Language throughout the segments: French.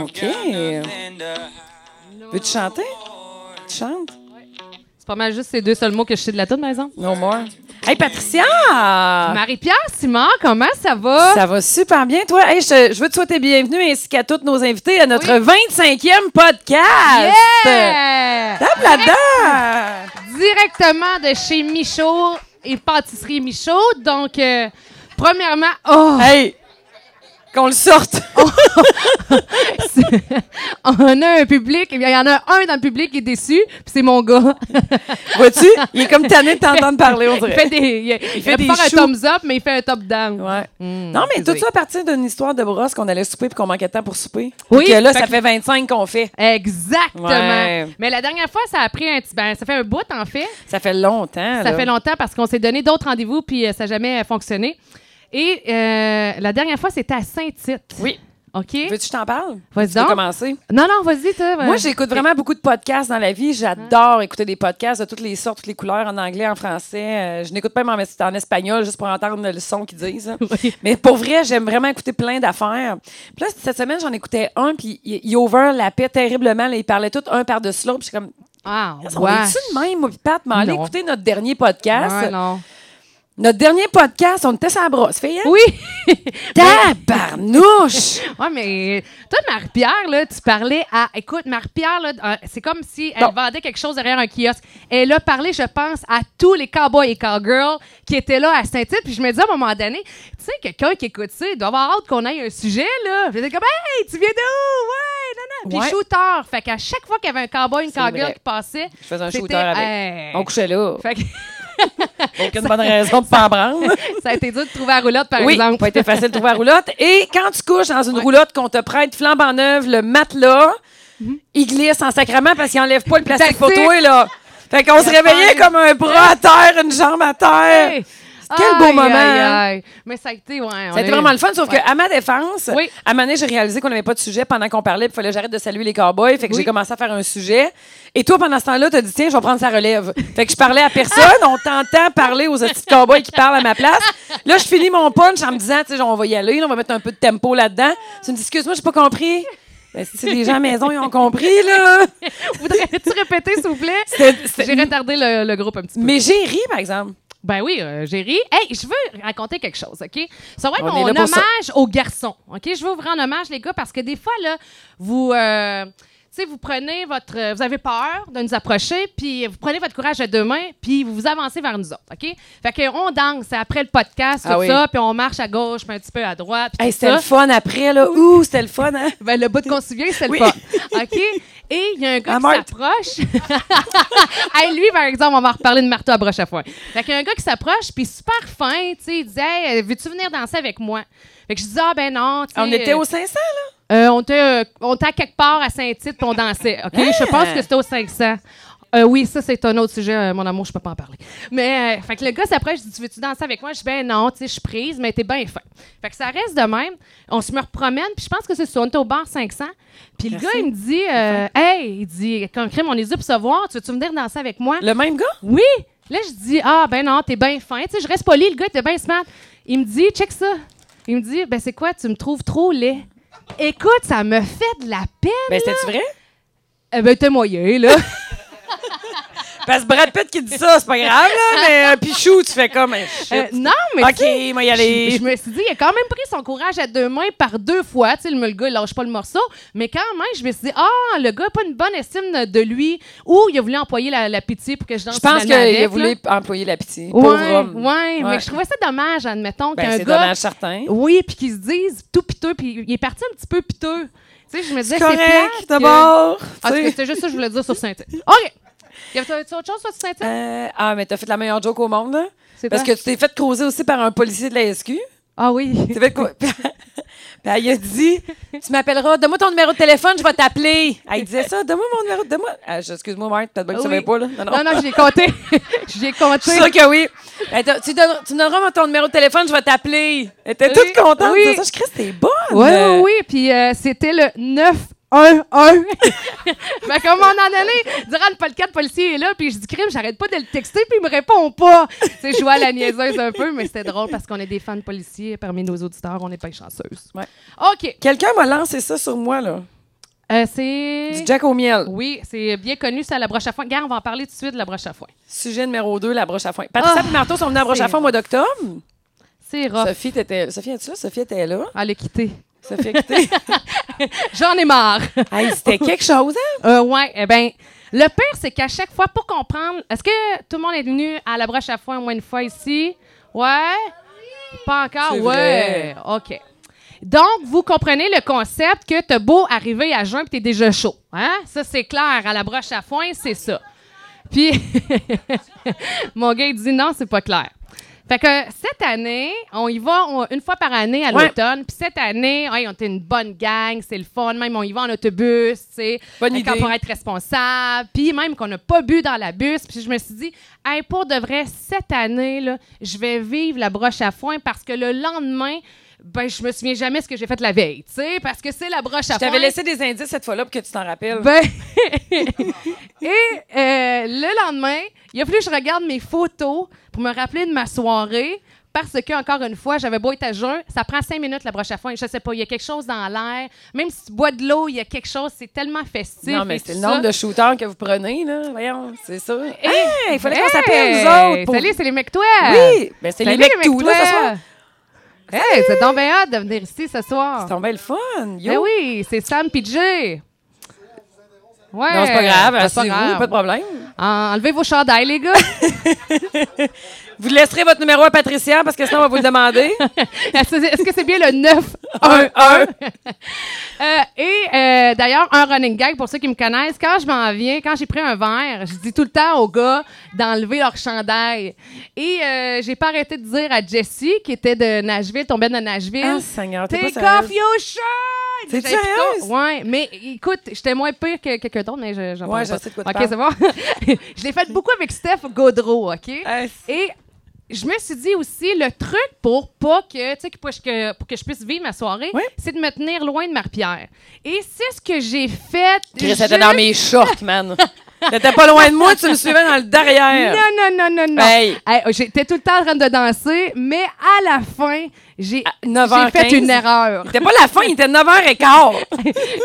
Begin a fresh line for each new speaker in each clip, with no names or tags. OK. Veux-tu chanter? Tu chantes?
C'est pas mal juste ces deux seuls mots que je sais de la toute maison.
No more. Hey, Patricia! Ah.
Marie-Pierre Simon, comment ça va?
Ça va super bien, toi. Hey, je, je veux te souhaiter bienvenue ainsi qu'à tous nos invités à notre 25e podcast.
Yeah!
Tape là-dedans!
Ah! Directement de chez Michaud et Pâtisserie Michaud. Donc, euh, premièrement, oh,
Hey! Qu'on le sorte!
on a un public. Eh Il y en a un dans le public qui est déçu, puis c'est mon gars.
Vois-tu? Il est comme tanné de t'entendre parler, on
Il
dirait.
fait des, il, il
fait
va
des
faire un
choux.
thumbs up, mais il fait un top down.
Ouais. non, mais tout
Mm, désolé.
ça à partir d'une histoire de brosse qu'on allait souper puis qu'on manquait de temps pour souper.
Oui,
Puis que là,
fait
ça
que-
fait 25 qu'on fait.
Exactement.
Ouais.
Mais la dernière fois, ça a pris un petit. Ben, ça fait un bout, en fait.
Ça fait longtemps.
Ça
là.
fait longtemps parce qu'on s'est donné d'autres rendez-vous, puis euh, ça n'a jamais euh, fonctionné. Et euh, la dernière fois, c'était à Saint-Tite.
Oui.
OK?
Veux-tu que je t'en parle?
Vas-y
Tu veux
donc.
commencer?
Non, non, vas-y, toi. vas-
Moi, j'écoute vraiment beaucoup de podcasts dans la vie. J'adore écouter des podcasts de toutes les sortes, toutes les couleurs, en anglais, en français. Euh, je n'écoute pas même en, en espagnol, juste pour entendre le son qu'ils disent. hein. Mais pour vrai, j'aime vraiment écouter plein d'affaires. Puis là, cette semaine, j'en écoutais un, puis il il overlappait terriblement. Là, ils parlaient tous un par-dessus l'autre. Puis je suis comme,
Ah,
on
ouais.
est-tu de même, moi, puis Pat? Mais allez
Non.
écouter notre dernier podcast.
Ah, non.
Notre dernier podcast, on était sur la brosse. Fait, hein?
Oui!
Tabarnouche!
ouais, mais toi, Marie-Pierre, là, tu parlais à. Écoute, Marie-Pierre, là, euh, c'est comme si elle
Non.
vendait quelque chose derrière un kiosque. Elle a parlé, je pense, à tous les cowboys et cowgirls qui étaient là à Saint-Tite. Puis je me disais à un moment donné, tu sais, quelqu'un qui écoute ça, il doit avoir hâte qu'on aille un sujet, là. Puis j'étais comme, hey, tu viens d'où? Ouais, non, non. Puis
Ouais.
shooter. Fait qu'à chaque fois qu'il y avait un cowboy, une
C'est
cowgirl
vrai.
qui passait.
Je faisais un
c'était,
shooter avec.
hey.
On couchait là.
Fait que
Aucune bonne raison de pas en prendre.
ça a été dur de trouver la roulotte, par
oui,
exemple.
pas été facile de trouver la roulotte. Et quand tu couches dans une roulotte qu'on te prête flambe en neuve, le matelas,
Mhm.
il glisse en sacrament parce qu'il enlève pas le plastique pour
Plastique.
toi, là. Fait qu'on se réveillait
faim.
comme un bras à terre, une jambe à terre.
Hey!
Quel beau
Aïe,
moment,
aïe,
hein?
aïe. Mais ça a été, ouais. on
Ça a été
eu-
vraiment le fun, sauf
Ouais.
que à ma défense,
Oui.
à un moment donné, j'ai réalisé qu'on n'avait pas de sujet pendant qu'on parlait, puis fallait que j'arrête de saluer les cowboys, fait que
Oui.
j'ai commencé à faire un sujet. Et toi, pendant ce temps-là, t'as dit tiens, je vais prendre sa relève. Fait que je parlais à personne, on t'entend parler aux petits cowboys qui parlent à ma place. Là, je finis mon punch en me disant tu sais, on va y aller, là, on va mettre un peu de tempo là-dedans. Tu me dis excuse-moi, j'ai pas compris. Ben, si les gens à la maison, ils ont compris, là.
Voudrais-tu répéter, s'il vous plaît?
C'était- c'était-
J'ai retardé le, le groupe un petit peu.
Mais j'ai ri, par exemple.
Ben oui, euh, j'ai ri. Hey, je veux raconter quelque chose, OK? Ça va être
On
mon
est là pour
hommage
ça.
aux garçons, OK? Je veux vous rendre hommage, les gars, parce que des fois, là, vous... euh, tu sais, vous prenez votre... euh, Vous avez peur de nous approcher, puis vous prenez votre courage à deux mains, puis vous vous avancez vers nous autres, OK? Fait que on danse après le podcast, tout
Ah oui.
ça, puis on marche à gauche, puis un petit peu à droite, puis
Hey,
tout
c'était
ça.
le fun après, là. Ouh, c'était le fun, hein?
Ben, le bout de qu'on se souvient, c'est le
Oui.
fun. OK? Et il y a un gars
Ah,
qui
Marthe.
s'approche. hey, lui, par exemple, on va reparler de marteau à broche à foin. Fait qu'il y a un gars qui s'approche, puis super fin, tu sais, il disait, hey, veux-tu venir danser avec moi? Fait que je dis, ah, ben non, tu sais,
On était
euh,
au 500, là?
euh, on était, euh, on était à quelque part à Saint-Tite, puis on dansait. OK? Je pense que c'était au 500. Euh, oui, ça, c'est un autre sujet. euh, mon amour, je peux pas en parler. Mais, euh, fait que le gars s'approche, je dis, tu veux-tu danser avec moi? Je dis, ben non, tu sais, je suis prise, mais t'es bien fin. Fait que ça reste de même. On se me repromène, puis je pense que c'est ça. On était au bar 500. Puis le gars, il me dit, euh, hey, il dit, quand crime, on est dû pour se voir. Tu veux-tu venir danser avec moi?
Le même gars?
Oui! Là, je dis, ah, ben non, t'es bien fin. Tu sais, je reste poli, le gars était bien smart. Il me dit, check ça. Il me dit, ben c'est quoi, tu me trouves trop laid. Écoute, ça me fait de la peine.
Ben, c'était-tu vrai?
Eh ben, t'es moyen, là.
Parce que Brad Pitt qui dit ça, c'est pas grave, là, mais euh, Pichou, tu fais comme. eh, shit.
Euh, non, mais tu sais,
OK, moi y
je,
aller.
je me suis dit, il a quand même pris son courage à deux mains par deux fois. Tu sais, le, le gars, il lâche pas le morceau. Mais quand même, je me suis dit, ah, le gars a pas une bonne estime de lui. Ou il a voulu employer la, la pitié pour que je danse
Je pense
finalement avec,
qu'il
là.
a voulu employer la pitié. Pauvre
Ouais,
homme.
ouais, mais
Ouais.
je trouvais ça dommage, admettons,
Ben,
qu'un
c'est
gars
dommage, certain.
Oui, puis qu'ils se disent tout piteux, puis il est parti un petit peu piteux. Tu sais, je me disais,
C'est
c'est plate
correct,
que-
d'abord.
Ah, en tout cas, c'était juste ça que je voulais dire sur saint OK! Y avait t'as- t'as autre chose, toi, sur saint
Euh, ah, mais t'as fait la meilleure joke au monde, là.
C'est
Parce que
quoi?
tu t'es fait causer aussi par un policier de la SQ.
Ah oui.
T'es fait cau- Puis elle- il a dit Tu m'appelleras, donne-moi ton numéro de téléphone, je vais t'appeler. Elle disait ça, donne-moi mon numéro, donne-moi. Ah, je- Excuse-moi, Marthe, peut-être bien que tu
Oui.
savais pas, là. Non, non.
Non, non, je l'ai compté. je l'ai
Je
compté.
suis sûre que oui. Elle t'a- Ben, tu, donneras- tu me donneras ton numéro de téléphone, je vais t'appeler. Elle était
Oui,
toute contente
oui.
de ça. Je crée, c'était bonne.
Oui, oui, oui. Puis euh, c'était le 9
un, un.
Ben, comme on en allait, durant le podcast, le policier est là, puis je dis crime, j'arrête pas de le texter, puis il me répond pas. Tu sais, je vois la niaiseuse un peu, mais c'était drôle parce qu'on est des fans de policiers parmi nos auditeurs, on n'est pas chanceuses.
Ouais.
OK.
Quelqu'un m'a lancé ça sur moi, là.
Euh, c'est.
Du Jack au miel.
Oui, c'est bien connu, ça, la broche à foin. Regarde, on va en parler tout de suite de la broche à foin.
Sujet numéro 2, la broche à foin. Patricia
Ah,
et Marteau sont venus à la broche à
c'est Ah.
foin au mois d'octobre.
C'est rough.
Sophie, t'étais... Sophie, es-tu là? Sophie était là.
À le quitter.
Sophie a quitté.
J'en ai marre.
Hey, c'était quelque chose, hein?
Euh, ouais, eh ben, le pire, c'est qu'à chaque fois, pour comprendre, est-ce que tout le monde est venu à la broche à foin au moins une fois ici? Ouais? Pas encore?
C'est
Ouais. OK. Donc, vous comprenez le concept que t'as beau arriver à jeun pis t'es déjà chaud. Hein? Ça, c'est clair. À la broche à foin, c'est ça. Puis, mon gars, il dit non, c'est pas clair. Fait que cette année, on y va on- une fois par année à
Ouais.
l'automne. Puis cette année, hey, on était une bonne gang, c'est le fun. Même on y va en autobus, tu sais.
Bonne
Fait qu'on
idée.
pourrait être responsable. Puis même qu'on n'a pas bu dans la bus. Puis je me suis dit, hey, pour de vrai, cette année, là, je vais vivre la broche à foin parce que le lendemain, ben, je me souviens jamais ce que j'ai fait la veille, tu sais, parce que c'est la broche à
Je
foin.
t'avais laissé des indices cette fois-là pour que tu t'en rappelles.
Ben, et euh, le lendemain, il a fallu que je regarde mes photos pour me rappeler de ma soirée. Parce que, encore une fois, j'avais beau être à jeun, ça prend cinq minutes la broche à foin. Je sais pas, il y a quelque chose dans l'air. Même si tu bois de l'eau, il y a quelque chose, c'est tellement festif.
non, mais
et
c'est
tout
le
ça.
nombre de shooters que vous prenez, là. Voyons, c'est ça.
Et-
Hey, il fallait qu'on
Hey!
s'appelle, nous autres. pour-
Salut, c'est les mecs toi.
Oui, ben, c'est les mecs tout, là, ce soir.
Hey, c'est donc bien hâte de venir ici ce soir.
C'est donc bien le fun. Yo.
Ben oui, c'est Sam PJ. Ouais.
Non, c'est pas grave.
C'est
asseyez-vous,
grave.
pas de problème.
Enlevez vos chandails, les gars.
Vous laisserez votre numéro à Patricia parce que sinon, on va vous le demander.
Est-ce est-ce que c'est bien le 9?
un, un.
Euh, et euh, d'ailleurs, un running gag pour ceux qui me connaissent, quand je m'en viens, quand j'ai pris un verre, je dis tout le temps aux gars d'enlever leur chandail. Et euh, j'ai pas arrêté de dire à Jessie, qui était de Nashville, tombait de Nashville,
Ah, Seigneur, t'es
Take
pas
off
sérieuse.
your shirt!
T'es-tu
J'avais plus
sérieuse?
tôt- Ouais, mais écoute, j'étais moins pire que quelqu'un d'autre, mais je, j'en
Ouais,
parle
je
pas.
sais de quoi tu
OK, c'est bon. je l'ai fait beaucoup avec Steph Gaudreau, OK?
Ah, c'est-
Et je me suis dit aussi, le truc pour pas que, tu sais, que- pour que, pour que je puisse vivre ma soirée,
Oui.
c'est de me tenir loin de Marpière. Et c'est ce que j'ai fait.
Chris, J'étais
juste-
dans mes shorts, man. T'étais pas loin de moi, tu me suivais dans le
Non,
derrière.
non, non, non, non.
Hey.
Hey, J'étais tout le temps en train de danser, mais à la fin, j'ai
À
j'ai
9h15.
fait une erreur.
C'était pas la fin, il était 9h15.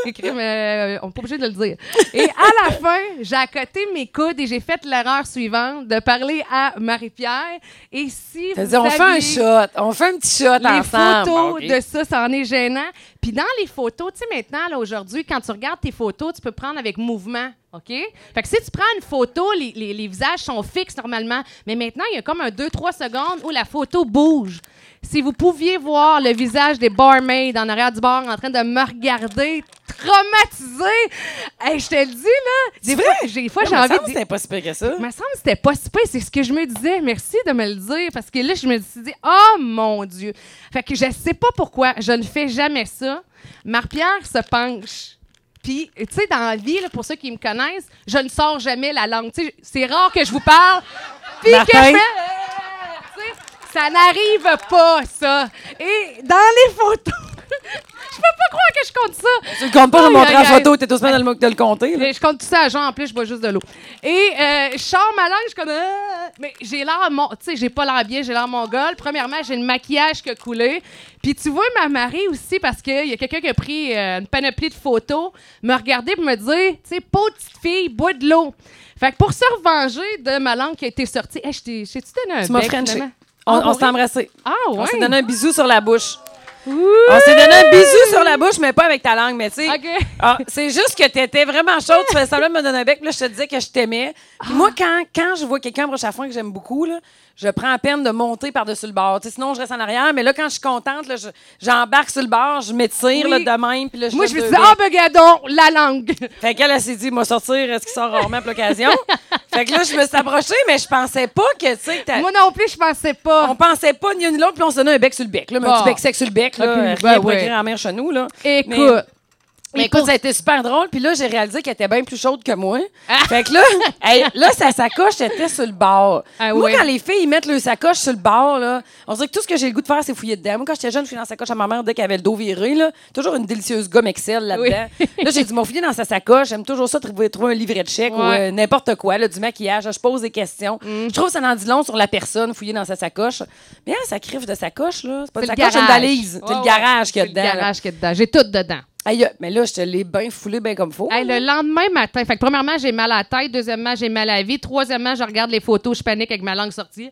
Écrit, mais, euh, on n'est pas obligé de le dire. Et à la fin, j'ai accoté mes coudes et j'ai fait l'erreur suivante de parler à Marie-Pierre. Et si
T'as
vous
dit, on fait un
saviez
shot, on fait un petit shot
les
ensemble.
photos
Ah, ok.
de ça, ça en est gênant. Puis dans les photos, tu sais, maintenant, là, aujourd'hui, quand tu regardes tes photos, tu peux prendre avec mouvement, OK? Fait que si tu prends une photo, les, les- les visages sont fixes normalement. Mais maintenant, il y a comme un 2-3 secondes où la photo bouge. Si vous pouviez voir le visage des barmaids en arrière du bar en train de me regarder traumatisée, Hey, je te le dis, là, des
C'est
fois,
vrai?
j'ai- des fois,
Non,
j'ai
mais
envie
ça,
de
C'était pas si pire que ça.
me semble que c'était pas si pire, c'est ce que je me disais. Merci de me le dire parce que là je me suis dit "Oh mon dieu." Fait que je sais pas pourquoi je ne fais jamais ça. Marpierre se penche. Puis tu sais dans la vie là, pour ceux qui me connaissent, je ne sors jamais la langue. Tu sais, c'est rare que je vous parle puis que je
Martin.
fais Euh, tu sais, ça n'arrive pas ça. Et dans les photos Je peux pas croire que je compte ça.
Tu le comptes pas de
Aïe,
montrer
aïe,
en
aïe.
photo, t'es tout semaine dans le de le compter. là.
Mais je compte tout ça à Jean, en plus, je bois juste de l'eau. Et euh, je sors ma langue, je suis comme. Ah! Mais j'ai l'air. mon- Tu sais, j'ai pas l'air bien, j'ai l'air mongol. Premièrement, j'ai le maquillage qui a coulé. Puis tu vois ma Marie aussi, parce qu'il y a quelqu'un qui a pris euh, une panoplie de photos, me regarder pour me dire, tu sais, pauvre petite fille, bois de l'eau. Fait que pour se revenger de ma langue qui a été sortie, hey, je t'ai- je t'ai-tu donné un
Tu m'as
bec,
frenché.
finalement?
On,
Ah,
on
oui?
s'est embrassé.
Ah, ouais.
On s'est donné un bisou sur la bouche.
Ouh!
On s'est Ah, donné un bisou sur la bouche, mais pas avec ta langue, mais tu sais.
OK.
ah, c'est juste que t'étais vraiment chaude, tu faisais semblant de me donner un bec, puis là, je te disais que je t'aimais. Puis moi,
Ah!
quand, quand je vois quelqu'un broche à foin que j'aime beaucoup, là, je prends la peine de monter par-dessus le bord. Tu sais, sinon, je reste en arrière, mais là, quand je suis contente, là, je- j'embarque sur le bord, je m'étire
Oui.
là, de même, puis là, je
Moi,
donne
je me
deux
suis dit, ah,
becs.
ben, gadon, la langue.
Fait qu'elle, elle s'est dit, moi, sortir, est-ce qu'il sort rarement pour l'occasion? fait que là, je me suis approchée, mais je pensais pas que, tu sais, que t'as-
Moi non Ah! plus, je pensais pas.
Euh. on pensait pas ni une ni l'autre, puis on se donnait un bec sur le bec. Là, mais
Bon.
un petit bec sec sur le bec, là,
Ah, puis,
rien
ben
pour
ouais.
écrire en mer chez nous. Là.
Écoute.
Mais- Mais
Et
écoute,
pour-
ça a été super drôle. Puis là, j'ai réalisé qu'elle était bien plus chaude que moi. Fait que là, elle- là sa sacoche était sur le bord.
Ah
moi,
ouais.
quand les filles ils mettent leur sacoche sur le bord, là, on dirait que tout ce que j'ai le goût de faire, c'est fouiller dedans. Moi, quand j'étais jeune, je fouillais dans la sacoche à ma mère dès qu'elle avait le dos viré. Là. Toujours une délicieuse gomme Excel là-dedans. là, j'ai dit, m'en fouiller dans sa sacoche. J'aime toujours ça, trouver, trouver un livret de chèque ou
Ouais. Mm.
euh, n'importe quoi, là, du maquillage. Je pose des questions. Je trouve que ça en dit long sur la personne, fouiller dans sa sacoche. Mais hein, ça crève de sacoche, là. C'est pas une
C'est le
sacoche, c'est une
garage.
valise.
Ouais,
C'est le
ouais.
garage qu'il y a
C'est
dedans. là.
Le garage qu'il y a dedans. J'ai tout dedans.
Aïe, mais là, je te l'ai bien foulé, bien comme faut.
Hey, le lendemain matin, fait que premièrement, j'ai mal à la tête. Deuxièmement, j'ai mal à la vie. Troisièmement, je regarde les photos, je panique avec ma langue sortie.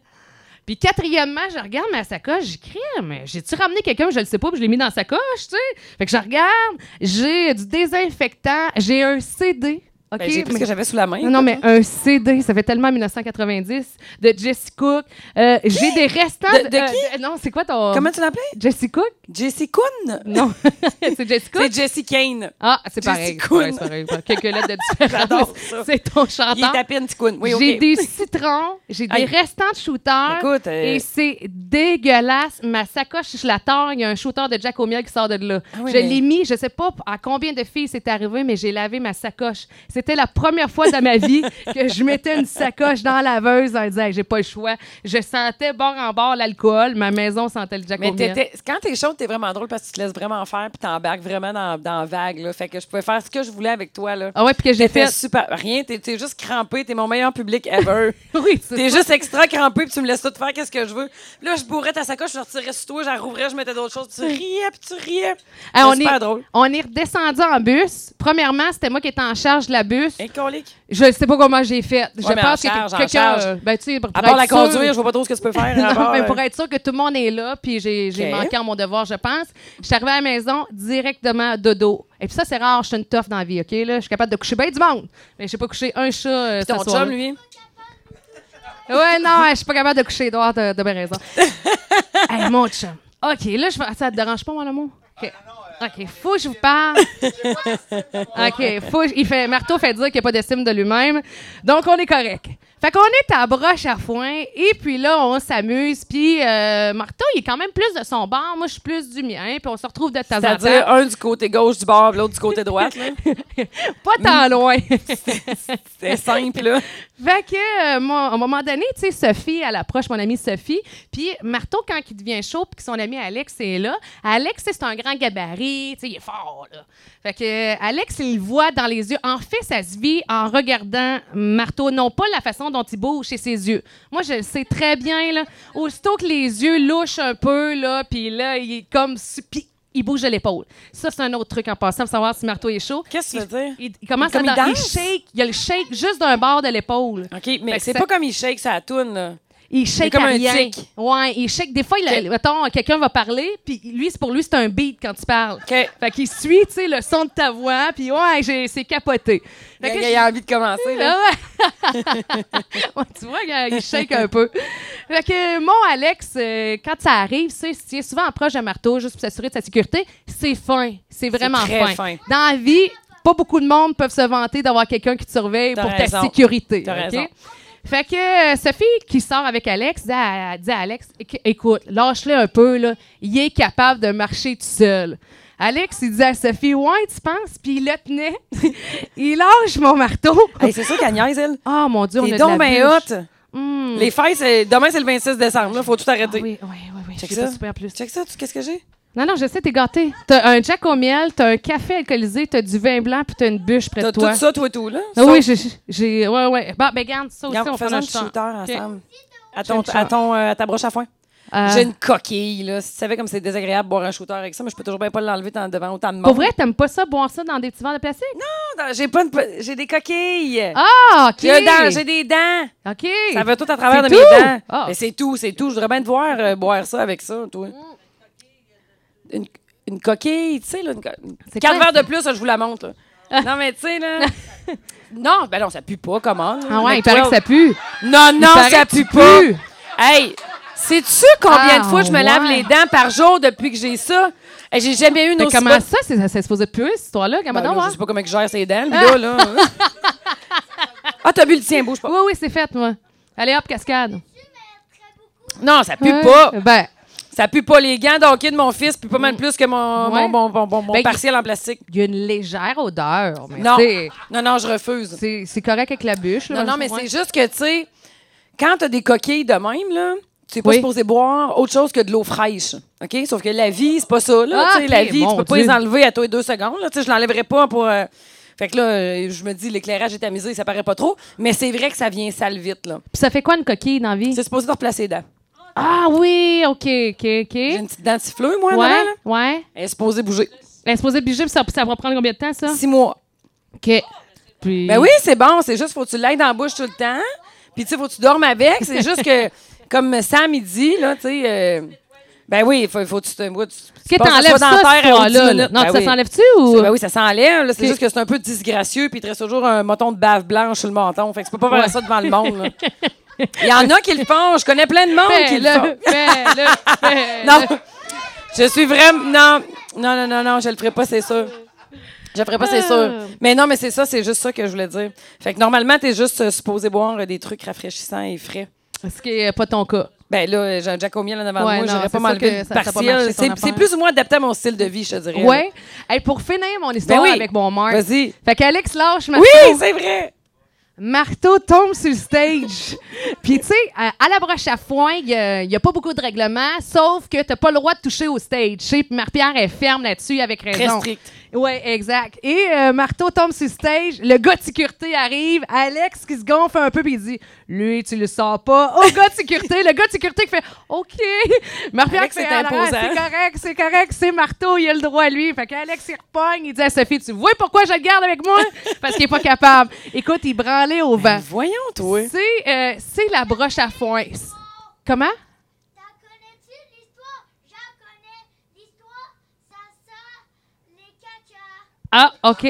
Puis quatrièmement, je regarde ma sacoche, j'écris, mais j'ai-tu ramené quelqu'un, je le sais pas, puis je l'ai mis dans sa coche, tu sais? Fait que je regarde, j'ai du désinfectant, j'ai un CD. OK?
Ben, j'ai pris ce
mais-
que j'avais sous la main.
Non, non, mais un CD, ça fait tellement 1990, de Jesse Cook. Euh, j'ai des restants...
De- de
euh,
qui?
non, c'est quoi ton...
Comment tu l'appelais?
Jesse Cook?
Jessie Kuhn?
Non, c'est Jesse Cook?
C'est Jessie Kane.
Ah, c'est
Jesse
pareil. c'est
Coon.
pareil, c'est pareil, c'est pareil. Quelques lettres de différence.
J'adore ça.
C'est ton
Il est
chanteur.
à peine petit Kuhn. Oui, OK.
J'ai des citrons, j'ai des
Aïe.
restants de shooters.
Écoute, euh,
Et c'est dégueulasse. Ma sacoche, je la tords. Il y a un shooter de Jack O'Meal qui sort de là.
Ah oui,
je
mais-
l'ai mis, je sais pas à combien de filles c'est arrivé, mais j'ai lavé ma sacoche. C'était la première fois de ma vie que je mettais une sacoche dans la laveuse en disant, Hey, j'ai pas le choix. Je sentais bord en bord l'alcool. Ma maison sentait le Jack
mais
O'Meal.
t'étais- quand t'es chaude, t'es vraiment drôle parce que tu te laisses vraiment faire puis t'embarques vraiment dans, dans la vague. Là. Fait que je pouvais faire ce que je voulais avec toi. Là.
Ah ouais, puis que j'ai
T'étais
fait.
super. Rien, t'es t'es juste crampé. T'es mon meilleur public ever.
Oui, c'est
T'es juste extra crampé puis tu me laisses tout faire, qu'est-ce que je veux. Puis Là, je bourrais ta sacoche, je la retirais sur toi, je la rouvrais, je mettais d'autres choses. puis Tu riais, puis tu riais.
Hey,
C'était
on,
super
est,
drôle.
on est redescendu en bus. Premièrement, c'était moi qui étais en charge de la bus.
Incolique.
Je sais pas comment j'ai fait. Je
Ouais, mais
pense
en
que
charge, en
quelqu'un.
charge.
euh, Ben, tu sais, pour,
À
pour
part la
être sûr-
conduire, je vois pas trop ce que tu peux faire. à
Non,
part,
mais
euh,
pour être sûr que tout le monde est là, puis j'ai j'ai
Ok.
manqué à mon devoir, je pense. Je suis arrivée à la maison directement dodo. Et puis ça, c'est rare, je suis une toffe dans la vie, OK? Là? Je suis capable de coucher bien du monde. Mais j'ai pas couché un chat euh, ce
Ton
soir-là.
chum, lui.
Ouais, non, ouais, je suis pas capable de coucher Edouard, t'as t'as bien raison. hey, mon chum. OK, là, je vais. Ça te dérange pas, mon amour? OK. OK, faut que je vous parle. OK, faut. que je- Il fait, Marteau fait dire qu'il n'y a pas d'estime de lui-même. Donc, on est correct. Fait qu'on est à broche à foin, et puis là, on s'amuse. Puis euh, Marteau, il est quand même plus de son bord. Moi, je suis plus du mien, puis on se retrouve de temps en temps.
C'est-à-dire un du côté gauche du bord, puis l'autre du côté droit. là.
pas tant loin.
C'est simple, là.
Fait que, euh, moi, à un moment donné, tu sais, Sophie, elle approche mon amie Sophie. Puis, Marteau, quand il devient chaud, puis que son ami Alex est là, Alex, tu sais, c'est un grand gabarit, tu sais, il est fort, là. Fait que, euh, Alex, il le voit dans les yeux. En fait, ça se vit en regardant Marteau, non pas la façon dont il bouge, c'est ses yeux. Moi, je le sais très bien, là. Aussitôt que les yeux louchent un peu, là, puis là, il est comme. su- Puis, il bouge de l'épaule. Ça, c'est un autre truc en passant pour savoir si Marteau est chaud.
Qu'est-ce que tu veux dire?
Il, il commence
Comme
à
il
dan- il
danse?
shake, il a le shake juste d'un bord de l'épaule.
OK,
Fait
mais
que
c'est
ça-
pas comme il shake sa toune, là.
Il shake
comme
à
un
rien.
tic.
Ouais, il shake. Des fois, il a-
Ok.
mettons, quelqu'un va parler, puis lui, c'est pour lui, c'est un beat quand tu parles.
OK.
Fait qu'il suit, tu sais, le son de ta voix, puis ouais, j'ai- c'est capoté. Fait que
Il a envie de commencer, là.
ah ouais. Ouais, tu vois, il shake un peu. Fait que mon Alex, euh, quand ça arrive, tu sais, si il est souvent en proche d'un marteau juste pour s'assurer de sa sécurité, c'est fin. C'est vraiment
très
fin.
fin.
Dans la vie, pas beaucoup de monde peuvent se vanter d'avoir quelqu'un qui te surveille
T'as
pour ta
raison.
sécurité.
T'as
ok?
raison.
Fait que euh, Sophie, qui sort avec Alex, dit à, dit à Alex Éc- Écoute, lâche-le un peu, là. il est capable de marcher tout seul. Alex, il dit à Sophie Ouais, tu penses Puis il le tenait. il lâche mon marteau.
Hey, c'est sûr qu'elle niaise, elle.
Ah, mon Dieu, on a
T'es
de la
donc ben
bûche.
hot.
Hmm.
Les fêtes, c'est- demain, c'est le 26 décembre, là. Faut tout
Ah,
arrêter.
oui, oui, oui, oui.
Check
J'ai
ça.
pas super plus.
Check ça, tu- qu'est-ce que j'ai?
Non, non, je sais, t'es gâté. T'as un jack au miel, t'as un café alcoolisé, t'as du vin blanc, puis t'as une bûche près de
T'as
toi.
tout ça, toi et tout, là?
Ah oui, j'ai- j'ai. Ouais, ouais. Bon, ben, garde ça aussi,
Regarde,
on fait
faisons
un
un
chant.
shooter ensemble. À ton,
J'ai une
à, ton, euh, à ta broche à foin.
Euh,
J'ai une coquille, là. Si tu savais comme c'est désagréable de boire un shooter avec ça, mais je peux toujours bien pas l'enlever tant- devant autant de monde.
Pour vrai, t'aimes pas ça, boire ça dans des petits verres de plastique?
Non, J'ai pas une- J'ai des coquilles.
Ah, OK.
J'ai un dent, j'ai des dents.
OK.
Ça va tout à travers de
C'est
mes
tout?
dents.
Ah. Mm.
Mais c'est tout, c'est tout. Je voudrais bien te voir euh, boire ça avec ça, toi. Une, une coquille, tu sais, là. Une co-
C'est
Quatre
quoi? Ah.
verres de plus, je vous la montre, là. non, mais tu sais, là. non, ben non, ça pue pas, comment? là?
Ah
Mais
ouais, il paraît que
toi-
ça pue.
Non, non,
paraît
ça
que tu
pue pas.
pues.
Hey! Sais-tu combien
Ah,
de fois je me
ouais.
lave les dents par jour depuis que j'ai ça? Hey, J'ai jamais eu une
Mais
aussi
comment
bonne-
ça, c'est c'est supposé puer, cette histoire-là? Comment
Ben,
donc,
là,
hein?
je sais pas comment que je gère ses dents, le gars, là. hein. ah, t'as bu le tien, bouge pas.
Oui, oui, c'est fait, moi. Allez, hop, cascade.
Non, ça pue
Ouais.
pas.
Hein? Ben,
Ça pue pas les gants d'hockey de mon fils, puis pas mal plus que mon,
Ouais.
mon, mon- mon- mon
Ben,
partiel en plastique.
Il y a une légère odeur. Mais
Non,
c'est-
non, non, je refuse.
C'est c'est correct avec la bûche.
Non,
là,
non,
je
mais
crois.
c'est juste que, tu sais, quand t'as des coquilles de même, là, tu n'es pas
Oui.
supposé boire autre chose que de l'eau fraîche. OK? Sauf que la vie, c'est pas ça, là.
Ah,
Tu sais, la
ok,
vie, tu
mon
peux pas
Dieu.
les enlever à toi et deux secondes, là. Tu sais, je l'enlèverai pas pour. euh, Fait que là, euh, je me dis, l'éclairage est tamisé, ça paraît pas trop. Mais c'est vrai que ça vient sale vite, là.
Puis ça fait quoi une coquille dans la vie?
C'est supposé de replacer les dents.
Ah oui, OK, OK, OK.
J'ai une petite dentifleuse, moi, en
Ouais,
avant, là.
ouais.
Elle est supposée bouger.
Elle est supposée bouger, puis ça, ça va prendre combien de temps, ça?
Six mois.
OK. Puis...
Ben oui, c'est bon. C'est juste, faut que tu l'aies dans la bouche tout le temps. Puis, tu sais, faut que tu dormes avec. C'est juste que, comme Sam, il dit, là, tu sais. euh, ben oui, faut, faut que tu te. ouais, Tu, tu
Que
passes
t'enlèves
le soir
ça,
dans la terre à
ce
10
soir-là, là.
minutes.
Non,
Ben
ça
oui.
s'enlève-tu ou...
C'est- Ben oui, ça s'enlève. là. C'est
Ok.
juste que c'est un peu disgracieux, puis il te reste toujours un moton de bave blanche sur le menton. Fait que tu peux pas faire
Ouais.
ça devant le monde. là. Il y en a qui le font. Je connais plein de monde
Ben
qui le font.
Fais-le, fais-le, fais-le.
Non. Je suis vraiment. Non. Non, non, non, non, je le ferai pas, c'est sûr. Je le ferai pas, c'est
Ah.
sûr. Mais non, mais c'est ça, c'est juste ça que je voulais dire. Fait que normalement, t'es juste euh, supposé boire euh, des trucs rafraîchissants et frais.
Ce qui n'est pas ton cas.
Ben là, euh, j'ai un Jacomien là devant
Ouais,
moi,
non,
j'aurais
c'est
pas m'enlever
sûr que
le
ça- ça a pas marché,
partiel.
ton
C'est-
affaire.
C'est plus ou moins adapté à mon style de vie, je te dirais.
Ouais. Hey, pour finir mon
Eh Ben
histoire
oui.
avec mon Marc.
Vas-y.
Fait qu'Alex lâche ma
Oui, c'est vrai.
Marteau tombe sur le stage. Puis, tu sais, à, à la broche à foin, il n'y a, il y a pas beaucoup de règlements, sauf que t'as pas le droit de toucher au stage. Tu sais, Puis Marie-Pierre est ferme là-dessus avec
Très
raison.
strict.
Ouais, exact. Et euh, Marteau tombe sur le stage, le gars de sécurité arrive, Alex qui se gonfle un peu, puis il dit Lui, tu le sors pas. Au gars de sécurité, le gars de sécurité qui fait OK. Marie-Pierre
Alex
qui fait
est
Ah,
imposant.
C'est correct, c'est correct, c'est Marteau, il a le droit, lui. Fait qu'Alex, il repogne, il dit à Sophie Tu vois pourquoi je le garde avec moi Parce qu'il est pas capable. Écoute, il branlait au vent.
Voyons, toi.
C'est euh, c'est la broche à foin. Comment
T'en connais-tu l'histoire J'en connais l'histoire. Ça sort les cacas.
Ah, OK.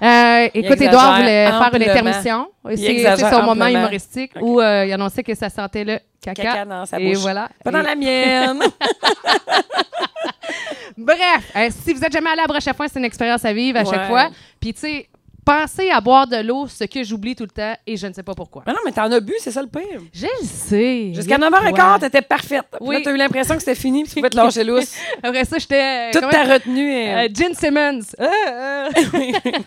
Euh, écoute,
exagère
Édouard voulait faire une
amplement.
intermission.
Il
C'est
exagère
c'est son moment
amplement.
humoristique où euh, il annonçait que ça sentait le caca.
Caca dans sa
Et
bouche.
voilà.
Pas dans
Et-
la mienne.
Bref, euh, si vous êtes jamais allé à la broche à foin, c'est une expérience à vivre à
Ouais.
chaque fois. Puis, tu sais, pensez à boire de l'eau, ce que j'oublie tout le temps et je ne sais pas pourquoi.
mais non, mais t'en as bu, c'est ça le pire.
Je le sais.
Jusqu'à
Il y a
9h15,
quoi.
t'étais parfaite. Puis
Oui.
Là, t'as eu l'impression que c'était fini, puis tu pouvais te lâcher lousse.
Après ça, j'étais. euh,
Toute
comment-
ta retenue est...
euh, Gene Simmons. Euh, euh,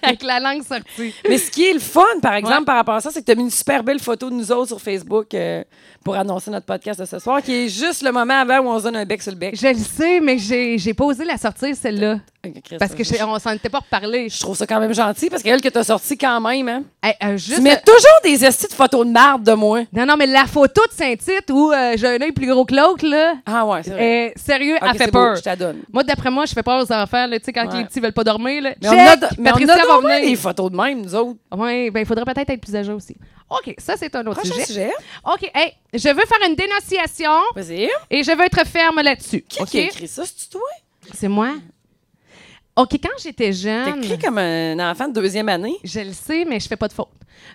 Avec la langue sortie.
Mais ce qui est le fun, par exemple,
Ouais.
par rapport à ça, c'est que tu as mis une super belle photo de nous autres sur Facebook euh, pour annoncer notre podcast de ce soir, qui est juste le moment avant où on se donne un bec sur le bec.
Je le sais, mais j'ai j'ai pas osé la sortir, celle-là.
Ok, Chris,
Parce que
je,
je- on s'en était pas reparlé.
je trouve ça quand même gentil, parce qu'elle que t'as sorti quand même, hein.
Hey, euh, juste-
Tu mets toujours des estis de photos de marde de moi.
Non, non, mais la photo de Saint-Tite où euh, j'ai un œil plus gros que l'autre, là,
Ah ouais, c'est vrai.
est- sérieux,
Ok,
elle fait
c'est beau,
peur.
je t'adonne.
Moi, d'après moi, je fais peur aux enfants, là, tu sais, quand
Ouais.
les petits veulent pas dormir, là.
Mais
Check!
on a, de- mais on
Patricia
a
va
donc bien des
venir.
photos de même, nous autres.
Ouais, ben, il faudrait peut-être être plus âgé aussi. OK, ça, c'est un autre
Prochain
sujet.
sujet.
OK, hey, je veux faire une dénonciation
Vas-y.
et je veux être ferme là-dessus.
Qui,
OK?
qui a écrit ça? C'est-tu toi?
C'est moi. OK, quand j'étais
T'as
jeune.
écrit comme un enfant de deuxième année.
Je le sais, mais je fais pas de faute.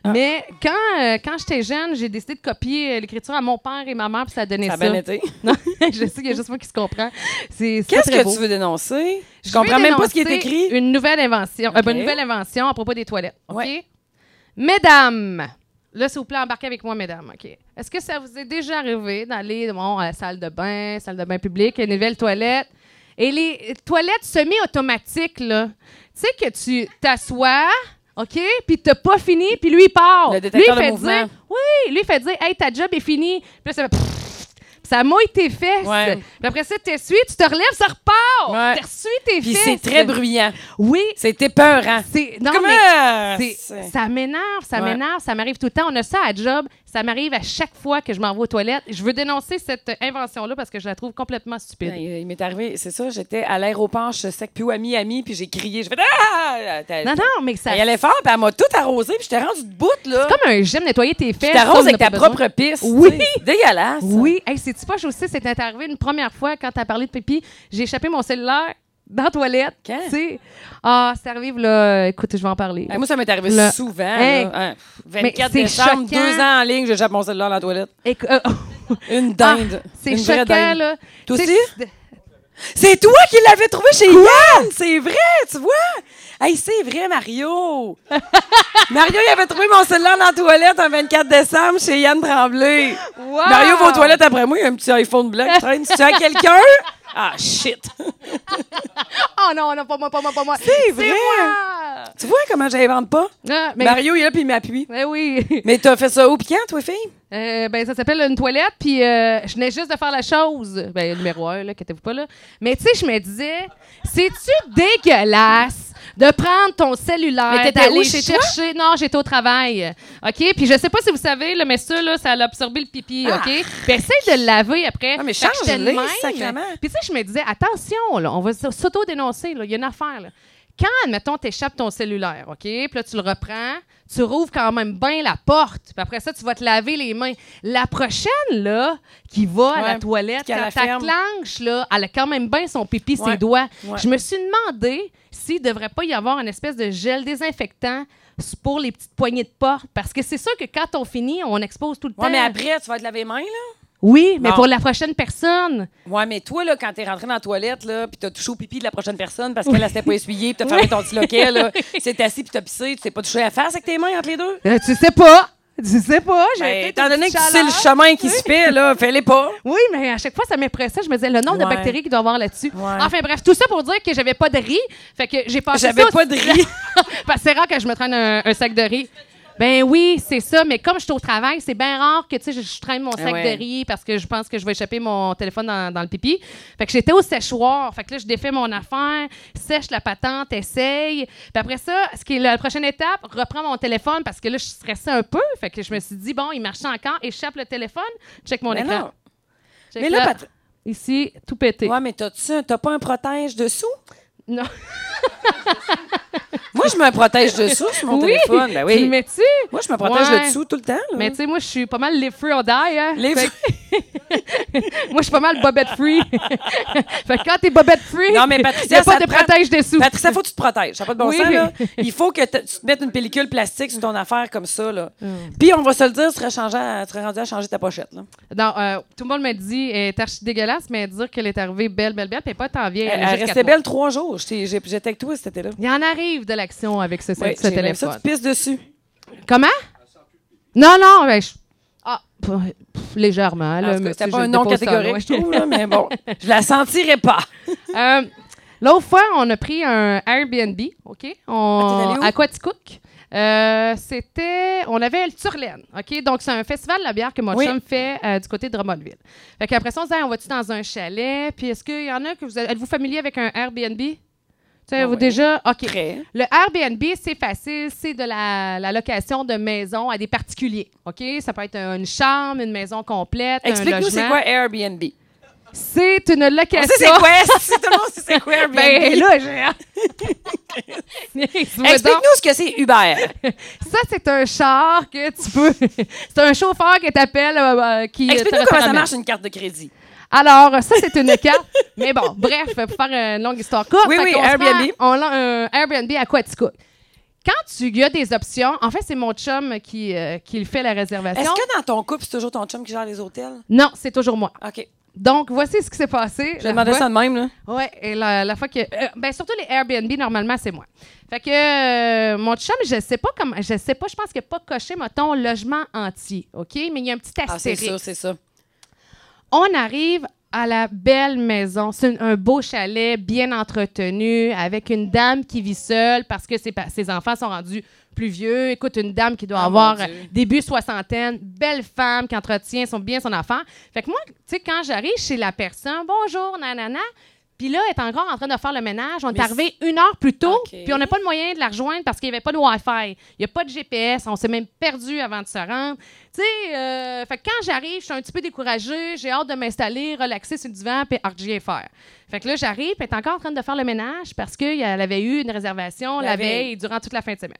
Ah.
Mais quand, euh, quand j'étais jeune, j'ai décidé de copier euh, l'écriture à mon père et ma mère, puis ça a donné
Ça
ça.
a bien été.
Non, je sais qu'il y a juste moi qui se comprend. C'est c'est
Qu'est-ce
très
que
beau.
tu veux dénoncer? Je
Je veux
comprends même pas ce qui est
dénoncer
écrit.
Une nouvelle invention, euh, ben,
Ok.
une nouvelle invention à propos des toilettes. OK?
Ouais.
Mesdames, là, s'il vous plaît, embarquez avec moi, mesdames. OK? Est-ce que ça vous est déjà arrivé d'aller bon, à la salle de bain, salle de bain publique, une nouvelle toilette? Et les toilettes semi-automatiques, là. Tu sais que tu t'assois, OK? Puis t'as pas fini, puis lui, il part.
Le
lui, il
détecteur de
fait
mouvement.
dire, oui, lui, il fait dire, hey, ta job est finie. Puis là, ça fait pfff, ça mouille tes fesses.
Ouais.
Puis après ça, t'essuies, tu te relèves, ça repart.
Ouais.
T'essuies tes
Puis
fesses.
c'est très bruyant.
Oui,
C'est épeurant.
c'est. Non,
Comment?
mais.
C'est-
c'est- Ça m'énerve, ça
Ouais.
m'énerve, ça m'arrive tout le temps. On a ça à job, ça m'arrive à chaque fois que je m'en vais aux toilettes. Je veux dénoncer cette invention-là parce que je la trouve complètement stupide.
Il il m'est arrivé, c'est ça, j'étais à l'aéroport, je sais que puis à Miami, puis j'ai crié, j'ai fait Ah! T'as-
Non, non, mais ça.
Elle allait fort, puis elle m'a tout arrosé, puis j'étais rendue de bout, là.
Comme un gym, nettoyer tes fesses.
Tu
ça, on
t'arroses
n'a
avec ta
pas besoin.
propre piste.
Oui.
tu sais, c'est Dégueulasse.
Oui, hey, c'est-tu pas, aussi, c'est arrivé une première fois quand t'as parlé de pipi, j'ai échappé mon cellulaire dans la toilette.
Quand?
Tu sais. Ah, c'est arrivé, là, écoute, je vais en parler.
Hey, moi, ça m'est arrivé
Le-
souvent.
Hey.
là. Hein.
Mais
24
c'est
décembre,
choquant.
deux ans en ligne, je jappe mon cellulaire dans la toilette.
Écou- euh,
Une dinde.
Ah, c'est
Une vraie
choquant,
dinde.
là.
Toi
Tu sais,
aussi?
c'est-
C'est toi qui l'avais trouvé chez Yann! C'est vrai, tu vois? Hey, c'est vrai, Mario! Mario, il avait trouvé mon cellulaire dans la toilette un 24 décembre chez Yann Tremblay.
Wow!
Mario va aux toilettes après moi, il y a un petit iPhone blanc qui traîne. Tu à quelqu'un? Ah, shit!
Oh non, non, pas moi, pas moi, pas moi.
C'est vrai.
moi!
tu vois comment j'invente pas?
Ah, mais,
Mario, il est là, puis il m'appuie.
Ben oui.
Mais t'as fait ça où, piquant, toi, fille?
Euh, ben, ça s'appelle une toilette, puis euh, je venais juste de faire la chose. Ben, numéro un, là, inquiétez-vous pas, là. Mais tu sais, je me disais, c'est-tu dégueulasse de prendre ton cellulaire,
Mais t'étais où,
d'aller
chez
chercher... Non, j'étais au travail, OK? Puis je sais pas si vous savez, là, mais ça, là, ça a absorbé le pipi,
Ah.
OK? Puis essaye de le laver après.
Ah, mais
Fait que j'étais de
change-les,
même.
sacrément.
Puis tu sais, je me disais, attention, là, on va s- s'auto-dénoncer, là, il y a une affaire, là. Quand, admettons, t'échappes ton cellulaire, OK? Puis là, tu le reprends, tu rouvres quand même bien la porte. Puis après ça, tu vas te laver les mains. La prochaine, là, qui va à la
Ouais,
toilette,
qui a
quand
la
ta
ferme.
clenche, là, elle a quand même bien son pipi, ses
Ouais,
doigts.
ouais.
Je me suis demandé s'il devrait pas y avoir une espèce de gel désinfectant pour les petites poignées de porte. Parce que c'est sûr que quand on finit, on expose tout le
Ouais,
temps.
mais après, tu vas te laver les mains, là?
Oui, mais
Bon.
pour la prochaine personne.
Ouais, mais toi, là, quand t'es rentré dans la toilette, là, pis t'as touché au pipi de la prochaine personne parce qu'elle, elle s'était pas essuyée, pis t'as fermé ton petit loquet, là, c'est assis pis t'as pissé, tu t'es pas touché à la face avec tes mains entre les deux?
Euh, tu sais pas. Tu sais pas. j'ai
Ben,
peut-être
étant
une
donné que
petite
tu sais le
chaleur.
chemin qui se fait, là, fais-les pas.
Oui, mais à chaque fois, ça m'impressait. Je me disais le nombre de
Ouais.
bactéries qu'il doit y avoir là-dessus.
Ouais.
Enfin, bref, tout ça pour dire que j'avais pas de riz. Fait que j'ai passé
J'avais
ça-
pas de riz.
Parce que c'est rare que je me traîne un, un sac de riz. Ben oui, c'est ça. Mais comme je suis au travail, c'est bien rare que tu sais, je, je traîne mon sac
ouais.
de riz parce que je pense que je vais échapper mon téléphone dans, dans le pipi. Fait que j'étais au séchoir. Fait que là, je défais mon affaire, sèche la patente, essaye. Puis après ça, ce qui est la prochaine étape, reprends mon téléphone parce que là, je stressais un peu. Fait que je me suis dit, bon, il marchait encore, échappe le téléphone, check mon
Mais
écran.
non.
Check
Mais là, Pat-
Ici, tout pété.
Ouais, mais t'as-tu un- t'as pas un protège dessous?
Non.
Moi, je mets un protège dessous sur mon téléphone. Ben
Tu le
oui.
mets-tu?
Moi, je me protège
Ouais.
le dessous tout le temps. là.
Mais tu sais, moi, je suis pas mal les free or die. Hein?
Les
Fait que- moi, je suis pas mal bobette free. fait que quand t'es bobette free,
Non, mais
y a
Patricia,
pas
ça
de
te prend-
protège dessous.
Patricia, faut que tu te protèges. Ça n'a pas de bon
Oui.
sens, là. Il faut que t- tu te mettes une pellicule plastique sur ton affaire comme ça, là.
Mm.
Puis on va se le dire, tu serais, changé à- tu serais rendu à changer ta pochette, là.
Non, euh, tout le monde me dit, elle est archi dégueulasse, mais dire qu'elle est arrivée belle, belle, belle, puis elle est pas tant vieille.
Elle,
a
elle
juste
restait
quatre mois.
belle trois jours. J'étais- j'ai- J'étais avec toi cet été-là.
Il y en arrive de l'action avec ce, ce-
Ouais,
ce
j'ai-
téléphone.
Ça, tu pisses dessus.
Comment? Non, non, ben, je... Ah, pff, pff, légèrement.
En
Là,
tout cas,
mais
C'était
tu sais,
pas
je
un nom
dépose ça,
catégorique,
ouais.
je trouve, là, mais bon. Je la sentirais pas.
Euh, L'autre fois, on a pris un Airbnb, OK?
Ah, t'es
On,
allé où?
à Quaticook. Euh, c'était. On avait le Turlaine, OK? Donc, c'est un festival de la bière que mon
Oui.
chum fait euh, du côté de Drummondville. Fait qu'après ça, on se dit, Hey, on va-tu dans un chalet? Puis, est-ce qu'il y en a que vous. Êtes-vous familier avec un Airbnb? Tu sais,
Ah
vous
oui.
déjà. OK.
Très.
Le Airbnb, c'est facile, c'est de la, la location de maison à des particuliers. OK? Ça peut être une chambre, une maison complète. un
Explique-nous c'est
logement.
quoi Airbnb.
C'est une
On
location.
sait c'est quoi, si tout le monde sait c'est quoi Airbnb.
Ben là, j'ai hâte. Dis-moi donc.
Explique-nous ce que c'est Uber.
Ça, c'est un char que tu peux. c'est un chauffeur qui t'appelle. euh, euh, qui te
Explique-nous comment ça
ramène.
marche une carte de crédit.
Alors, ça, c'est une carte. Mais bon, bref, pour faire une longue histoire courte.
Oui,
fait
oui,
qu'on se
Airbnb.
prend- on lance un Airbnb à Quaticook. Quand tu y a des options, en fait, c'est mon chum qui, euh, qui fait la réservation.
Est-ce que dans ton couple, c'est toujours ton chum qui gère les hôtels?
Non, c'est toujours moi.
OK.
Donc, voici ce qui s'est passé.
Je
La
demandais
fois-
ça de même, là.
Ouais, et la, la fois que. euh, ben, surtout les Airbnb, normalement, c'est moi. Fait que euh, mon chum, je sais pas comment. Je sais pas, je pense qu'il n'a pas coché, mettons, logement entier. OK? Mais il y a un petit
Ah, c'est
astérisque.
ça, c'est ça.
On arrive à la belle maison. C'est un, un beau chalet, bien entretenu, avec une dame qui vit seule parce que ses, pa- ses enfants sont rendus plus vieux. Écoute, une dame qui doit
Ah,
avoir
mon Dieu.
euh, début soixantaine, belle femme qui entretient son, bien son enfant. Fait que moi, tu sais, quand j'arrive chez la personne, bonjour, nanana. Puis là, elle est encore en train de faire le ménage. On est
Mais
arrivé une heure plus tôt,
OK.
puis on n'a pas le moyen de la rejoindre parce qu'il n'y avait pas de Wi-Fi. Il n'y a pas de GPS. On s'est même perdu avant de se rendre. Tu sais, euh, fait que quand j'arrive, je suis un petit peu découragée, j'ai hâte de m'installer, relaxer sur le divan, puis rien faire. Fait que là, j'arrive, puis elle est encore en train de faire le ménage parce qu'elle avait eu une réservation la,
La
veille.
veille.
durant toute la fin de semaine.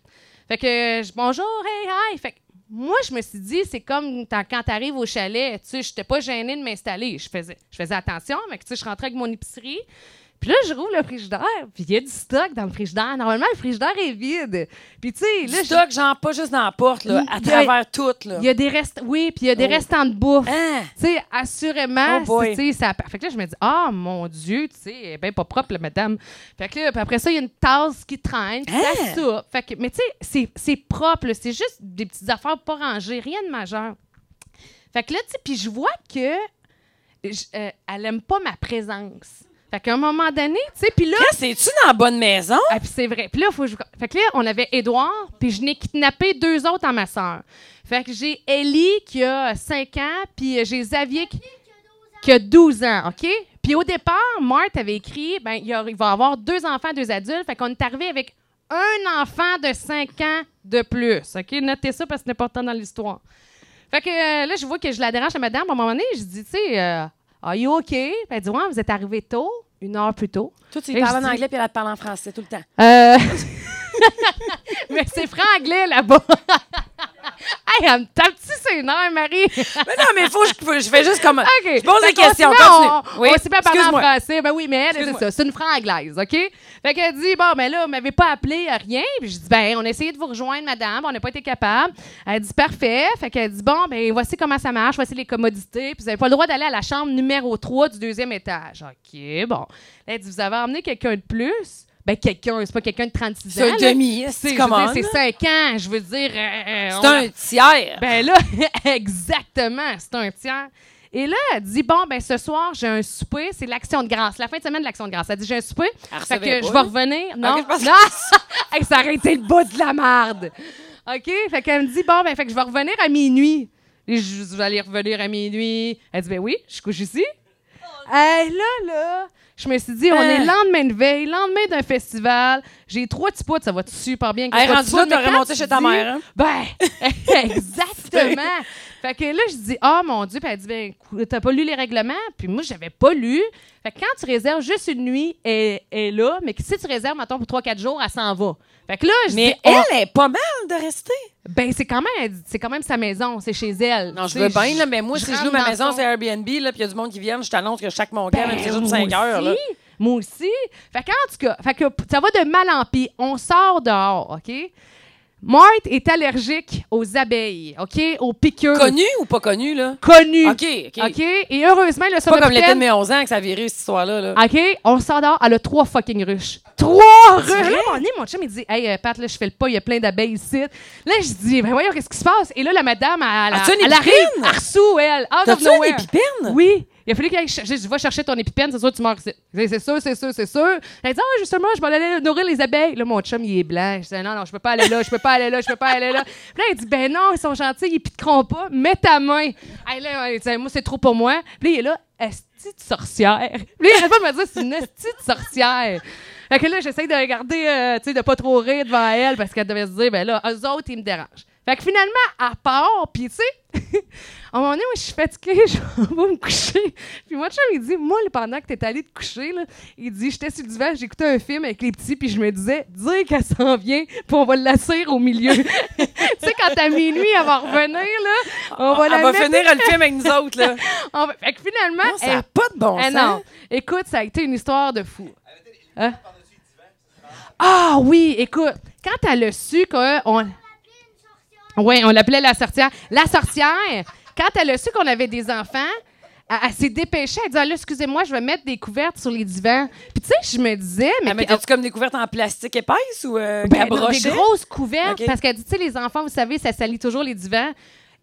Fait que, je- bonjour, hey, hi. Fait que, moi, je me suis dit, c'est comme t'en- quand t'arrives au chalet, tu sais, j'étais pas gênée de m'installer. Je faisais, je faisais attention, mais tu sais, je rentrais avec mon épicerie. Puis là, je rouvre le frigidaire, puis il y a du stock dans le frigidaire. Normalement, le frigidaire est vide. Puis tu sais,
Du
là, je-
stock, genre, pas juste dans la porte, là, à
Il y a-
travers tout, là.
il y a des restes... Oui, puis il y a des
Oh.
restants de bouffe.
Hein?
Tu sais, assurément,
Oh boy.
si, tu sais, ça... Fait que là, je me dis, ah, mon Dieu, tu sais, elle est bien pas propre, la madame. Fait que là, puis après ça, il y a une tasse qui traîne, puis
Hein?
la soupe. Fait que, mais tu sais, c'est- c'est propre, là. c'est juste des petites affaires pas rangées, rien de majeur. Fait que là, tu sais, puis je vois que je- euh, elle aime pas ma présence. Fait qu'à un moment donné, tu sais, puis là...
Chris, Ah, C'est-tu dans la bonne maison?
Ah, puis c'est vrai. Puis là, faut que je... Fait que là, on avait Édouard, puis je n'ai kidnappé deux autres à ma sœur. Fait que j'ai Ellie qui a 5 ans, puis j'ai Xavier qui, qui a 12 ans, OK? Puis au départ, Marthe avait écrit, ben il, y a- il va avoir deux enfants, deux adultes. Fait qu'on est arrivé avec un enfant de 5 ans de plus, OK? Notez ça parce que c'est important dans l'histoire. Fait que euh, là, je vois que je la dérange à madame. À un moment donné, je dis, tu sais, euh, are you OK? Puis elle dit, ouais, vous êtes arrivé tôt, une heure plus tôt.
Toi, tu
Et
lui parles
je
en
dis-
anglais, puis elle te parle en français tout le temps.
Euh, Mais c'est franglais là-bas. hey, elle me tape-tu ses nerfs, Marie?
mais non, mais il faut que je, je fais juste comme.
OK.
Je pose
Fait
des
qu'on se
questions.
met-
Continue.
On, on s'est pas parlé en
excuse-moi.
français. Ben oui, mais elle, c'est
Excuse-moi.
ça. C'est une franglaise, OK? Fait qu'elle dit, bon, ben là, vous m'avez pas appelé, euh, rien. Puis je dis, ben, on a essayé de vous rejoindre, madame. On n'a pas été capable. Elle dit, parfait. Fait qu'elle dit, bon, ben, voici comment ça marche. Voici les commodités. Puis vous n'avez pas le droit d'aller à la chambre numéro 3 du deuxième étage. OK, bon. Elle dit, vous avez emmené quelqu'un de plus? Ben, quelqu'un, c'est pas quelqu'un de 36 ans.
C'est un
là.
demi.
C'est
C'est
je veux
comment?
dire,
là?
c'est
C'est
5 ans, je veux dire. euh, euh, on a-
un tiers.
Ben là, exactement, c'est un tiers. Et là, elle dit Bon, ben ce soir, j'ai un souper, c'est l'action de grâce, la fin de semaine de l'action de grâce. Elle dit J'ai un souper,
Elle
fait que
recevait
je
pas,
vais
là.
revenir. Non,
je pense-
non, Hey, ça aurait été le bout de la marde. OK, fait qu'elle me dit Bon, ben fait que je vais revenir à minuit. Et je vous allez revenir à minuit. Elle dit Ben oui, je couche ici. Hey, là, là, je me suis dit, on
Hein?
est lendemain de veille, lendemain d'un festival. J'ai trois petits potes, ça va super bien.
Hey,
Trois
rendu
petits
là,
potes, mais
t'aurais
quand
monté
tu
chez ta
dis-
mère, hein?
Ben, exactement. fait que là, je dis, ah, mon Dieu. Puis elle dit, ben, cou- t'as pas lu les règlements? Puis moi, j'avais pas lu. Fait que quand tu réserves juste une nuit, elle elle est là. Mais que si tu réserves, mettons, pour 3-4 jours, elle s'en va. Fait que là, je
Mais
dis,
elle,
ah,
est pas mal de rester.
ben, c'est quand même, c'est quand même sa maison, c'est chez elle.
Non, je
Tu
veux
sais,
bien, là, mais moi, si je
rentre
loue ma
dans
maison,
son-
c'est Airbnb, là, puis il y a du monde qui vient, je t'annonce que chaque mon gars, même si c'est juste 5
ben, moi
heures, là.
aussi, Moi aussi. Fait que, en tout cas, fait que ça va de mal en pis. On sort dehors, OK? Marthe est allergique aux abeilles, OK? Aux piqûres.
Connu ou pas connu, là?
Connu.
OK, OK.
OK? Et heureusement, le
C'est pas comme l'été de
sonopitaine-
mes 11 ans que ça a viré, cette histoire-là. Là.
OK? On sort dehors. Elle a trois fucking ruches. Trois ruches!
vrai?
Là, à un moment donné, mon chum, il dit, Hey, euh, Pat, là, je fais le pas, il y a plein d'abeilles ici. Là, je dis, Ben voyons, qu'est-ce qui se passe? Et là, la madame, elle,
As-tu
elle,
une
elle arrive,
épipène?
Arsou, elle. Ah, out of
T'as-tu une
nowhere.
épipène?
Oui. Il a fallu qu'elle aille chercher. Je vais chercher ton épipène, c'est sûr, tu meurs ici. J'ai dit, C'est sûr, c'est sûr, c'est sûr. Elle dit, ah, justement, je vais aller nourrir les abeilles. Là, mon chum, il est blanc. Je dis, non, non, je peux pas aller là, je peux pas aller là, je peux pas aller là. Puis là, il dit, ben non, ils sont gentils, ils piqueront pas. Mets ta main. Elle, là, elle dit, moi, c'est trop pour moi. Puis là, il est là, esti de sorcière. Puis là, il arrête pas de me dire, c'est une esti de sorcière. Fait que là, j'essaie de regarder, euh, tu sais, de pas trop rire devant elle parce qu'elle devait se dire, ben là, eux autres, ils me dérangent. Fait que finalement, à part, puis tu sais, à un moment donné, moi, je suis fatiguée, je vais me coucher. Puis moi, chum, il dit, moi, là, pendant que t'es allée te coucher, là, il dit, j'étais sur le divan, j'écoutais un film avec les petits, puis je me disais, dire qu'elle s'en vient, puis on va l'assir au milieu. tu sais, quand à minuit, elle va revenir, là, on va la
elle va
mettre-
finir le film avec nous autres, là.
on va- Fait que finalement,
Non, hein? ça
elle-
n'a pas de bon
eh
sens.
non. Écoute, ça a été une histoire de fou. Hein? Ah oui, écoute, quand elle a su qu'on... Oui, on l'appelait la sorcière. La sorcière, quand elle a su qu'on avait des enfants, elle, elle s'est dépêchée. Elle dit, Ah là, excusez-moi, je vais mettre des couvertes sur les divans. Puis tu sais, je me disais...
Ah, mais
puis-
t'as-tu comme découverte en plastique épaisse ou euh,
ben, non,
cabrochée?
des grosses couvertes.
Ok.
Parce qu'elle dit, tu sais, les enfants, vous savez, ça salit toujours les divans.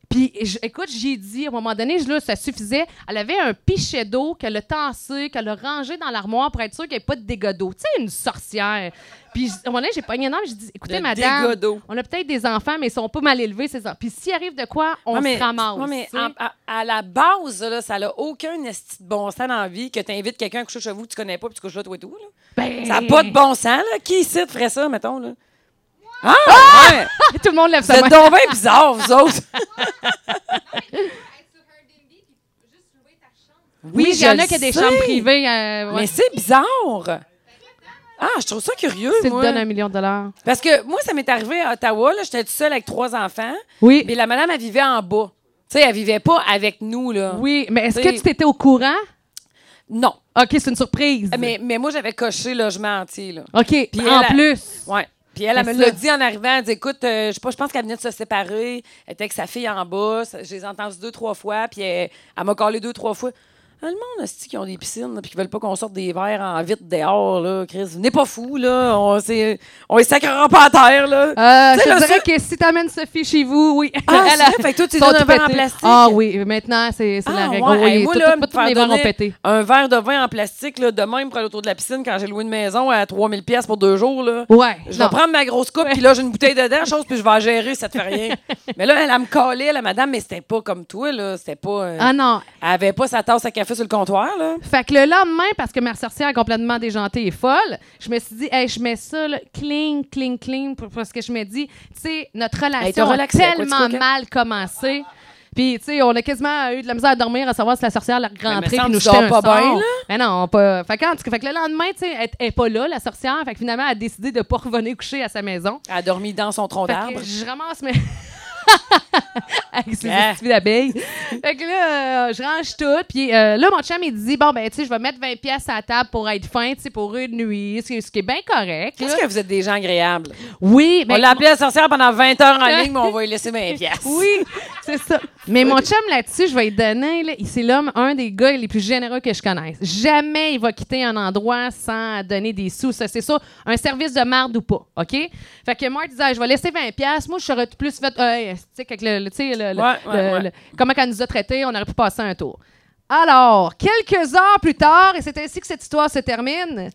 Puis, je- écoute, j'ai dit, à un moment donné, je- là, ça suffisait. Elle avait un pichet d'eau qu'elle a tassé, qu'elle a rangé dans l'armoire pour être sûre qu'il n'y ait pas de dégâts d'eau. Tu sais, une sorcière. Puis, à un moment donné, j'ai pogné non, j'ai dit, écoutez,
De
madame,
dégâts d'eau.
on a peut-être des enfants, mais ils sont pas mal élevés, ces enfants. Puis, s'il arrive de quoi, on
Ouais, Ah, mais-
se ramasse.
ouais, mais
tu sais.
en- à, à la base, là, ça n'a aucun esti de bon sens dans la vie que tu invites quelqu'un à coucher chez vous que tu connais pas puis tu couches là, toi et tout. Là.
Ben-
Ça n'a pas de bon sens. Là. Qui ici te ferait ça, mettons? Là? Ah! Ouais.
Tout le monde lève
Vous
sa main.
êtes donc bien bizarres, vous autres.
Oui, il y
je
en a
le
qui ont des
sais,
chambres privées. euh, ouais.
Mais c'est bizarre. Ah, je trouve ça curieux,
Tu te
moi.
donnes un million de dollars.
Parce que moi, ça m'est arrivé à Ottawa. là, J'étais toute seule avec trois enfants.
Oui.
Mais la madame, elle vivait en bas. Tu sais, elle vivait pas avec nous, là.
Oui, mais est-ce
Tu sais-
que tu t'étais au courant?
Non.
OK, c'est une surprise.
Mais, mais moi, j'avais coché logement entier. Là.
OK,
Puis
en
elle,
plus.
Ouais. Puis elle, elle me
Ah. Mais
l'a
ça-
dit en arrivant. Elle dit Écoute, euh, je sais pas, je pense qu'elle venait de se séparer. Elle était avec sa fille en bas. Ça- Je les ai entendues deux, trois fois. Puis elle, elle m'a collé deux, trois fois. Ah, le monde, c'est qui ont des piscines, là, puis qui veulent pas qu'on sorte des verres en vitre dehors, là, Chris. Venez pas fou, là. On, s'est- on les sacrera pas à terre, là.
Euh,
Tu sais,
je te
là,
dirais que si t'amènes Sophie chez vous, oui.
Ah, c'est
Elle a-
vrai? Fait que toi, tu
sont
donnes un
tout
verre en
pétés.
plastique?
Ah oui, maintenant, c'est c'est la
Ah,
règle.
ouais.
Oui,
Hey,
tout-
moi,
tout-
là,
tout-
me
tous les
faire
verres ont
donner
pété.
Un verre de vin en plastique, là, de même, pour aller autour de la piscine quand j'ai loué une maison à 3000 pièces pour deux jours, là.
Ouais.
Je
non.
vais prendre ma grosse coupe, puis là, j'ai une bouteille dedans, chose, puis je vais la gérer, ça te fait rien. mais là, elle, elle me collait, la madame, mais c'était pas comme toi, là. C'était pas. euh,
Ah non.
Elle avait pas sa tasse à café sur le comptoir, là.
Fait que le lendemain, parce que ma sorcière complètement déjantée et folle, je me suis dit, hey, je mets ça, là, cling, cling, cling, pour- parce que je me dis, tu sais, notre
Hey, t'as
relation a
relaxé, à quoi tu
tellement
crois que-
mal commencé. Puis, tu sais, on a quasiment eu de la misère à dormir, à savoir si la sorcière la
me
rentrée
semble
puis nous
que tu dors
jetait
pas
un sort.
bien, là.
Mais non, pas. Fait que, en tout cas, fait que le lendemain, tu sais, elle- elle est pas là, la sorcière. Fait que finalement, elle a décidé de pas revenir coucher à sa maison.
Elle a dormi dans son tronc
Fait que
d'arbre.
je ramasse mes. Avec ses
Ah.
astuces d'abeilles. Fait que là, euh, je range tout. Puis euh, là, mon chum, il dit Bon, ben, tu sais, je vais mettre 20$ piastres à la table pour être fin, tu sais, pour une nuit, ce qui, ce qui est bien correct. là.
Qu'est-ce que vous êtes des gens agréables?
Oui,
on
mais.
l'a appelée la sorcière pendant 20 heures en ligne, mais on va lui laisser 20 pièces.
Oui, c'est ça. Mais mon chum, là-dessus, je vais lui donner, là, il- c'est l'homme, un des gars les plus généreux que je connaisse. Jamais il va quitter un endroit sans donner des sous. Ça, c'est ça, un service de marde ou pas, OK? Fait que moi, disait, Ah, je vais laisser 20 pièces. Moi, je serais plus fait, euh, tu sais, avec le, le- tu sais, le- le-
Ouais, ouais,
le-
ouais.
le- comment qu'elle nous a traités, on aurait pu passer un tour. Alors, quelques heures plus tard, et c'est ainsi que cette histoire se termine,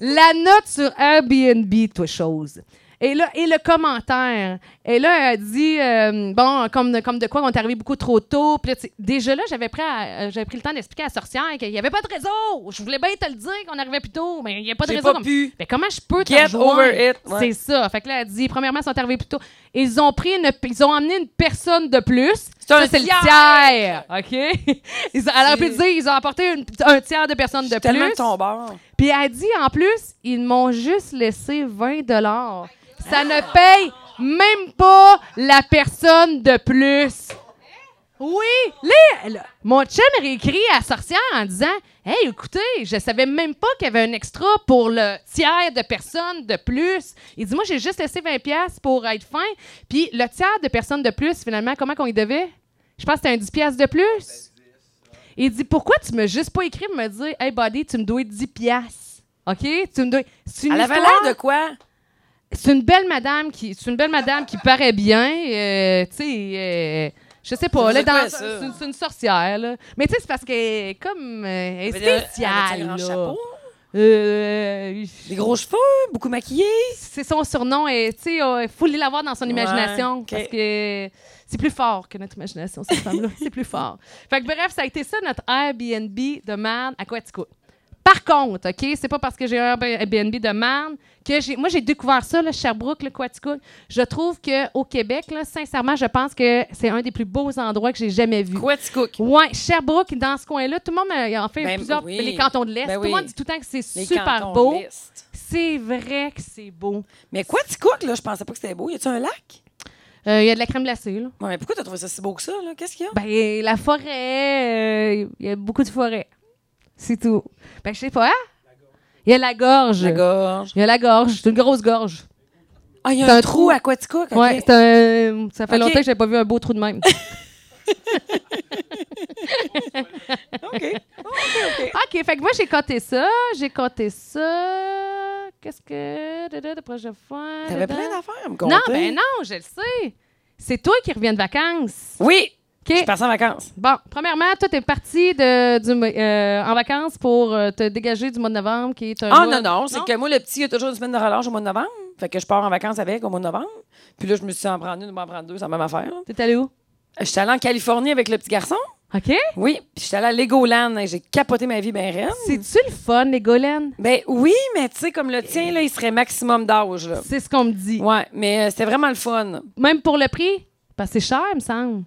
la note sur Airbnb, toi, chose. Et là, et le commentaire. Et là, elle dit, euh, bon, comme de, comme de quoi on est arrivé beaucoup trop tôt. Puis là, tu sais, déjà là, j'avais pris, à- euh, j'avais pris le temps d'expliquer à la sorcière qu'il n'y avait pas de réseau. Je voulais bien te le dire qu'on arrivait plus tôt, mais il n'y a pas de
J'ai
réseau.
pas
comme-
pu.
Mais comment je peux te
Get
rejoindre?
over it. Ouais.
C'est ça. Fait que là, elle dit, premièrement, ils sont arrivés plus tôt. Ils ont pris une, ils ont emmené une personne de plus.
C'est un
Ça, c'est le tiers. OK? Ils ont, elle aurait pu dire, ils ont apporté une- un tiers de personnes de
Tellement
plus.
de ton bord.
Puis elle dit en plus, ils m'ont juste laissé 20 dollars. Ça ne
Ah.
paye même pas la personne de plus. Oui, là, là, mon chum a réécrit à la sorcière en disant Hey, écoutez, je savais même pas qu'il y avait un extra pour le tiers de personnes de plus. Il dit Moi, j'ai juste laissé 20$ pour être fin. Puis le tiers de personnes de plus, finalement, comment qu'on y devait Je pense que c'était un 10$ de plus. Il dit pourquoi tu m'as juste pas écrit pour me dire hey buddy tu me dois 10 pièces. OK, tu me dois c'est une
Elle avait
histoire-
l'air de quoi?
c'est une belle madame qui c'est une belle madame qui paraît bien euh, tu sais euh, je sais pas
Ça
là
faisait
dans
quoi, ça?
c'est une, c'est une sorcière là. Mais tu sais c'est parce que comme euh, elle
Elle
est
avait-
spéciale
elle avait un grand
là.
chapeau?
Euh,
Des gros cheveux, beaucoup maquillés.
c'est son surnom et tu sais oh, il faut l'avoir dans son imagination
ok.
parce que c'est plus fort que notre imagination cette femme là, c'est plus fort. Fait que bref, ça a été ça notre Airbnb de merde à Quatico. Par contre, OK, c'est pas parce que j'ai un Airbnb de merde que j'ai moi j'ai découvert ça le Sherbrooke le Quaticook. Je trouve que au Québec là, sincèrement, je pense que c'est un des plus beaux endroits que j'ai jamais vu.
Quoi, tu cook?
Ouais, Sherbrooke dans ce coin-là, tout le monde euh, en fait
Ben,
plusieurs
oui.
les cantons de l'Est,
Ben
tout
oui.
le monde dit tout le temps que c'est
Les
super
cantons
beau.
listes.
C'est vrai que c'est beau.
Mais quoi, tu cook, là? Je pensais pas que c'était beau. Y a-tu un lac?
Euh, Il y a de la crème glacée, là.
Ouais, mais pourquoi t'as trouvé ça si beau que ça, là? Qu'est-ce qu'il y a?
Ben, la forêt, il y a beaucoup de forêts. C'est tout. Ben, je sais pas. Il y a la gorge.
La gorge.
Il y a la gorge. C'est une grosse gorge.
Ah, il y a
C'est
un,
un
trou
trou.
à Quaticook. ok.
Ouais, c'est un- ça fait
Ok.
longtemps que j'ai pas vu un beau trou de même.
OK.
OK, fait que moi, j'ai compté ça. J'ai compté ça. Qu'est-ce que. Da, da, da, prochaine fois.
T'avais
da, da.
plein d'affaires à me
Non,
compter.
ben non, je le sais. C'est toi qui reviens de vacances.
Oui! Je
OK. Ben,
suis partie en vacances.
Bon, premièrement, toi, t'es parti de, du, euh, en vacances pour euh, te dégager du mois de novembre, qui est un
Ah
mois-
non, non, c'est que moi, le petit, il y a toujours une semaine de relâche au mois de novembre. Fait que je pars en vacances avec au mois de novembre. Puis là, je me suis dit, en prendre une, m'en prendre deux, c'est la même affaire. là.
T'es allé où?
Je suis allée en Californie avec le petit garçon.
OK.
Oui. Puis je suis allée à Legoland. et J'ai capoté ma vie, ben reine.
C'est-tu le fun, les golènes?
Ben oui, mais tu sais, comme le tien, là, il serait maximum d'âge, là.
C'est ce qu'on me dit.
Ouais, mais euh, c'était vraiment le fun.
Même pour le prix? Parce que c'est cher, il me semble.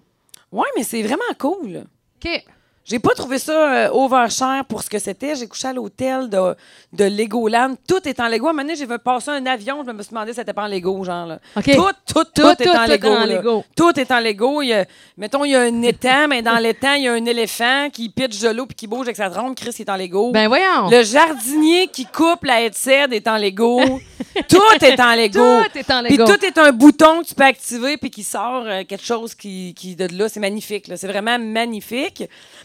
Ouais, mais c'est vraiment cool.
OK.
J'ai pas trouvé ça euh, overcher pour ce que c'était. J'ai couché à l'hôtel de, de Legoland. Tout est en Lego. À un moment donné, j'ai vu passer un avion. Je me suis demandé si c'était pas en Lego, genre. Là.
OK.
Tout, tout, tout,
Tout,
est
tout,
en
tout
Lego.
en
là.
Lego.
Tout est en Lego. Il y a- mettons, il y a un étang, mais dans l'étang, il y a un éléphant qui pitche de l'eau puis qui bouge avec sa trompe. Chris, il est en Lego.
Ben voyons.
Le jardinier qui coupe la headset est en Lego. tout est en Lego.
Tout est en
Puis
Lego.
tout est un bouton que tu peux activer puis qui sort euh, quelque chose qui, qui de là. C'est magnifique. là. C'est vraiment magnifique.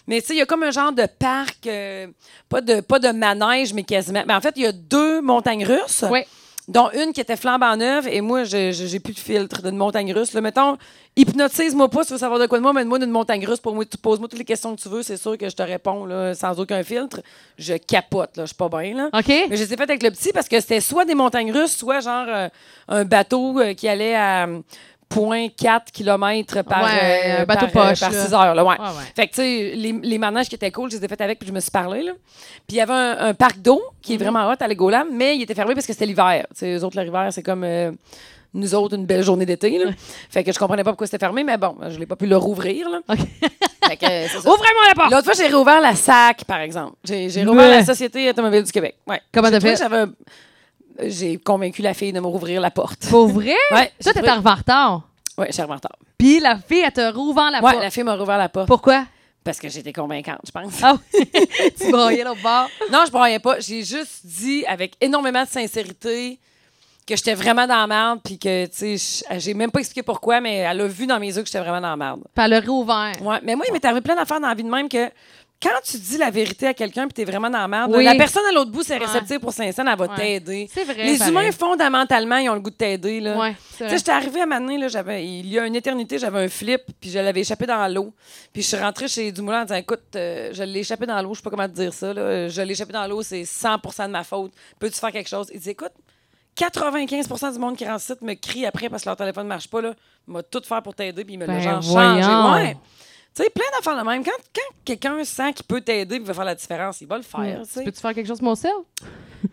Mais tu sais, il y a comme un genre de parc, euh, pas, de, pas de manège, mais quasiment. Mais en fait, il y a deux montagnes russes.
Oui.
Dont une qui était flambant neuve, et moi, j'ai j'ai- j'ai plus de filtre d'une montagne russe. Là, mettons, hypnotise-moi pas si tu veux savoir de quoi de moi, mais moi d'une montagne russe, pour moi, tu poses-moi toutes les questions que tu veux, c'est sûr que je te réponds là, sans aucun filtre. Je capote, là, je suis pas bien. là.
OK.
Mais je les ai faites avec le petit parce que c'était soit des montagnes russes, soit genre euh, un bateau euh, qui allait à euh, 0.4 km par,
Ouais,
euh,
un bateau
par, euh,
poche,
par
là.
6 heures. là, ouais.
Ouais, ouais.
Fait que, tu sais, les, les manèges qui étaient cool, je les ai faites avec, puis je me suis parlé. Là. Puis il y avait un, un parc d'eau qui
Mhm.
est vraiment hot à Legoland, mais il était fermé parce que c'était l'hiver. Tu sais, eux autres, l'hiver, c'est comme. euh, nous autres, une belle journée d'été. là. Fait que je comprenais pas pourquoi c'était fermé, mais bon, je l'ai pas pu le rouvrir. là.
OK.
Fait que, euh, c'est ça.
Ouvrez-moi la porte.
L'autre fois, j'ai réouvert la SAC, par exemple. J'ai j'ai réouvert
Mais-
la Société automobile du Québec. Ouais.
Comment
J'ai
t'as
trouvé
fait?
que j'avais un- J'ai convaincu la fille de me rouvrir la porte.
Pour vrai?
Ouais,
Toi,
j'ai
t'es arrivé en retard.
Ouais, je suis arrivée en retard.
Puis la fille, elle te rouvre la
Ouais,
porte.
la fille m'a rouvert la porte
Pourquoi?
parce que j'étais convaincante, je pense.
Ah oui. tu broyais l'autre bord.
Non, je broyais pas. J'ai juste dit avec énormément de sincérité que j'étais vraiment dans la merde puis que, tu sais, je- j'ai même pas expliqué pourquoi, mais elle a vu dans mes yeux que j'étais vraiment dans la merde.
Puis elle a réouvert.
Ouais, mais moi, il m'est arrivé plein d'affaires dans la vie de même que quand tu dis la vérité à quelqu'un puis t'es vraiment dans la merde,
Oui.
la personne à l'autre bout, c'est
Ouais.
réceptive pour sincère, elle va
Ouais.
t'aider.
C'est vrai,
Les
pareil.
humains, fondamentalement, ils ont le goût de t'aider. là.
Ouais, c'est
Tu
vrai.
sais, j'étais arrivée à un moment donné, là, j'avais, il y a une éternité, j'avais un flip, puis je l'avais échappé dans l'eau. Puis je suis rentrée chez Dumoulin en disant Écoute, euh, je l'ai échappé dans l'eau, je sais pas comment te dire ça. là. Euh, Je l'ai échappé dans l'eau, c'est 100 de ma faute. Peux-tu faire quelque chose Il dit Écoute, 95 du monde qui rentre site me crie après parce que leur téléphone ne marche pas. Là. M'a tout faire pour t'aider, puis il me l'a
Ben,
genre
voyons.
changé. Ouais. Tu sais, plein d'affaires de même. Quand, quand quelqu'un sent qu'il peut t'aider et veut faire la différence, il va le faire. tu sais.
Tu Peux-tu faire quelque chose pour mon sel?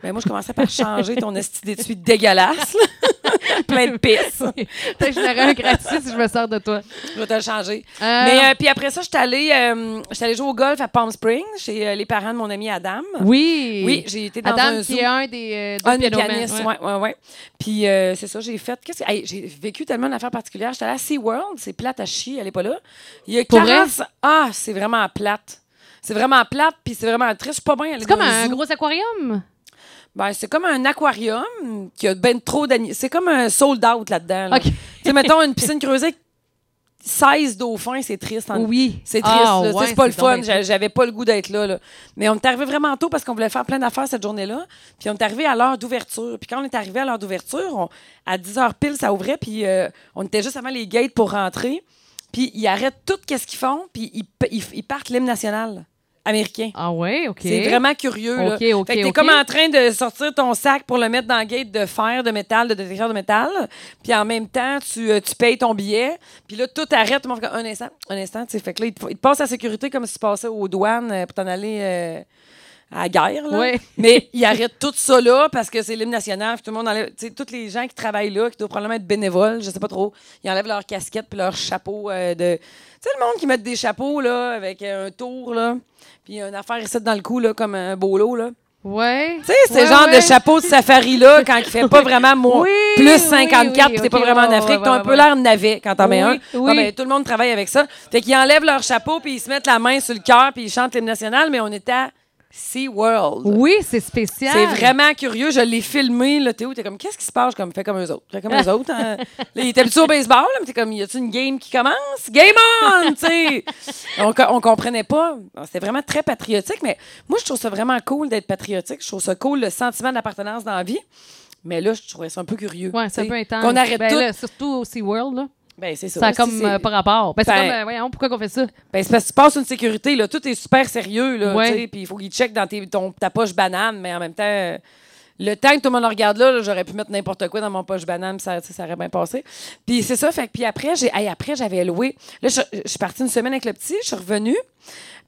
Ben, moi, je commençais par changer ton esti d'étui dégueulasse. là. plein de pisse.
Peut-être que je l'aurais un gratuit si je me sors de toi.
Je vais te le changer.
Euh,
Mais euh, puis après ça, j'étais allée, euh, j'étais allée jouer au golf à Palm Springs chez euh, les parents de mon ami Adam.
Oui.
Oui, j'ai été dans un
Adam, qui
zoo.
est un des, euh, des
Un des
pianomen,
pianistes,
ouais.
ouais, ouais, ouais. Puis euh, c'est ça, j'ai fait. Qu'est-ce que hey, j'ai vécu tellement d'affaires particulières. J'étais allée à SeaWorld, c'est plate à chier, elle est pas là. Il y a
Pour vrai?
40 Ah, c'est vraiment plate. C'est vraiment plate, puis c'est vraiment triste. Je suis pas bien.
C'est comme un gros aquarium.
Ben, c'est comme un aquarium qui a ben trop d'animaux. C'est comme un sold out là-dedans. là.
OK.
Tu sais, mettons une piscine creusée, avec 16 dauphins, c'est triste. en-
Oui.
C'est triste,
Ah,
là. Tu sais,
ouais,
c'est pas le
donc
fun.
bien
J'a- J'avais pas le goût d'être là, là. Mais on est arrivé vraiment tôt parce qu'on voulait faire plein d'affaires cette journée-là. Puis on est arrivé à l'heure d'ouverture. Puis quand on est arrivé à l'heure d'ouverture, on- à 10 h pile, ça ouvrait. Puis euh, on était juste avant les gates pour rentrer. Puis ils arrêtent tout quest ce qu'ils font. Puis ils, pa- ils, ils partent l'hymne national américain.
Ah ouais, OK.
C'est vraiment curieux. là.
OK, OK,
fait que t'es
OK.
comme en train de sortir ton sac pour le mettre dans la gate de fer, de métal, de détecteur de métal. Puis en même temps, tu, euh, tu payes ton billet. Puis là, tout arrête. Tout le monde fait comme, un instant, un instant. tu sais. Fait que là, ils te, ils te passent la sécurité comme si tu passais aux douanes euh, pour t'en aller euh, à la guerre. là.
Ouais.
Mais ils arrêtent tout ça là parce que c'est l'hymne national. puis Tout le monde enlève, tu sais, tous les gens qui travaillent là, qui doivent probablement être bénévoles, je sais pas trop, ils enlèvent leur casquette puis leur chapeau euh, de. Tu sais, le monde qui met des chapeaux là, avec euh, un tour, là, puis une affaire ici dans le cou, là, comme un bolo. Là.
Ouais.
Tu sais, c'est
Ouais,
le genre
ouais.
de chapeau de safari là, quand il fait pas vraiment moi,
Oui,
plus
oui,
54, puis
oui,
t'es pas
ok,
vraiment en
ouais,
Afrique,
ouais,
t'as
ouais,
un peu
ouais.
l'air navet quand t'en mets un.
Oui,
Bon,
oui.
ben, tout le monde travaille avec ça. Fait qu'ils enlèvent leur chapeau puis ils se mettent la main sur le cœur puis ils chantent l'hymne national, mais on est à SeaWorld.
Oui, c'est spécial.
C'est vraiment curieux. Je l'ai filmé. Là, t'es où? T'es comme, qu'est-ce qui se passe? Je suis Comme, fais comme eux autres. Fais comme eux autres. hein. Là, il est habitué au baseball, là, mais t'es comme, y a-tu une game qui commence? Game on! tu sais. on, co- on comprenait pas. C'était vraiment très patriotique, mais moi, je trouve ça vraiment cool d'être patriotique. Je trouve ça cool, le sentiment d'appartenance dans la vie. Mais là, je trouvais ça un peu curieux.
Ouais, c'est un
tu sais.
peu intense.
Qu'on arrête
Ben
tout.
là, surtout au SeaWorld, là.
Ben, c'est ça.
Ça a
Si
comme
c'est-
euh, pas rapport. Ben, c'est
Ben-
comme, euh, voyons, pourquoi qu'on fait ça?
Ben, c'est parce que tu passes une sécurité, là. Tout est super sérieux, là.
Ouais.
tu sais, Puis il faut qu'ils checkent dans tes, ton, ta poche banane, mais en même temps, euh, le temps que tout le monde le regarde là, là, j'aurais pu mettre n'importe quoi dans mon poche banane, puis ça, tu sais, ça aurait bien passé. Puis c'est ça, fait que puis après, j'ai, hey, après, j'avais loué. Là, je, je suis partie une semaine avec le petit, je suis revenue.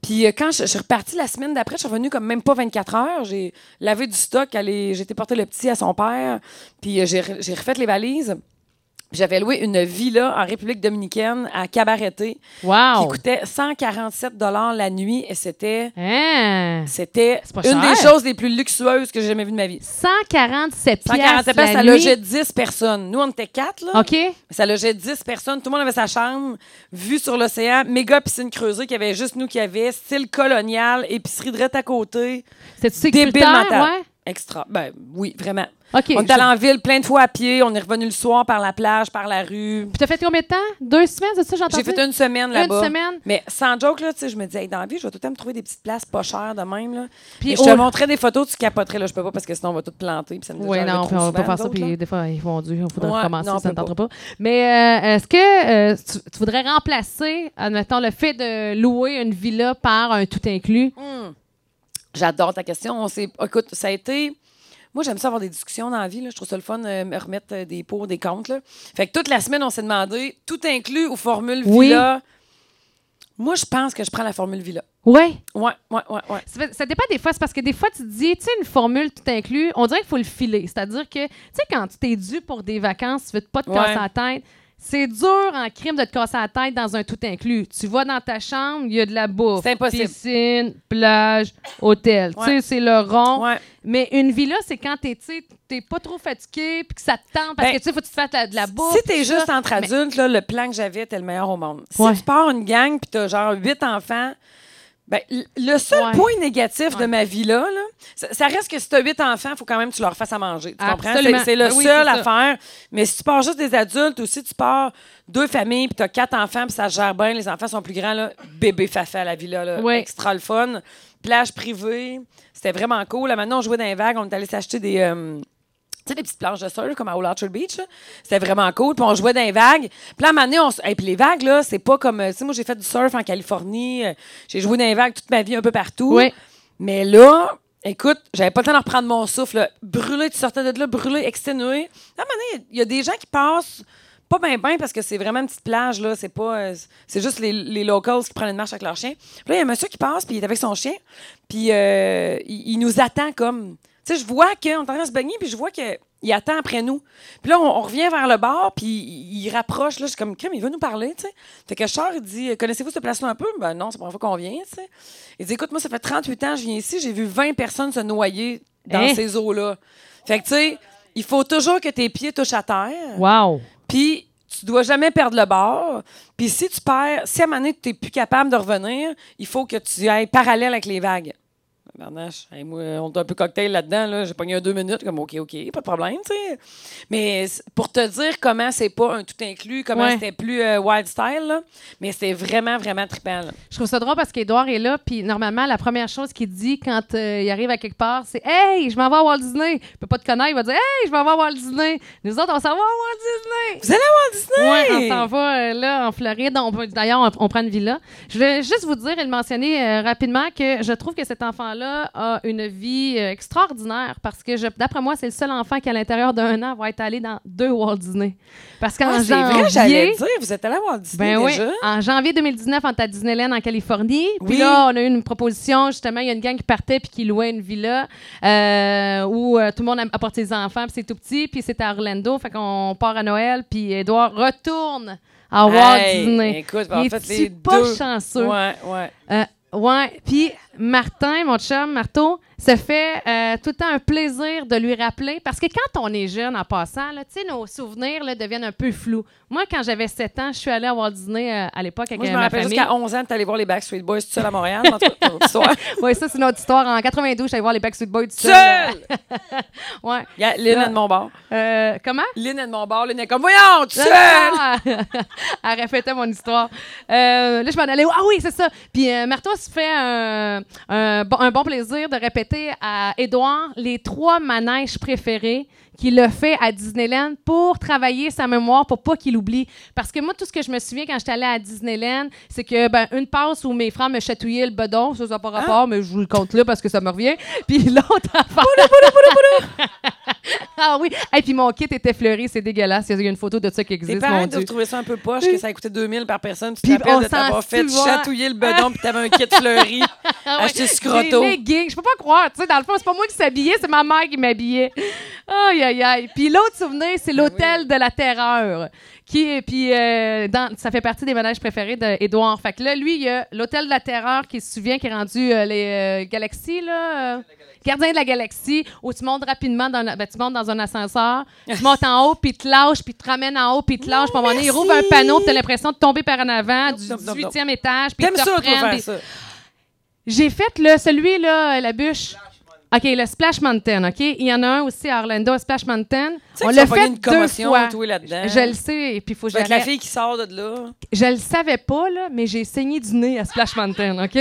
Puis euh, quand je, je suis repartie la semaine d'après, je suis revenue comme même pas 24 heures. J'ai lavé du stock, allé- j'ai été porter le petit à son père, puis euh, j'ai, re- j'ai refait les valises. J'avais loué une villa en République dominicaine à Cabareté qui
Wow!
coûtait 147 la nuit et c'était
Hein?
c'était
C'est pas
une
cher.
des choses les plus luxueuses que j'ai jamais vues de ma vie.
147
147
piastres
piastres,
la
ça
nuit.
logeait 10 personnes. Nous, on était 4, là.
OK?
Ça logeait 10 personnes. Tout le monde avait sa chambre, vue sur l'océan, méga piscine creusée qu'il y avait juste nous qui avait, style colonial, épicerie direct à côté.
C'est-tu
Débile
sécuritaire?
mental.
Ouais?
Extra. Ben oui, vraiment.
OK.
on est allé en ville plein de fois à pied. On est revenu le soir par la plage, par la rue.
Puis t'as fait combien de temps? Deux semaines, c'est ça, j'ai entendu?
J'ai fait une semaine là-bas.
semaine.
Mais sans joke, là, tu sais, je me disais, hey, dans la vie, je vais tout le temps me trouver des petites places pas chères de même. Là.
Puis
Et je te
au-
montrais des photos, tu capoterais. Là, je peux pas parce que sinon, on va tout planter. Puis ça nous est
Oui,
déjà
non,
arrivé
puis on
trop
va pas
souvent,
faire ça,
nous autres,
puis des fois, ils vont Dieu, il faudrait
Ouais,
recommencer,
non, on
ça ne
peut pas.
tentera pas. Mais euh, est-ce que euh, tu, tu voudrais remplacer, admettons, le fait de louer une villa par un tout inclus?
J'adore ta question. On s'est... Écoute, ça a été. Moi, j'aime ça avoir des discussions dans la vie. Là. Je trouve ça le fun, euh, me remettre euh, des pour, des comptes. Là. Fait que toute la semaine, on s'est demandé, tout inclus ou formule
Oui.
villa. Moi, je pense que je prends la formule villa.
Oui.
Ouais, ouais, ouais, ouais.
Ça, fait- ça dépend des fois. C'est parce que des fois, tu te dis, tu sais, une formule tout inclus, on dirait qu'il faut le filer. C'est-à-dire que, tu sais, quand tu t'es dû pour des vacances, tu veux pas te casser
Ouais.
la tête. C'est dur en crime de te casser la tête dans un tout inclus. Tu vas dans ta chambre, il y a de la bouffe.
C'est impossible.
Piscine, plage, hôtel. Tu sais,
Ouais.
c'est le rond.
Ouais.
Mais une villa, c'est quand t'es, tu sais, t'es pas trop fatigué puis que ça te tente parce
Ben,
que, tu sais, faut que tu te fasses la- de la bouffe.
Si t'es
tout ça.
juste entre adultes, là, le plan que j'avais était le meilleur au monde. Si
Ouais.
tu pars une gang puis t'as genre huit enfants, ben, l- le seul
Ouais.
point négatif de
Ouais.
ma vie là, là, ça, ça reste que si t'as huit enfants, faut quand même que tu leur fasses à manger. Tu comprends?
Absolument.
C'est-
Ben
C'est le
Oui, c'est
seul
ça.
à faire. Mais si tu pars juste des adultes ou si tu pars deux familles puis t'as quatre enfants puis ça se gère bien, les enfants sont plus grands, là, bébé fafa à la villa, là,
Ouais.
extra le fun. Plage privée, c'était vraiment cool. Là, maintenant, on jouait dans les vagues, on est allé s'acheter des. euh, tu sais, des petites planches de surf comme à Old Orchard Beach. là. C'était vraiment cool. Puis on jouait dans les vagues. Puis là, à un moment donné, on s- hey, puis les vagues, là, c'est pas comme. euh, Tu sais, moi, j'ai fait du surf en Californie. euh, J'ai joué dans les vagues toute ma vie, un peu partout.
Oui.
Mais là, écoute, j'avais pas le temps de reprendre mon souffle. là. Brûlé, tu sortais de là, brûlé, exténué. Là, à un moment donné, il y a des gens qui passent pas bien, bien, parce que c'est vraiment une petite plage, là. C'est pas. euh, c'est juste les, les locals qui prennent une marche avec leur chien. Puis là, il y a un monsieur qui passe, puis il est avec son chien. Puis euh, il, il nous attend comme. Tu sais, je vois qu'on est en train de se baigner, puis je vois qu'il attend après nous. Puis là, on, on revient vers le bar, puis il, il rapproche. Là, je suis comme, crème, il veut nous parler, tu sais. Fait que Char, il dit, connaissez-vous ce place-là un peu? Ben non, c'est la première fois qu'on vient, tu sais. Il dit, écoute, moi, ça fait 38 ans, je viens ici, j'ai vu 20 personnes se noyer dans
Hein?
ces eaux-là. Fait que, tu sais, il faut toujours que tes pieds touchent à terre.
Wow.
Puis tu dois jamais perdre le bord. Puis si tu perds, si à un moment donné, tu n'es plus capable de revenir, il faut que tu ailles parallèle avec les vagues. Barnache, hey, moi, on est un peu cocktail là-dedans. Là. J'ai pogné un deux minutes, comme OK, OK, pas de problème, tu sais. Mais c- pour te dire comment c'est pas un tout inclus, comment
Ouais.
c'était plus euh, wild style, là. mais c'était vraiment, vraiment trippant. là.
Je trouve ça drôle parce qu'Edouard est là, puis normalement, la première chose qu'il dit quand euh, il arrive à quelque part, c'est Hey, je m'en vais à Walt Disney. Il peut pas te connaître, il va dire Hey, je m'en vais à Walt Disney. Nous autres, on s'en va à Walt Disney.
Vous allez à Walt Disney?
Ouais, on s'en va euh, là en Floride. On peut- D'ailleurs, on, on prend une villa. Je voulais juste vous dire et le mentionner euh, rapidement que je trouve que cet enfant-là a une vie euh, extraordinaire parce que je- d'après moi, c'est le seul enfant qui, à l'intérieur d'un an, va être allé dans deux Walt Disney. Parce qu'en
Ah, c'est vrai, j'allais
janvier,
dire, vous êtes allé à Walt Disney
ben oui.
déjà?
En janvier 2019, on était à Disneyland en Californie. Puis
Oui.
là, on a eu une proposition. Justement, il y a une gang qui partait puis qui louait une villa euh, où euh, tout le monde am- apporte ses enfants puis c'est tout petit. Puis c'était à Orlando. Fait qu'on part à Noël. Puis Edouard retourne à Walt
Hey,
Disney.
Écoute, en
Il
fait,
est-tu
les
pas
deux.
chanceux?
Ouais, ouais.
Euh, ouais. Puis Martin, mon chum, Marteau, se fait euh, tout le temps un plaisir de lui rappeler. Parce que quand on est jeune, en passant, là, tu sais, nos souvenirs là, deviennent un peu flous. Moi, quand j'avais 7 ans, je suis allée à Walt Disney euh, à l'époque avec
Moi, je
euh,
me
ma
rappelle
famille.
jusqu'à 11 ans, t'es allé voir les Backstreet Boys tout seul à Montréal. en tout cas, ton histoire.
Oui, ça, c'est notre histoire. En 92, j'allais voir les Backstreet Boys tout seul. là.
Seul!
Ouais.
Il y a Lynn est de mon bord.
Euh, comment?
Lynn est de mon bord. Lynn est comme, voyons, tout seul!
Ah! Elle répétait mon histoire. Euh, là, je m'en allais. Ah oui, c'est ça. Puis euh, Martha se fait un, un bon, un bon plaisir de répéter à Édouard les trois manèges préférés qu'il a fait à Disneyland pour travailler sa mémoire, pour pas qu'il oublie. Parce que moi, tout ce que je me souviens quand j'étais allée à Disneyland, c'est que, ben, une passe où mes frères me chatouillaient le bedon, ça, ça n'a pas
Ah!
rapport, mais je vous le compte là parce que ça me revient. Puis l'autre affaire. ah oui. Et puis mon kit était fleuri, c'est dégueulasse. Il y a une photo de ça qui
Tes
existe, mon
parents
Dieu.
doivent trouver ça un peu poche, que ça a coûté 2000 par personne. Tu
Puis on
t'appelles de
s'en
t'avoir fait
souvient.
chatouiller le bedon, puis t'avais un kit fleuri,
Ah ouais,
acheté ce
Des
scroto.
leggings. Je peux pas croire. Tu sais, dans le fond, c'est pas moi qui s'habillais, c'est ma mère qui m'habillait. Aïe, aïe, aïe. Puis l'autre souvenir, c'est
Ben
l'hôtel de la terreur. Qui, est- puis euh, dans, ça fait partie des ménages préférés d'Edouard. Fait que là, lui, il y a l'hôtel de la terreur qui se souvient, qui est rendu euh, les euh, galaxies, là. euh, Gardien de la galaxie, où tu montes rapidement dans, la- ben, tu montes dans un ascenseur, tu montes en haut, puis tu te lâches, puis tu te ramènes en haut, puis tu te lâches. Puis à un moment donné, il
merci.
rouvre un panneau, puis tu as l'impression de tomber par en avant du
non, non, non.
18e étage. puis ils
T'aimes
te
ça, toi,
reprennent
faire
des-
ça?
j'ai fait le, celui, là, euh, la bûche. OK, le Splash Mountain, OK? Il y en a un aussi à Orlando, à Splash Mountain.
sais
On
que
l'a
tu vas pogner
fait
une
deux
commotion,
fois.
toi, là-dedans.
Je le sais, et puis il faut que
Tu vas être la
j'arrête.
fille qui sort de là.
Je le savais pas, là, mais j'ai saigné du nez à Splash Mountain, OK?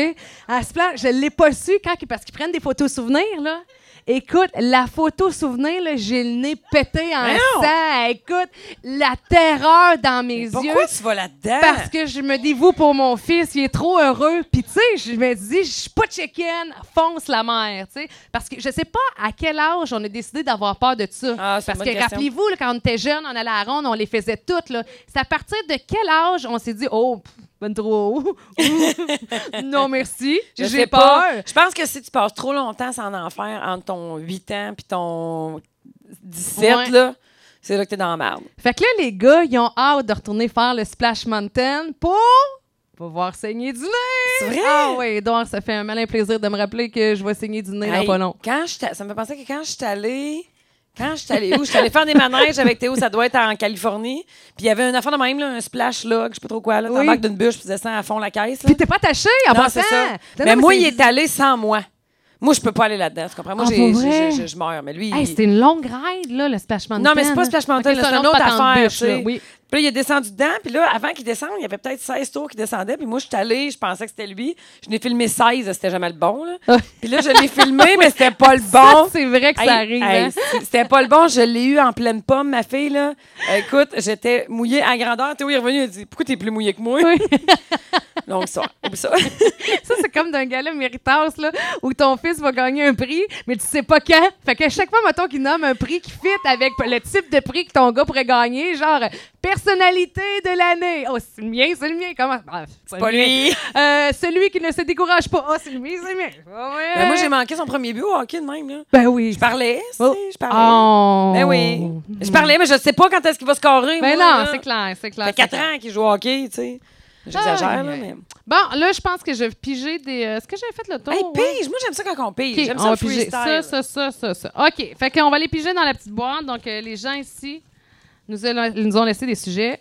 À Splash, je l'ai pas su quand, parce qu'ils prennent des photos souvenirs, là. Écoute, la photo souvenir, là, j'ai le nez pété en
Voyons!
sang. Écoute, la terreur dans mes yeux.
Pourquoi tu vas là-dedans?
Parce que je me dévoue pour mon fils, il est trop heureux. Puis tu sais, je me dis, je suis pas chicken, fonce la mère, tu sais. Parce que je sais pas à quel âge on a décidé d'avoir peur de ça.
Ah, c'est
Parce
une bonne
que
question.
rappelez-vous, là, quand on était jeunes, on allait à la ronde, on les faisait toutes. là. C'est à partir de quel âge on s'est dit, oh, pff, ben trop haut. non, merci,
Je
j'ai
sais
peur.
pas. Je pense que si tu passes trop longtemps sans en faire entre ton 8 ans puis ton 17,
Ouais.
là, c'est là que t'es dans la merde.
Fait que là, les gars, ils ont hâte de retourner faire le Splash Mountain pour pouvoir saigner du nez.
C'est vrai?
Ah oui, Edouard, ça fait un malin plaisir de me rappeler que je vais saigner du nez dans
Hey,
pas long.
Quand j'étais- ça me fait penser que quand je suis allée. Quand je suis allée où? Je suis allée faire des manèges avec Théo, ça doit être en Californie. Puis il y avait une affaire de même, là, un splash, là, que je sais pas trop quoi. Là,
Oui.
T'embarques d'une bûche, puis tu descends à fond la caisse. là.
Puis t'es pas attaché en
Non,
passant.
c'est ça.
Non,
Mais,
non,
moi,
c'est-
il est allé sans moi. Moi, je peux pas aller là-dedans, tu comprends? Moi,
Ah,
j'ai-
pour
j'ai-
vrai?
j'ai- je meurs, mais lui...
Hey,
il-
c'était une longue ride, là, le Splash Mountain.
Non, mais c'est pas Splash Mountain,
Ok,
là, c'est
un
une
autre
autre
patente
affaire.
bûche,
tu sais.
là, oui.
Puis là, il est descendu dedans. Puis là, avant qu'il descende, il y avait peut-être 16 tours qui descendaient. Puis moi, je suis allée, je pensais que c'était lui. Je n'ai filmé 16, c'était jamais le bon. Là. Puis là, je l'ai filmé, mais c'était pas le
Ça,
bon.
c'est vrai que
Hey,
ça arrive.
hey,
hein.
c- C'était pas le bon. Je l'ai eu en pleine pomme, ma fille. Là. Euh, Écoute, j'étais mouillée à grandeur. Théo est revenu, il a dit Pourquoi t'es plus mouillée que moi
Oui.
Donc, ça. ça.
Ça, c'est comme d'un gala méritas, là, où ton fils va gagner un prix, mais tu sais pas quand. Fait qu'à chaque fois, mettons qu'il nomme un prix qui fit avec le type de prix que ton gars pourrait gagner, genre euh, personnalité de l'année. Oh, c'est le mien, c'est le mien. Comment? Ah, c'est
Pas
le mien.
lui.
Euh, celui qui ne se décourage pas. Oh, c'est le mien, c'est le mien. Oh, ouais.
Ben, moi, j'ai manqué son premier but au hockey de même. Là.
Ben oui.
Je parlais, tu sais,
Oh.
je parlais.
Oh.
Ben oui. Je parlais, mais je sais pas quand est-ce qu'il va scorer.
Ben
moi,
non,
là.
c'est clair, c'est clair.
Ça fait 4
c'est clair. Ah,
ans qu'il joue au hockey, tu sais. J'exagère, là,
Aïe,
mais.
aïe. Bon, là, je pense que je vais piger des. euh, Est-ce que j'avais fait le tour?
Hey,
ouais?
pige! Moi, j'aime ça quand on pige.
OK,
J'aime
on
ça le
va piger
freestyle.
ça, ça, ça, ça, ça. OK. Fait qu'on va les piger dans la petite boîte. Donc, euh, les gens ici nous, a- nous ont laissé des sujets.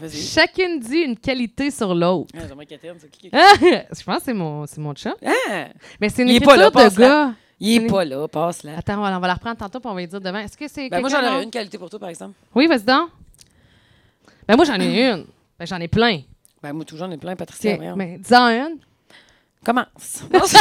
Vas-y.
Chacune dit une qualité sur l'autre.
Ah, J'aimerais Catherine, c'est qui? qui-
Ah, je pense que c'est mon, c'est mon chat.
Ah!
Mais c'est une
Il est pas
écriture
là,
de
passe-la.
gars.
Il est pas là, passe là.
Attends, on va, on va la reprendre tantôt puis on va lui dire demain. Est-ce que c'est
Ben, moi, j'en
quelqu'un
aurais
d'autre?
une qualité pour toi, par exemple.
Oui, vas-y donc. Ben, moi, j'en ai une. Ben, j'en ai plein.
Ben, moi, toujours, j'en ai plein, Patricia.
Tiens,
voyons.
ben, dis-en une.
Commence. Non, c'est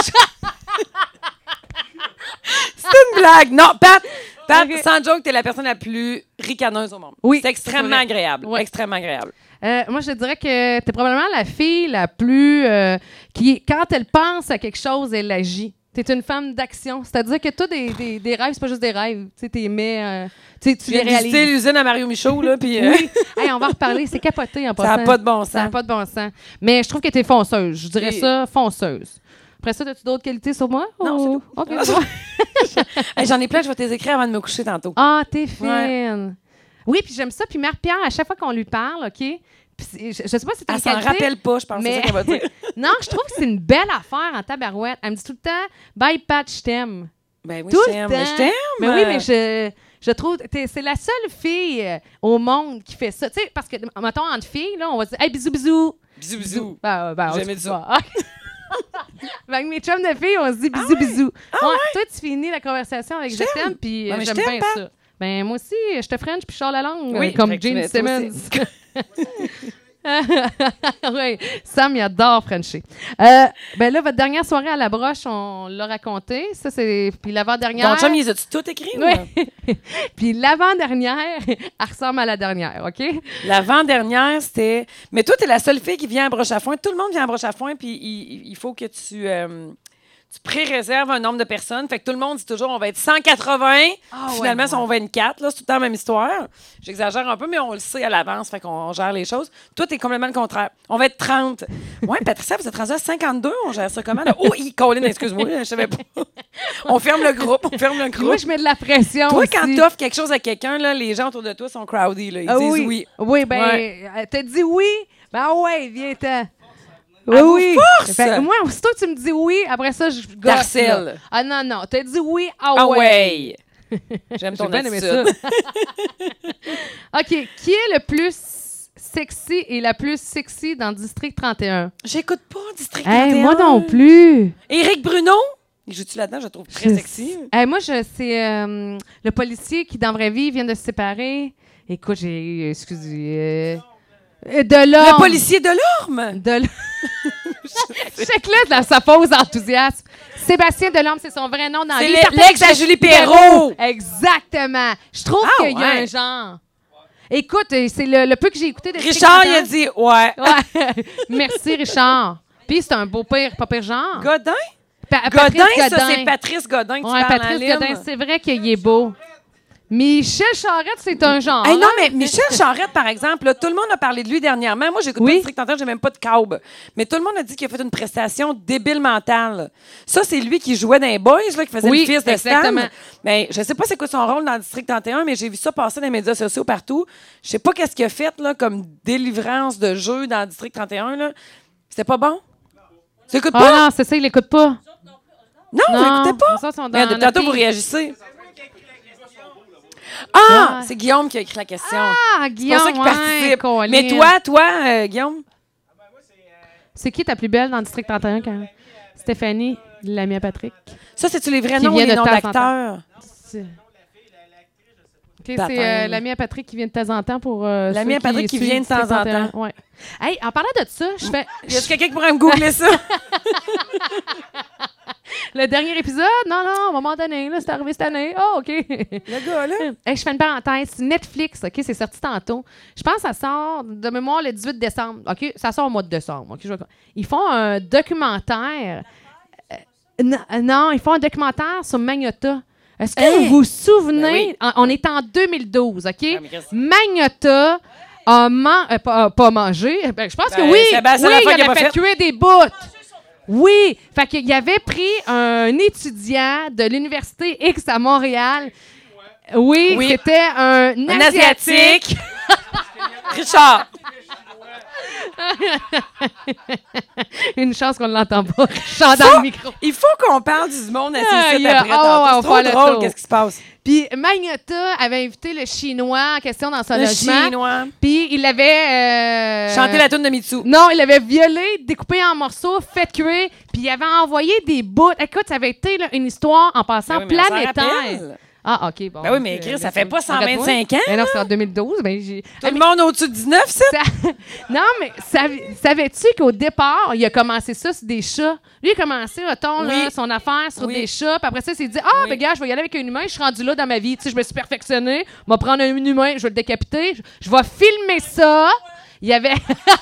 C'est une blague. Non, Pat, Pat
Ok.
sans joke, t'es la personne la plus ricaneuse au monde.
Oui,
C'est extrêmement
c'est vrai.
agréable.
Ouais.
Extrêmement agréable.
Euh, moi, je dirais que t'es probablement la fille la plus. euh, qui, quand elle pense à quelque chose, elle agit. T'es une femme d'action. C'est-à-dire que toi, des, des, des rêves, c'est pas juste des rêves. Tu sais, t'es mets, euh, tu sais, tu
Tu viens
les
de visiter
réalises.
l'usine à Mario Michaud, là, puis euh,
Oui. Hey, on va en reparler. C'est capoté en
ça
passant.
n'a pas de bon
Ça a
sens.
pas de bon sens. Mais je trouve que t'es fonceuse. Je dirais
Et-
ça, fonceuse. Après ça, as-tu d'autres qualités sur moi?
Non, c'est
Ou-
tout.
OK, bon.
Hey, J'en ai plein, je vais te les écrire avant de me coucher tantôt.
Ah, t'es fine.
Ouais.
Oui, puis j'aime ça. Puis Marie-Pierre, à chaque fois qu'on lui parle, OK? Puis c'est- je, je sais pas si t'as
Elle
une
s'en
qualité.
rappelle pas, je pense.
Ah, Mais-
C'est ça qu'elle va dire.
Non, je trouve que c'est une belle affaire en tabarouette. Elle me dit tout le temps, bye Pat, je t'aime.
Ben oui,
Tout
je
le
t'aime.
temps.
Mais je t'aime.
Mais oui, mais je, je trouve, t'es- c'est la seule fille euh, au monde qui fait ça. Tu sais, parce que, mettons, entre filles, là, on va dire, hey, bisous, bisous.
Bisous, bisous.
Ben, euh, ben, on
J'ai
se
aimé
dit
ça.
pas. Ah. Avec mes chums de filles, on se dit
Ah
bisous, bisous. Ouais, Toi, tu finis la conversation avec je t'aime, puis euh,
Ouais, mais je
j'aime
t'aime,
bien
Pat.
ça. Ben, moi aussi, je te french, puis je sors la langue,
Oui,
euh, comme
fait que tu
Gene
mets toi
Simmons.
aussi.
oui, Sam, il adore Frenchie. Euh, ben là, votre dernière soirée à la broche, on l'a raconté. Ça, c'est. Puis l'avant-dernière.
Ton chum, ils ont-tu tout écrit? ou, euh?
Oui. Puis l'avant-dernière, elle ressemble à la dernière, OK?
L'avant-dernière, c'était. Mais toi, t'es la seule fille qui vient à broche à foin. Tout le monde vient à broche à foin, puis il, il faut que tu, euh, tu pré-réserves un nombre de personnes. Fait que tout le monde dit toujours, on va être 180.
Ah
Puis
ouais,
Finalement,
ouais.
ils sont 24. Là, c'est tout le temps la même histoire. J'exagère un peu, mais on le sait à l'avance. Fait qu'on gère les choses. Toi, t'es complètement le contraire. On va être 30. Ouais, Patricia, vous êtes rendu à 52. On gère ça comment? là? Oh, hi, Colin, excuse-moi. Je savais pas. On ferme le groupe. On ferme le
Moi,
groupe.
je mets de la pression.
Toi,
aussi.
quand t'offres quelque chose à quelqu'un, là, les gens autour de toi sont crowdy. Là. Ils
Ah
disent
oui.
oui.
Oui, ben,
Ouais.
euh, t'as dit oui. Ben ah ouais, viens-t'en. Oui,
Elle vous
oui.
force!
Fait que moi, aussitôt que tu me dis oui, après ça, je gosse,
T'harcèles.
là. Ah non, non. T'as dit oui, ah,
Ah
ouais.
ouais. J'aime
J'ai
ton
bien aimé
attitude.
ça. OK. Qui est le plus sexy et la plus sexy dans District 31?
J'écoute pas District 31.
Hey, moi non plus. Hum.
Éric Bruno? Il joue-tu là-dedans? Je le trouve très
Je-
sexy.
Hey, moi, je, c'est euh, le policier qui, dans vraie vie, vient de se séparer. Écoute, j'ai. Excusez. euh, de l'homme.
Le policier de l'orme!
De Check-le de la- sa fausse enthousiasme. Sébastien Delorme, c'est son vrai nom dans
C'est
la vie.
le-
Certains-
l'ex à Julie Perrault.
Exactement. Je trouve
Ah,
qu'il y a
ouais.
un genre. Écoute, euh, c'est le, le peu que j'ai écouté de
Richard, il a dit ouais.
Ouais. Merci, Richard. Puis c'est un beau pire, pas pire genre.
Godin?
Pa-
Godin,
Patrice
ça,
Godin.
c'est Patrice Godin que tu
Ouais,
parles en
Patrice
ligne.
Godin, c'est vrai qu'il est beau. Michel Charette, c'est un genre.
Hey, non,
hein?
mais Michel Charette, par exemple, là, tout le monde a parlé de lui dernièrement. Moi, j'écoute
Oui.
pas District 31, j'ai même pas de câble. Mais tout le monde a dit qu'il a fait une prestation débile mentale. Ça, c'est lui qui jouait dans les Boys, là, qui faisait
Oui,
le fils de
exactement.
Stan. Mais je sais pas c'est quoi son rôle dans District 31, mais j'ai vu ça passer dans les médias sociaux partout. Je sais pas qu'est-ce qu'il a fait là, comme délivrance de jeu dans District 31. Là. C'était pas bon? Tu écoutes
Ah
pas?
non, c'est ça, il l'écoute pas.
Non, vous
Non,
l'écoutez pas?
les autres sont dans
Mais de
la
tantôt,
pile.
vous réagissez. Ah!
Ouais.
C'est Guillaume qui a écrit la question.
Ah,
C'est
Guillaume,
pour ça qu'il
ouais,
participe.
Colin.
Mais toi, toi, euh, Guillaume,
C'est qui ta plus belle dans le district 31 quand Stéphanie, l'ami à Patrick.
ça, c'est-tu les vrais
Qui
noms ou
vient
les
de
noms
temps en temps.
d'acteurs?
C'est- OK,
Patin.
c'est euh, l'ami à Patrick qui vient de temps en temps pour. euh,
L'ami
ceux
à Patrick qui
suivent
vient de temps en
District 31.
temps.
Ouais. Hey, en parlant de ça, je fais.
Y a quelqu'un qui pourrait me googler ça?
Le dernier épisode, non, non, à un moment donné, là, c'est arrivé cette année. Oh, OK.
Le gars, là.
Hey, je fais une parenthèse. Netflix, OK, c'est sorti tantôt. Je pense que ça sort de mémoire le 18 décembre. OK, ça sort au mois de décembre. OK, je vois- Ils font un documentaire. Euh, non, non, ils font un documentaire sur Magnota. Est-ce que
Hey!
vous vous souvenez?
Ben oui.
En- On est en 2012, OK?
mais qu'est-ce-
Magnota a man- euh, pas, a pas mangé. Ben, je pense que
Ben,
oui.
c'est- ben, c'est
oui,
la fois
il
qu'il a
en a
pas
fait
fait.
tuer des bouts. Oui, fait qu'il avait pris un étudiant de l'université X à Montréal. Oui,
Oui.
c'était un,
Un
asiatique.
asiatique. Richard.
Une chance qu'on ne l'entend pas. Chant dans le micro.
Il faut qu'on parle du monde assis
Ah,
ici
yeah.
après.
Ah, ouais, on
tantôt.
fait
c'est
le
trop drôle,
tour.
qu'est-ce qui se passe?
Puis Magnota avait invité le Chinois en question dans son
Le
logement.
chinois.
Puis il l'avait... euh,
Chanter la tune de Mitsu.
Non, il l'avait violé, découpé en morceaux, fait cuire, puis il avait envoyé des bouts. Écoute, ça avait été là, une histoire en passant
Ben oui, mais on s'en
planétaire.
rappelle.
Ah, OK, bon.
Ben oui, mais
Euh,
Chris, ça
laisse-
fait pas 125
arrête-moi.
ans,
Ben non, c'est en 2012. Ben, j'ai...
Tout le monde au-dessus de 19, ça?
Ça- Non, mais sav- savais-tu qu'au départ, il a commencé ça sur des chats? Lui, il a commencé, mettons, là,
Oui.
son affaire sur
Oui.
des chats. Puis après ça, il s'est dit Ah, ben gars, je vais y aller avec un humain, je suis rendu là dans ma vie. Tu sais, je me suis perfectionné, je vais prendre un humain, je vais le décapiter, je, je vais filmer ça. Il y avait.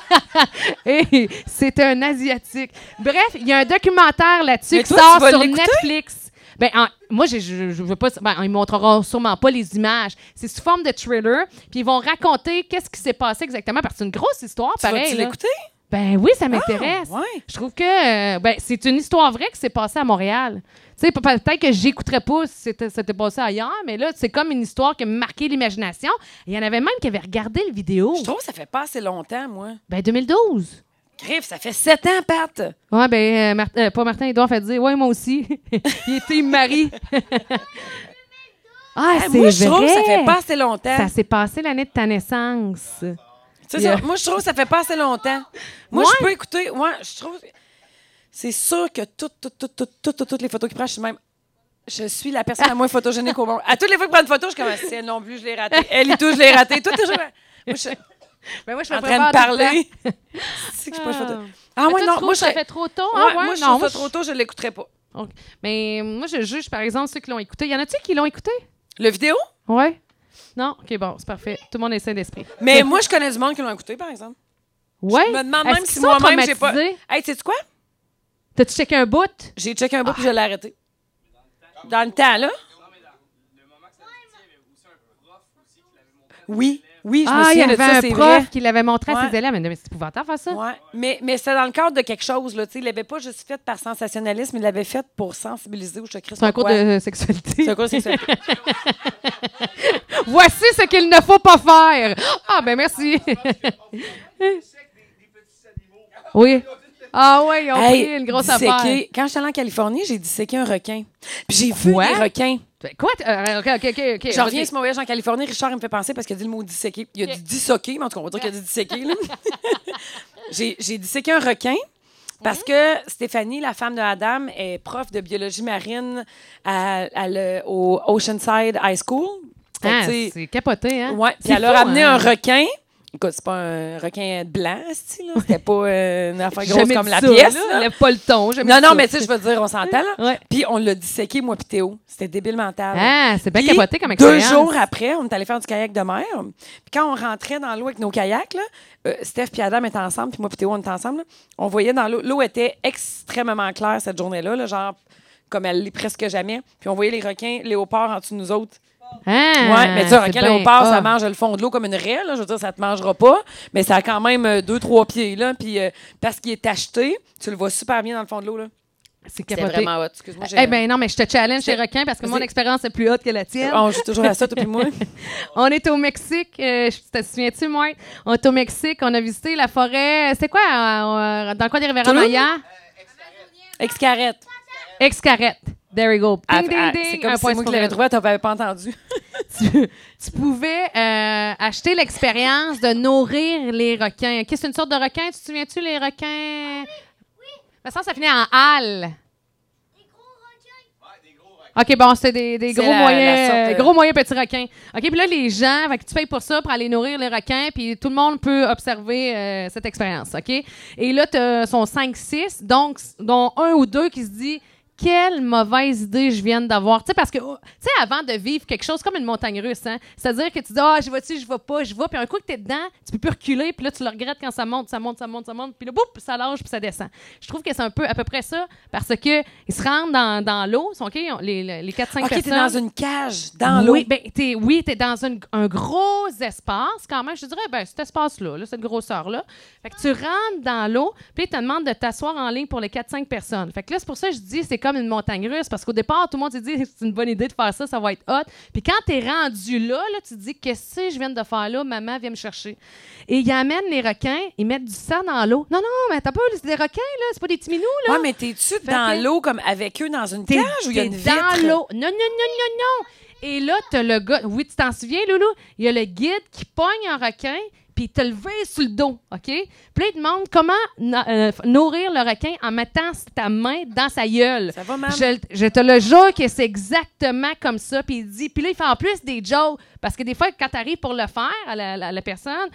Et c'était un Asiatique. Bref, il y a un documentaire là-dessus
Mais
qui
toi, tu
sort
vas
sur
l'écouter?
Netflix. Ben, en- moi, j'ai- je, je veux pas. Ben, ils montreront sûrement pas les images. C'est sous forme de thriller, puis ils vont raconter qu'est-ce qui s'est passé exactement, parce que c'est une grosse histoire,
Tu
pareil.
vas-tu
là.
l'écouter? Ah,
Ben oui, ça m'intéresse.
ouais.
Je trouve que euh, ben, c'est une histoire vraie qui s'est passée à Montréal. Tu sais, pe- peut-être que j'écouterais pas si c'était c'était passé ailleurs, mais là, c'est comme une histoire qui a marqué l'imagination. Il y en avait même qui avaient regardé le vidéo.
Je trouve que ça fait pas assez longtemps, moi.
Ben 2012.
Griff, ça fait 7 ans, Pat. Ah,
Ouais, ben, euh, Mar- euh, pas Martin Edouard fait dire, ouais, moi aussi. Il était mari. ah,
Hey,
c'est
moi, je trouve que ça
vrai.
fait pas assez longtemps.
Ça s'est passé l'année de ta naissance.
Ah, Tu sais,
Yeah.
ça- moi, je trouve que ça fait pas assez longtemps. Moi,
Ouais.
je peux écouter. Ouais, je trouve. C'est sûr que toutes, toutes, toutes, toutes, toutes, toutes, toutes les photos qu'il prend, je suis même. Je suis la personne la moins photogénique au monde. À toutes les fois qu'il prend une photo, je suis comme, si elle non plus, je l'ai ratée. Elle et tout, je l'ai ratée. Tout est toujours. Moi, je suis
Ben, moi, je
en train de parler. C'est que je suis pas une photo. Ah, ouais, non, moi, je.
ça fait trop tôt. Ah, ouais,
moi, je
non,
trouve
moi,
ça trop tôt, je l'écouterai pas.
je- Ok. Mais moi, je juge, par exemple, ceux qui l'ont écouté. Y en a-tu qui l'ont écouté?
Le vidéo?
Ouais. Non? OK, bon, c'est parfait. Tout le monde est sain d'esprit.
Mais moi, je connais du monde qui l'ont écouté, par exemple.
Ouais.
Je me demande
Est-ce
même
qu'ils
si
sont
moi-même, j'ai pas.
traumatisés?
Hey, sais-tu quoi?
T'as-tu checké un bout?
J'ai checké un bout
Ah.
puis je l'ai arrêté. Dans le temps, là? Oui, oui, je me
ah, il y
souviens
avait
de ça,
un
c'est
prof
vrai.
qui l'avait montré à
Ouais.
ses élèves. Mais, non, mais c'est épouvantable faire ça.
Ouais. Mais, mais c'était dans le cadre de quelque chose. Là, tu sais, il l'avait pas juste fait par sensationnalisme, il l'avait fait pour sensibiliser au chakra.
C'est un cours de sexualité.
C'est un cours de sexualité.
Voici ce qu'il ne faut pas faire. Ah, ben merci. oui. Ah ouais, ils ont pris une grosse
disséquer.
affaire.
Quand j'étais allée en Californie, j'ai disséqué un requin. Puis j'ai vu
Quoi?
des requins.
Quoi? t- euh, OK, OK, OK. ok.
Je reviens sur mon voyage en Californie. Richard, il me fait penser parce qu'il a dit le mot disséquer. Il a dit dissoquer, mais en tout cas, on va dire qu'il a dit disséquer. là. j'ai j'ai disséqué un requin. Parce que Stéphanie, la femme de Adam, est prof de biologie marine à, à le- au Oceanside High School. Fait que,
Ah,
tu sais,
c'est capoté, hein?
Ouais, puis
C'est
elle leur
fou,
a amené
hein?
un requin. Écoute, c'est pas un requin blanc, c'ti, là. c'était pas euh, une affaire grosse
Jamais
comme
dit
la
ça,
pièce.
là.
là.
Lève pas le ton. jamais
Non,
dit
non,
ça.
mais tu sais, je veux dire, on s'entend. là.
Ouais.
Puis on l'a disséqué, moi puis Théo. C'était débile mental.
Ah, c'est bien
Puis,
capoté comme
Deux
expérience.
jours après, on est allé faire du kayak de mer. Puis quand on rentrait dans l'eau avec nos kayaks, là, euh, Steph et Adam étaient ensemble, puis moi puis Théo, on était ensemble. là. On voyait dans l'eau. L'eau était extrêmement claire cette journée-là, là, genre comme elle l'est presque jamais. Puis on voyait les requins léopards en dessous de nous autres.
Ah,
Oui, mais tu sais, un requin
c'est bien-
léopard,
ah.
ça mange le fond de l'eau comme une raie, là. Je veux dire, ça te mangera pas, mais ça a quand même euh, deux, trois pieds, là. Puis euh, parce qu'il est tacheté, tu le vois super bien dans le fond de l'eau, là.
C'est
C'était
capoté.
hot. Excuse-moi, j'ai...
Eh ben non, mais je te challenge chez
C'est-
requin parce que mon
c'est-
expérience est plus haute que la tienne.
On joue toujours à ça, toi puis moi.
On est au Mexique. euh, je te souviens-tu, moi? On est au Mexique. On a visité la forêt. C'était quoi? euh, euh, dans le coin des Riviera
Tulum?
Maya?
Ex-carrette.
Ex-carrette. There we go.
Ah,
Ding,
ah,
ding, ding.
c'est comme
un
si
point
c'est moi
pour
qui l'avais
elle.
trouvé, t'avais pas entendu.
tu, tu pouvais euh, acheter l'expérience de nourrir les requins. Qu'est-ce c'est une sorte de requin? Tu te souviens-tu, les requins? Mais ça, ça finit en hal.
Des gros requins.
OK, bon, c'est des, des
C'est
gros
la-
moyens,
la sorte de-
euh, gros moyens petits requins. OK, puis là, les gens, fait que tu payes pour ça, pour aller nourrir les requins, puis tout le monde peut observer euh, cette expérience, OK? Et là, tu sont 5-6, donc, dont un ou deux qui se dit quelle mauvaise idée je viens d'avoir. Tu sais, parce que, oh, tu sais, avant de vivre quelque chose comme une montagne russe, hein, c'est-à-dire que tu dis, ah, je vais-tu, je vais pas, je vais, puis un coup que t'es dedans, tu peux plus reculer, puis là, tu le regrettes quand ça monte, ça monte, ça monte, ça monte, puis là, boum, ça lâche, puis ça descend. Je trouve que c'est un peu à peu près ça, parce que ils se rendent dans, dans l'eau, sont- OK, on- les, les, 4-5
OK, t'es
personnes.
dans une cage, dans l'eau.
Oui, ben, t'es, oui, t'es dans une- un gros espace quand même. Je te dirais, ben, cet espace-là, là, cette grosseur-là. Fait que tu rentres dans l'eau, puis ils te demandent de t'asseoir en ligne pour les 4-5 personnes. Fait que là, c'est pour ça que je dis c'est comme une montagne russe, parce qu'au départ, tout le monde s'est dit c'est une bonne idée de faire ça, ça va être hot. Puis quand t'es rendu là, là, tu te dis qu'est-ce que je viens de faire là, maman vient me chercher. Et ils amènent les requins, ils mettent du sang dans l'eau. Non, non, mais t'as pas, c'est des requins, là, c'est pas des petits minous, là.
Ouais, mais t'es-tu dans
que-
l'eau comme avec eux dans une
T'es-
cage où il y a
t'es
une vitre?
dans l'eau. Non, non, non, non, non. Et là, t'as le gars. Oui, tu t'en souviens, Loulou? Il y a le guide qui pogne un requin, puis il te le vise sur le dos, OK? Puis là, il te demande comment na- euh, f- nourrir le requin en mettant s- ta main dans sa gueule.
Ça va, maman?
Je, le- je te le jure que c'est exactement comme ça. Puis il dit, puis là, il fait en plus des jokes. Parce que des fois, quand t'arrives pour le faire à la, la- la personne,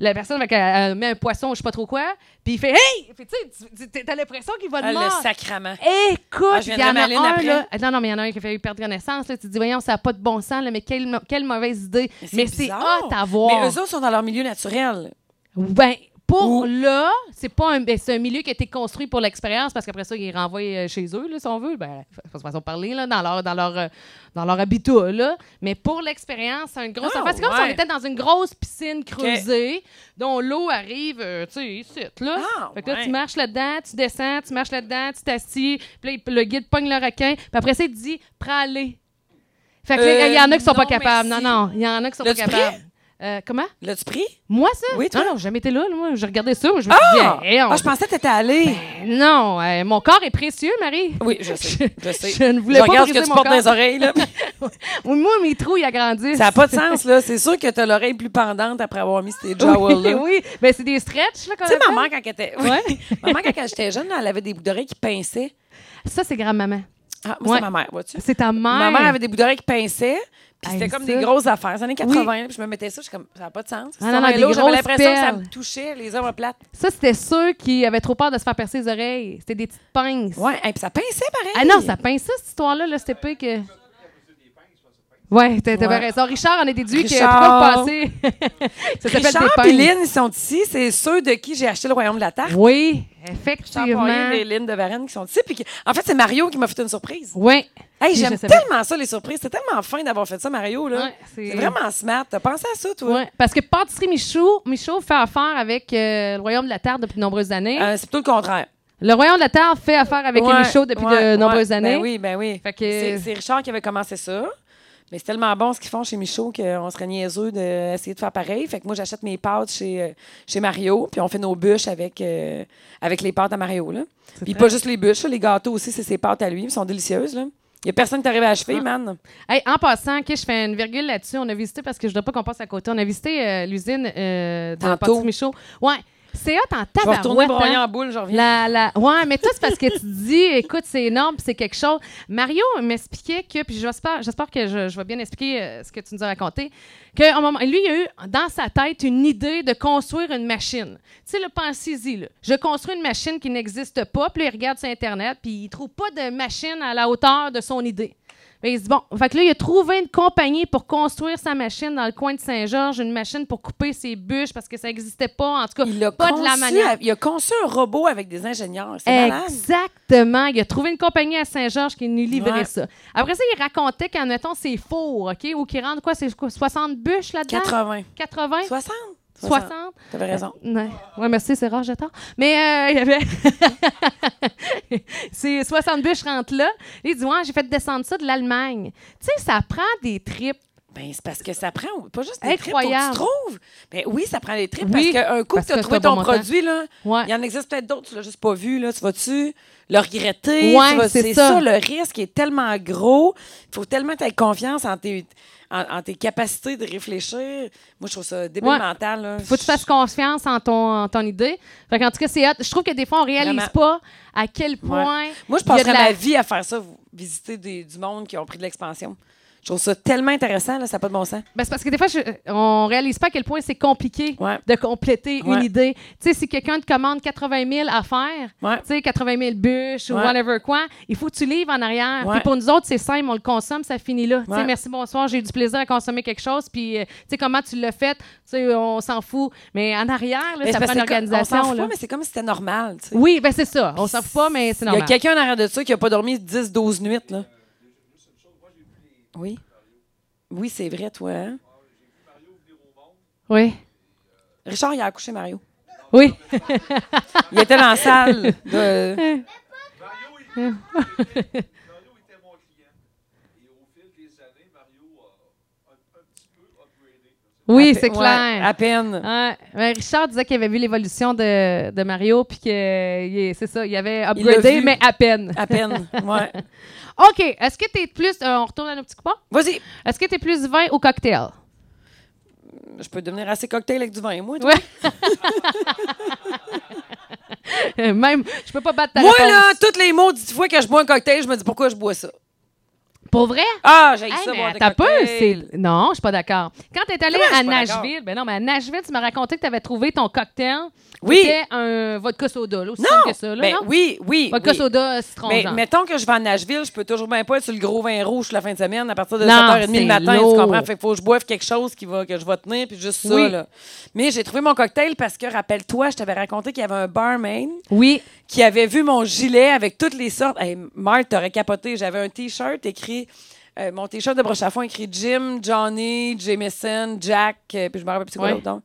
la personne fait qu'elle- elle met un poisson, je sais pas trop quoi, puis il fait Hey! Fait que tu sais, tu- tu- t'as l'impression qu'il va te
Ah, le
mordre.
sacrament. Ah,
Écoute,
je
il
viendrai
y en a
Maline
un,
après.
là. Non, non, mais il y en a un qui a fait perdre connaissance. Là. Tu te dis, voyons, ça n'a pas de bon sens, là, mais quelle, mo- quelle mauvaise idée. Mais c'est
bizarre.
hot à voir.
Mais eux autres sont dans leur milieu naturel.
Ben, pour
Ou-
là, c'est pas un, ben, c'est un milieu qui a été construit pour l'expérience parce qu'après ça, ils renvoient euh, chez eux, là, si on veut. Ben, fa- façon de parler, là, dans leur, dans leur, euh, dans leur habitat, là. Mais pour l'expérience, c'est une grosse
Ah,
affaire. C'est comme si on
ouais.
était dans une grosse piscine creusée dont l'eau arrive, euh, tu sais, ici, là.
Ah,
fait que là,
ouais.
tu marches là-dedans, tu descends, tu marches là-dedans, tu t'assis, puis là, il- le guide pogne le requin, puis après ça, il te dit, prends-les. Fait que là,
Euh,
il y en a qui sont pas
non,
capables.
merci.
Non, non, il y en a qui sont pas
L'as-tu pris?
capables. Euh, comment?
L'as-tu pris?
Moi, ça?
Oui, toi.
Non, non, j'ai jamais été là. là, Moi, j'ai regardé ça. moi, Je me suis dit,
Ah!
hey, on-
Ah, je pensais que t'étais allée.
non, euh, mon corps est précieux, Marie.
Oui, je sais. Je, sais.
Je ne voulais pas
regarde ce
briser
que tu
mon
portes
corps.
dans les oreilles. Là.
Oui, Moi, mes trous, ils agrandissent.
ça n'a pas de sens. là. C'est sûr que tu as l'oreille plus pendante après avoir mis ces jowls
Oui,
là
oui. Ben, c'est des stretches, là, quand
Tu sais, maman, quand elle était.
Ouais.
maman, quand j'étais jeune, elle avait des bouts d'oreilles qui pinçaient.
Ça, c'est grand-maman.
Ah, moi,
Ouais.
c'est ma mère, vois-tu?
C'est ta mère.
Ma mère avait des bouts d'oreilles qui pinçaient. Puis c'était
Hey,
comme
ça.
des grosses affaires. Les années 80, puis je me mettais ça, je suis comme, ça n'a pas de sens.
Ah, non, non,
Sans
des
l'eau, J'avais
grosses
l'impression que ça me
perles.
touchait les omoplates.
Ça, c'était ceux qui avaient trop peur de se faire percer les oreilles. C'était des petites pinces.
Ouais, et puis ça pinçait pareil.
Ah non, ça pince ça, cette histoire-là, là, c'était pas que... Ouais, t'as t'as bien
Ouais.
raison. Richard en a déduit que
Richard.
pourquoi vous pensez. ça s'appelle
Richard
des
et
pins.
Lynn, ils sont ici. C'est ceux de qui j'ai acheté le Royaume de la Tarte.
Oui,
Richard Poirier,
effectivement.
les Lynn de Varenne qui sont ici. Puis qui- En fait, c'est Mario qui m'a fait une surprise.
Oui.
Hey,
Je
j'aime
savais.
tellement ça, les surprises. C'est tellement fin d'avoir fait ça, Mario. là.
Ouais, c'est-
c'est vraiment smart. T'as pensé à ça, toi?
Ouais, parce que Pâtisserie Michaud, Michaud fait affaire avec euh, le Royaume de la Terre depuis de nombreuses années.
Euh, c'est plutôt le contraire.
le Royaume de la Terre fait affaire avec les
Ouais,
Michaud depuis
ouais,
de
ouais.
nombreuses
Ben
années.
oui, ben oui.
Fait que-
C'est c'est Richard qui avait commencé ça. Mais c'est tellement bon ce qu'ils font chez Michaud qu'on serait niaiseux d'essayer de faire pareil. Fait que moi, j'achète mes pâtes chez, euh, chez Mario, puis on fait nos bûches avec, euh, avec les pâtes à Mario. Là. Puis
très-
pas juste les bûches, là, les gâteaux aussi, c'est ses pâtes à lui. Ils sont délicieuses. Il n'y a personne qui t'arrive à achever,
Ah.
man.
Hey, en passant, ok, je fais une virgule là-dessus. On a visité parce que je ne dois pas qu'on passe à côté. On a visité euh, l'usine euh, de
Tantôt.
Pâtisserie Michaud. Ouais. C'est hot en
Je vais retourner
tabarouette.
broyer
hein.
en boule, je reviens.
La, la... Ouais, mais toi, c'est parce que tu te dis, écoute, c'est énorme, puis c'est quelque chose. Mario m'expliquait que, puis j'espère, j'espère que je, je vais bien expliquer euh, ce que tu nous as raconté, que un moment, lui, il a eu dans sa tête une idée de construire une machine. Tu sais, le pensez-y, là. Je construis une machine qui n'existe pas, puis là, il regarde sur Internet, puis il trouve pas de machine à la hauteur de son idée. Ben, il se dit, bon, fait que là, il a trouvé une compagnie pour construire sa machine dans le coin de Saint-Georges, une machine pour couper ses bûches parce que ça n'existait pas, en tout cas,
Il a,
pas
conçu,
de la manière.
il a conçu un robot avec des ingénieurs. C'est malade.
Exactement. Il a trouvé une compagnie à Saint-Georges qui nous livrait
Ouais.
ça. Après ça, il racontait qu'en mettant ses fours, OK, ou qui rendent quoi, c'est quoi, 60 bûches là-dedans?
80.
80?
60?
60?
T'avais raison.
Ouais. Ouais, merci, c'est rare, j'attends. Mais euh, il y avait. c'est 60 bûches rentrent là. Il dit Ouais, j'ai fait descendre ça de l'Allemagne. Tu sais, ça prend des tripes.
Ben, c'est parce que ça prend pas juste des
Incroyable.
tripes, faut que tu trouves. Ben oui, ça prend des tripes
Oui,
parce qu'un coup
parce
que tu
que
as trouvé
c'est un
ton
bon montant.
produit, là,
Ouais.
il y en existe peut-être d'autres, tu l'as juste pas vu, là, tu vas-tu le regretter?
Ouais,
Tu vas-
c'est
c'est
ça.
ça. le risque est tellement gros. Il faut tellement que t'aies confiance en tes, en, en tes capacités de réfléchir. Moi, je trouve ça débile
Ouais.
mental. Là.
faut que tu fasses confiance en ton, en ton idée. Fait en tout cas, c'est hot. Je trouve que des fois, on réalise
Vraiment.
pas à quel
Ouais.
point.
Moi, je
il y a de
passerais
la-
ma vie à faire ça, vous- visiter des- du monde qui ont pris de l'expansion. Je trouve ça tellement intéressant, là, ça n'a pas de bon sens.
Ben, c'est parce que des fois, je- on réalise pas à quel point c'est compliqué
Ouais.
de compléter une
Ouais.
idée. Tu sais, si quelqu'un te commande 80 000 à faire,
Ouais.
tu sais, 80 000 bûches ou
Ouais.
whatever quoi, il faut que tu livres en arrière.
Ouais.
Puis pour nous autres, c'est simple, on le consomme, ça finit là. Tu sais,
Ouais.
merci, bonsoir, j'ai eu du plaisir à consommer quelque chose. Puis, euh, tu sais, comment tu l'as fait, tu sais, on s'en fout. Mais en arrière, là,
Mais
ça
c'est
prend une
parce que On s'en
organisation.
fout
là.
pas, mais c'est comme si c'était normal. tu sais.
Oui, ben c'est ça. On s'en fout pas, mais c'est
Il y a
normal.
quelqu'un en arrière de ça qui n'a pas dormi 10-12 nuits. Là. Oui. Oui, c'est vrai, toi. hein?
Oui.
Richard, il a accouché Mario.
Oui.
Il était dans la salle. de-
Mario était, Mario était mon client. Et au fil des années, Mario a un, un petit peu upgradé.
Oui,
à pe-
c'est clair.
ouais, à peine.
Ouais. Ben, Richard disait qu'il avait vu l'évolution de, de Mario, puis que euh, il est- c'est ça, il avait
l'a
upgradé,
vu.
mais à peine.
À peine. Ouais.
OK, est-ce que t'es plus. euh, on retourne à nos petits coupons?
Vas-y.
Est-ce que t'es plus vin ou cocktail?
Je peux devenir assez cocktail avec du vin, moi. toi.
Ouais. Même, je peux pas battre ta
Moi,
réponse.
là, tous les mots, dix fois que je bois un cocktail, je me dis pourquoi je bois ça.
Pour vrai?
Ah, j'ai
Hey,
ça,
mais
boire des
attends un peu,
cocktails.
c'est- Non, je suis pas d'accord. Quand t'es allé
Comment je
à
suis pas d'accord?
Nashville, ben non, mais à Nashville, tu m'as raconté que t'avais trouvé ton cocktail.
Oui.
C'était un vodka soda, là, aussi
Non!
simple que ça, là,
Ben
non?
oui, oui.
Vodka
oui.
soda, citron,
Mais
genre.
mettons que je vais à Nashville, je peux toujours bien pas être sur le gros vin rouge la fin de semaine à partir de
Non,
7h30
c'est
le matin,
lourd.
tu comprends? Fait que faut que je boive quelque chose qui va, que je vais tenir, puis juste ça,
Oui.
là. Mais j'ai trouvé mon cocktail parce que, rappelle-toi, je t'avais raconté qu'il y avait un barman
Oui.
qui avait vu mon gilet avec toutes les sortes. Hey, Marthe, t'aurais capoté. J'avais un T-shirt écrit... euh, mon T-shirt de broche à fond écrit Jim, Johnny, Jameson, Jack, euh, puis je me rappelle plus c'est quoi
Ouais.
l'autre nom.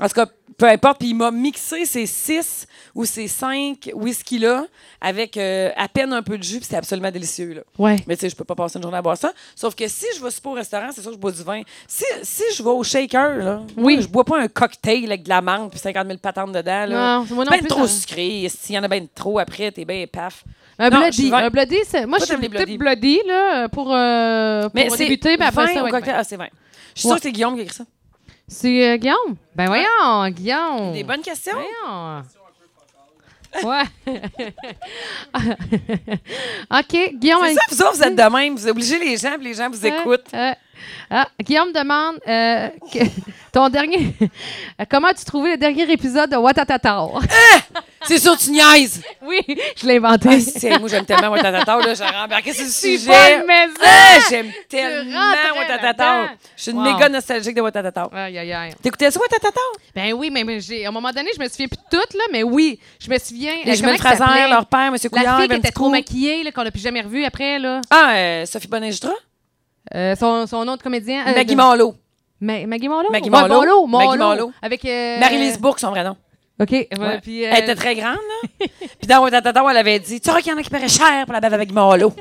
En tout cas, peu importe. Puis il m'a mixé ces six ou ces cinq whisky-là avec euh, à peine un peu de jus, puis c'est absolument délicieux. Là.
Ouais.
Mais tu sais, je peux pas passer une journée à boire ça. Sauf que si je vais super au restaurant, c'est sûr que je bois du vin. Si, si je vais au shaker, là,
Oui.
moi, je bois pas un cocktail avec de la menthe puis 50 000 patentes dedans. Là.
Non, moi non
ben
plus,
trop
ça-
sucré. S'il y en a ben trop après, t'es ben paf.
Un
Non, je suis
bloody.
vin.
Un bloody, c'est. Moi, je
Toi,
suis
t'aimes les
peut-être
bloody.
bloody, là, pour, euh,
Mais
pour
c'est
débuter, mais après
vin
ça,
ou
ouais,
cocktail?
ben.
Ah, c'est vin. Je suis
Ouais.
sûre que c'est Guillaume qui a écrit ça.
C'est euh, Guillaume? Ben voyons, Guillaume.
Des bonnes questions.
Mm. Voyons. Ouais. OK, Guillaume.
C'est ça, vous autres, vous êtes de même. Vous obligez les gens, puis les gens vous
Euh,
écoutent.
euh, Ah, Guillaume demande euh, que- ton dernier. Comment as-tu trouvé le dernier épisode de Watatataor?
C'est sûr, tu niaises!
oui, je l'ai inventé.
Ah, c'est- moi, j'aime tellement Watatata, là, j'ai rembarqué sur le
suis
sujet.
bonne, mais ça!
Ah, j'aime tellement
rentrais
Watatata.
là-dedans.
Je suis une
Wow.
méga nostalgique de Watatata.
Aïe, aïe, aïe.
T'écoutais ça, Watatata?
Ben oui, mais, mais j'ai, à un moment donné, je me souviens plus de tout, là, mais oui, je me souviens. euh,
Les
comment
jumelles
que ça s'appelait?
Fraser, leur père, M.
La
Couillard,
fille qui
Madame
était trop
Ticou.
maquillée, là, qu'on n'a plus jamais revue après, là.
Ah, euh, Sophie Boninjitra?
Euh, son, son autre comédien. euh,
Maggie
de-
Marlowe.
Ma- Maggie Marlowe.
Maggie
Ouais,
Marlowe.
Marlowe,
Maggie
Marlowe.
Marlowe.
Avec. euh,
Marie-Lise Bourque, son vrai nom.
OK. ouais,
Ouais.
puis, euh,
Elle était très grande, là. Puis dans Watatata, elle avait dit Tu vois qu'il y en a qui paraît cher pour la bave avec Marlo.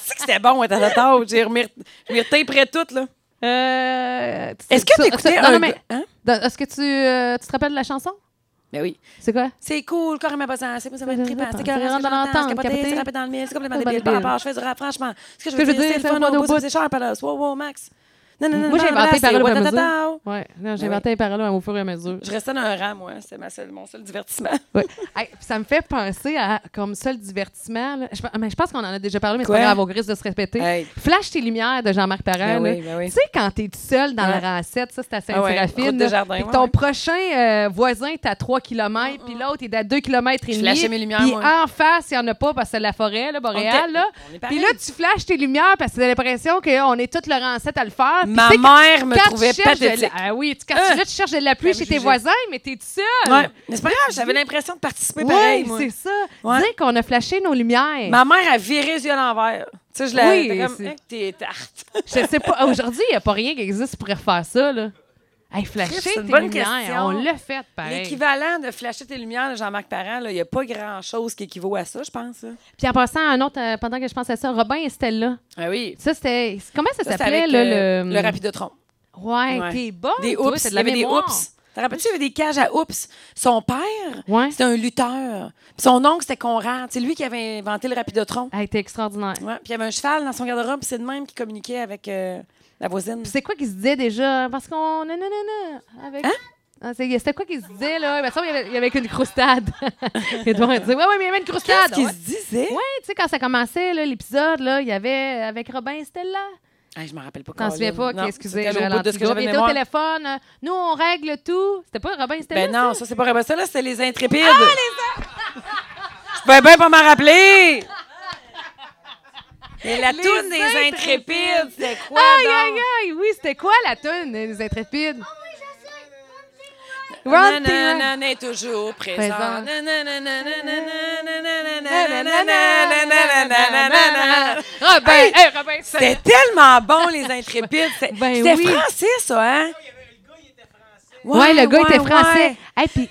c'est que c'était bon, Watatata. J'ai remirté près tout, là.
euh, tu-
Est-ce que
ça-
t'écoutais
ça-
un.
Non, non, mais.
gars- Hein?
dans- Est-ce que tu, euh, tu te rappelles de la chanson?
Ben oui.
C'est quoi?
C'est cool, carrément pas ça. C'est moi, ça va être trippant. C'est
Ça
carrément
rentre dans
dans l'entente. C'est
l'entente,
capoté, c'est
capoté.
rapide dans le mille. C'est complètement
C'est
débile
pas
par
débile.
rapport. Je fais du rap, franchement. Ce que je veux dire, c'est le fun au bout, c'est cher, Palace. Wow, wow, Max. Non, non, non,
Moi, j'ai
non,
inventé
là, c'est
par
Watatata.
mesure. Ouais, non, j'ai
oui.
inventé les paroles au fur et à mesure.
Je restais dans un rang, moi. C'est ma seule, mon seul divertissement.
Ouais. Hey, puis ça me fait penser à comme ça le divertissement. là. Je, pe- ah, mais je pense qu'on en a déjà parlé, mais c'est
Quoi?
pas grave, au gris de se répéter.
Hey.
Flash tes lumières de Jean-Marc Parent.
Ben
là.
oui, ben oui.
Tu sais, quand t'es tout seul dans
Ouais.
la rancette, ça c'est à
Ah ouais,
Sainte-Séraphine.
route des
là,
Jardins,
puis que
ouais,
ton
ouais.
prochain euh, voisin est à 3 km, puis l'autre est à 2 km et
Je
demi.
flashais mes lumières,
Puis
moi.
en face, il n'y en a pas parce que c'est la forêt, là, boréale.
était-
là.
on est pareil.
Puis là, tu flashes tes lumières parce que t'as l'impression qu'on est toute le rancette à le faire. Puis
Ma
tu sais, quand-
mère me
quand tu
trouvait
cherches de la-
pathétique.
Ah oui, tu- quand
Hein?
tu, là, tu cherches de la pluie
Ça me
chez tes
jugeait.
voisins, mais t'es tout seul.
Ouais. Euh, Mais c'est pas grave, j'avais l'impression de participer pareil.
Oui,
moi.
c'est ça.
Ouais.
Dire qu'on a flashé nos lumières.
Ma mère a viré les yeux à l'envers. Tu sais, je l'ai
Oui,
comme,
c'est-
Hey, t'es tarte.
Je sais pas. Aujourd'hui, il n'y a pas rien qui existe pour refaire ça, là. Hey, flasher
Chris, c'est
tes
une bonne
lumières,
question.
on l'a fait, pareil.
L'équivalent de flasher tes lumières de Jean-Marc Parent, là, il n'y a pas grand-chose qui équivaut à ça, je pense. là.
Puis en passant à un autre, euh, pendant que je pense à ça, Robin et Stella.
Ah oui.
Ça, c'était... Comment ça,
Ça, c'était
s'appelait,
avec,
là,
euh,
le...
le rapidotron.
Ouais,
Ouais.
t'es bon,
Des
toi,
oups,
t'as
il
de
y
la
avait des
mémoire.
oups. T'en rappelles-tu, il y avait des cages à oups. Son père,
Ouais.
c'était un lutteur. Puis son oncle, c'était Conrad. C'est lui qui avait inventé le rapidotron.
Hey, t'es extraordinaire.
Ouais. Puis il y avait un cheval dans son garde-robe, puis c'est le même qui communiquait avec euh, la voisine.
Puis c'est quoi qu'ils se disaient déjà? Parce qu'on... Non, non, non, non.
Hein?
Avec... Ah, c'est- C'était quoi qu'ils se disaient, là? Ben, Il me semble qu'il y avait- il y avait qu'une croustade. Edouard disait, ouais, ouais, mais il y avait une croustade.
Qu'est-ce qu'il
Ouais.
se disait?
hein? Ouais, tu sais, quand ça commençait, là, l'épisode, là, il y avait euh, avec Robin et Stella.
Ah, je me rappelle pas.
T'en
Colin.
souviens pas?
Non,
ok,
c'était
excusez, je
au bout de
ralentis
ce
le
que
groupe.
j'avais
Il
de
était au
mémoire.
téléphone. euh, Nous, on règle tout. C'était pas Robin et Stella?
Ben
ça?
non, ça, c'est pas Rebecca, ça, là, c'était les intrépides. Ah, les Je pouvais bien pas m'en rappeler. Mais la
Les
toune des
Intrépides.
intrépides, c'était quoi
Aïe,
donc?
aïe, aïe! Oui, c'était quoi la toune des Intrépides?
Ah
Run, Tira.
Nanana est toujours présent.
Présent.
Nanana, nanana, nanana, nanana, nanana.
Robin,
Hey!
hey, Robin, ça-
C'était tellement bon, les intrépides. C'est-
Ben
C'était
oui.
français, ça, hein?
Ouais, le gars était
ouais,
français.
ouais.
Hey, puis-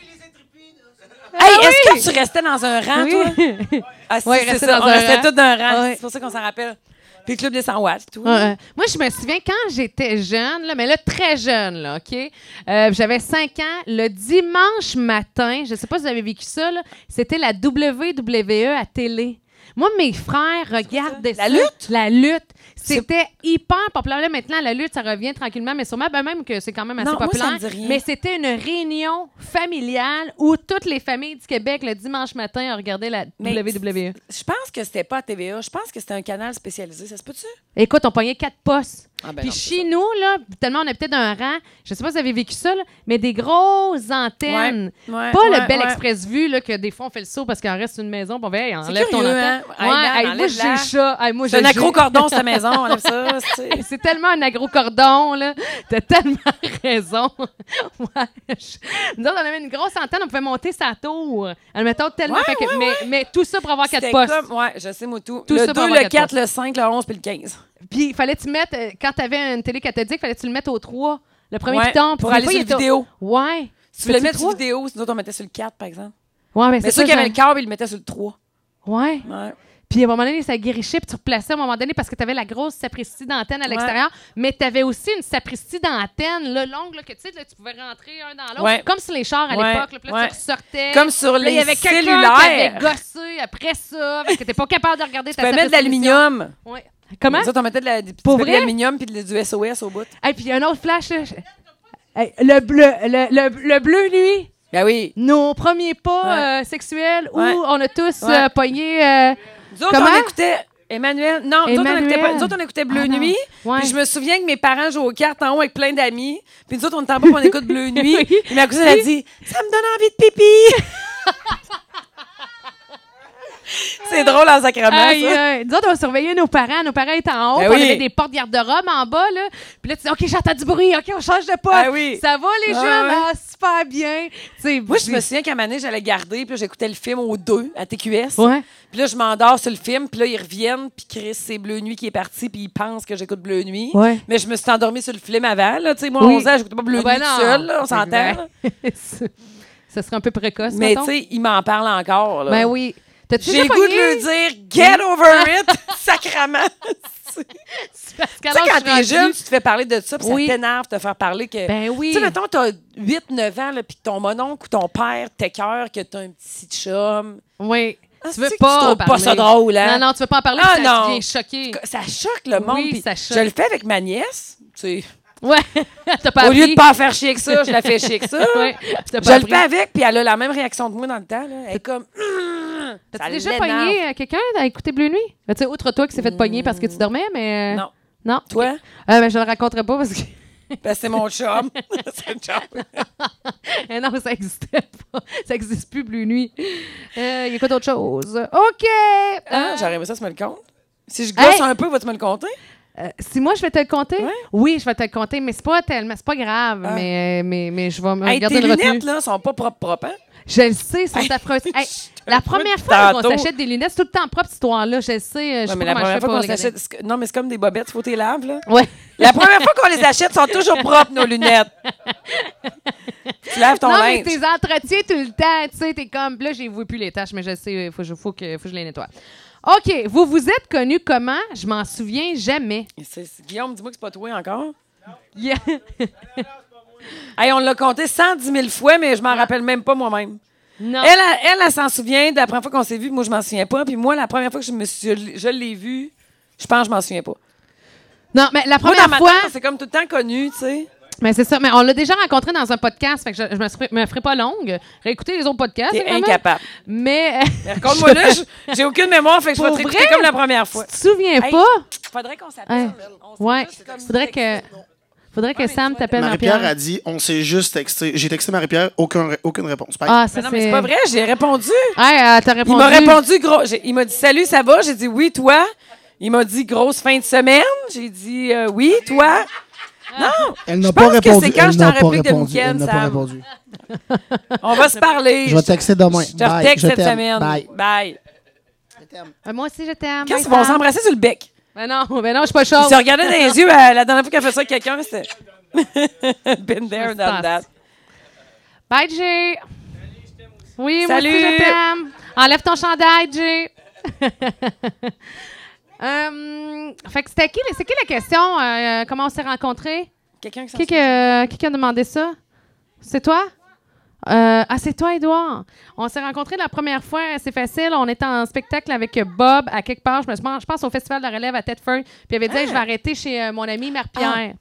Hey,
Ah
est-ce
oui!
que tu restais dans un rang, toi?
Oui.
Ah, si,
Ouais,
c'est
rester
ça.
dans
on
un
restait
rang.
tous d'un rang.
Ouais.
C'est pour ça qu'on s'en rappelle. Puis Club des 100 watts, tout.
Ouais, ouais. Moi, je me souviens quand j'étais jeune, là, mais là, très jeune, là, OK? Euh, J'avais 5 ans. Le dimanche matin, je sais pas si vous avez vécu ça, là, c'était la WWE à télé. Moi, mes frères regardaient
ça?
ça.
La lutte?
La lutte. C'était hyper populaire. Là, maintenant, la lutte, ça revient tranquillement, mais sûrement, ben, même que c'est quand même assez
Non, moi,
populaire.
ça me dit rien.
Mais c'était une réunion familiale où toutes les familles du Québec, le dimanche matin, regardaient la E.
Mais-
WWE.
Je pense que c'était pas à TVA. Je pense que c'était un canal spécialisé. Ça se peut-tu?
Écoute, on pognait quatre postes.
Ah ben
Puis
non,
chez nous, là, tellement on habitait d'un rang, je sais pas si vous avez vécu ça, là, mais des grosses antennes.
Ouais, ouais,
pas
ouais,
le Bel
ouais.
Express Vue, là, que des fois on fait le saut parce qu'il en reste une maison. Bon, ben, hey, enlève ton
curieux,
antenne.
hein? Hey, man,
hey, moi, j'ai
enlève-la.
le chat. Hey, moi,
C'est
j'ai
un
le chat.
accro-cordon, cette maison. On aime ça. c'est-
C'est tellement un agro-cordon, là. T'as tellement raison. ouais. je- Nous autres, on avait une grosse antenne, on pouvait monter sa tour. Admettons, tellement.
Ouais,
fait que-
ouais,
mais, mais tout ça pour avoir Ah, quatre
C'était
postes.
comme- ouais, je sais, moi, tout.
Tout
le
ça pour
2,
avoir
le
quatre
4, le 5, le 11 puis le 15.
Puis il fallait tu mettre euh, quand t'avais une télé cathodique, fallait tu le mettre au 3, le premier
Ouais,
piton Puis
pour
des
aller
fois,
sur
il
le
était au-
vidéo.
Ouais.
Si tu voulais
Fais-tu
mettre sur
trois?
vidéo, sinon on mettait sur le 4, par exemple.
Ouais, mais
Mais
c'est
ceux
ça.
qui avaient
j'ai-
le câble, ils le mettaient sur le 3.
Ouais.
Ouais.
Puis à un moment donné, ça guérichait, puis tu replaçais à un moment donné parce que tu avais la grosse sapristie d'antenne à l'extérieur, mais tu avais aussi une sapristie d'antenne là, longue là, que tu sais, là, tu pouvais rentrer un dans l'autre,
Ouais.
comme sur les chars à
Ouais,
l'époque. là, Puis là,
ouais.
tu ressortais.
Comme sur
Là, Eh, il y
les
avait quelqu'un qui
cellulaires.
avait gossé après ça, parce que t'es pas capable de regarder
Tu
ta
pouvais mettre de
sapristie d'émission.
l'aluminium.
Ouais. Comment?
Nous autres, on mettait de la- du petit peu
Pour
de
vrai?
l'aluminium puis de- du SOS au bout.
Et puis il y a un autre flash. là. Je- Hey, le bleu, le- le- le bleu nuit.
Ben oui.
nos premiers pas
Ouais.
euh, sexuels où
Ouais.
on a tous
Ouais.
euh, pogné. euh,
Nous autres,
Comment?
on écoutait Emmanuel, non, nous autres, on
Emmanuel.
écoutait pas- nous autres, on écoutait Bleu
Ah, non.
Nuit.
Ouais.
Puis je me souviens que mes parents jouaient aux cartes en haut avec plein d'amis. Puis nous autres, on était en bas, puis on écoute Bleu Nuit.
Oui.
Et ma cousine a dit Ça me donne envie de pipi. C'est drôle en sacrement,
Aïe,
ça.
aïe. euh, Nous autres, on surveillait nos parents. Nos parents étaient en haut.
Ben
puis
oui.
On avait des portes garde-robe en bas. Là. Puis là, tu dis, OK, j'entends du bruit. OK, on change de poste.
Ben oui.
Ça va, les
Ah,
jeunes?
ouais.
Ah, super bien. Tu sais,
Moi, je me souviens qu'à un moment donné, j'allais garder, puis là, j'écoutais le film aux deux, à TQS.
Ouais.
Puis là, je m'endors sur le film, puis là, ils reviennent, puis Chris, c'est Bleu Nuit qui est parti, puis ils pensent que j'écoute Bleu Nuit.
Ouais.
Mais je me suis endormie sur le film avant, là. Tu sais, moi,
Oui.
11 ans, j'écoutais pas Bleu
Ah, ben
Nuit
non.
tout seul, là, on s'entend. là.
Ouais. Ça serait un peu précoce,
Mais
mettons.
tu sais, ils m'en parlent encore, là.
Ben oui. T'as-tu
J'ai le
déjà
goût de
pogné?
leur dire « Get over it! » Sacrament!
C'est parce qu'à
Tu sais, quand
l'âge que je
t'es
suis rendue-
jeune, tu te fais parler de ça, puis
Oui.
ça t'énerve de te faire parler que...
Ben oui.
Tu sais, mettons, t'as 8-9 ans, là, puis que ton mononcle ou ton père t'écœure que t'as un petit chum.
Oui.
Ah,
Tu veux
c'est que
pas
tu
en
trouves pas
parler.
ça drôle, hein?
Non, non, tu veux pas en parler.
Ah,
Ah, ça
non.
devient choqué.
Ça choque le monde.
Oui,
puis
ça choque.
Je le fais avec ma nièce. tu sais.
Ouais. T'as pas
Au lieu de
appris.
pas la faire chier avec ça, je la fais chier avec ça.
Ouais. T'as
Je
pas
le
appris.
fais avec, puis elle a la même réaction de moi dans le temps. Là. Elle est comme... Hum, ça
T'as-tu déjà
l'énerve.
pogné euh, quelqu'un à écouter Bleu Nuit? Euh, Tu sais, outre toi qui s'est fait pogner parce que tu dormais, mais. euh,
Hmm. Non.
Non.
Toi?
Euh, ben, je le raconterai pas parce que.
Ben, c'est mon chum. c'est le chum.
Eh non, ça existait pas. Ça existe plus, Bleu Nuit. Euh, Il y a quoi d'autre chose? OK!
Hein?
Euh,
J'aurais aimé ça, tu me le comptes. Si je gosse
Hey!
un peu, vas-tu me le compter?
euh, si moi, je vais te le compter?
Ouais.
Oui, je vais te le compter, mais c'est pas tellement. C'est pas grave,
Ah.
mais, euh, mais, mais je vais me
Hey,
garder
tes
le retenue.
lunettes, là, sont pas propres, propres, hein?
Je le sais, c'est affreux. Hey, la première
depuis
fois qu'on
tantôt.
s'achète des lunettes, c'est tout le temps propre, cette histoire-là. Je le sais. euh, Je sais
Non, mais la
pas comment je
première fois
fais pour
qu'on
les garder.
s'achète. c'est- Non, mais c'est comme des bobettes, faut les laves, là.
Ouais.
La première fois qu'on les achète, sont toujours propres, nos lunettes. tu laves ton
non, mais
linge.
t'es entretiens tout le temps. Tu sais, t'es comme. Là, j'ai vu plus les tâches, mais je sais, il faut, que- faut que, faut que je les nettoie. OK. Vous vous êtes connus comment? Je m'en souviens jamais.
C'est- c'est- Guillaume, dis-moi que c'est pas toi encore.
Yeah.
Hey, on l'a compté 110 000 fois, mais je m'en rappelle même pas moi-même.
non.
Elle, elle, elle, elle s'en souvient de la première fois qu'on s'est vu, moi, je m'en souviens pas. Puis moi, la première fois que je, me suis, je l'ai vue, je pense que je m'en souviens pas.
Non, mais
Moi,
la première
dans ma
fois.
tête, c'est comme tout le temps connu, tu sais.
Mais c'est ça. Mais on l'a déjà rencontré dans un podcast, fait que je, je me, serai- me ferai pas longue. Réécoutez les autres podcasts.
T'es
évidemment.
incapable.
Mais.
Mais Raconte-moi là, je- j'ai aucune mémoire, fait que je vais
Pour
te réécouter
vrai?
comme la première fois.
tu te souviens
Hey,
pas?
Faudrait qu'on
Ouais.
s'appelle. On s'est
Ouais.
juste comme Ah,
Faudrait que,
texté.
faudrait que Sam t'appelle
Marie-Pierre a
Marie-Pierre.
dit on s'est juste texté. J'ai texté Marie-Pierre, aucun, aucune réponse. Par-
Ah,
Mais
ça,
Ben non, mais c'est pas vrai, j'ai répondu.
Ouais, euh, t'as répondu.
Il m'a répondu gros. j'ai- Il m'a dit Salut, ça va? J'ai dit Oui, toi. Il m'a dit grosse fin de semaine. J'ai dit euh, oui, toi.
Ah.
Non!
Elle n'a
Je
pas
pense que
répondu.
c'est quand
elle
je
n'a
t'en
pas
réplique de
répondu.
week-end,
Elle n'a pas
Sam.
répondu.
On va se parler.
Je vais texter demain.
Je te
Bye.
texte
Je
cette
t'aime.
semaine.
Bye.
Bye.
Euh, Moi aussi, je t'aime.
Qu'est-ce
Bye,
qu'ils vont
Sam.
s'embrasser sur le bec?
Ben non, ben non, je suis pas
Ils
chaude.
se regardaient dans les yeux euh, la dernière fois qu'elle fait ça avec quelqu'un. C'était. Been there, done that.
Bye, Jay. Oui,
Salut.
moi aussi, je t'aime. Enlève ton chandail, Jay. Hum, fait que c'était qui, c'est qui la question? euh, comment on s'est rencontrés?
Quelqu'un qui s'en
Qui, que- euh, qui qui a demandé ça? C'est toi? Euh, ah, c'est toi, Edouard. On s'est rencontrés la première fois, c'est facile. On était en spectacle avec Bob à quelque part. Je, me souviens- je pense au Festival de la Relève à Tedford. Puis il avait dit Hey, Je vais arrêter chez euh, mon ami Marie-Pierre.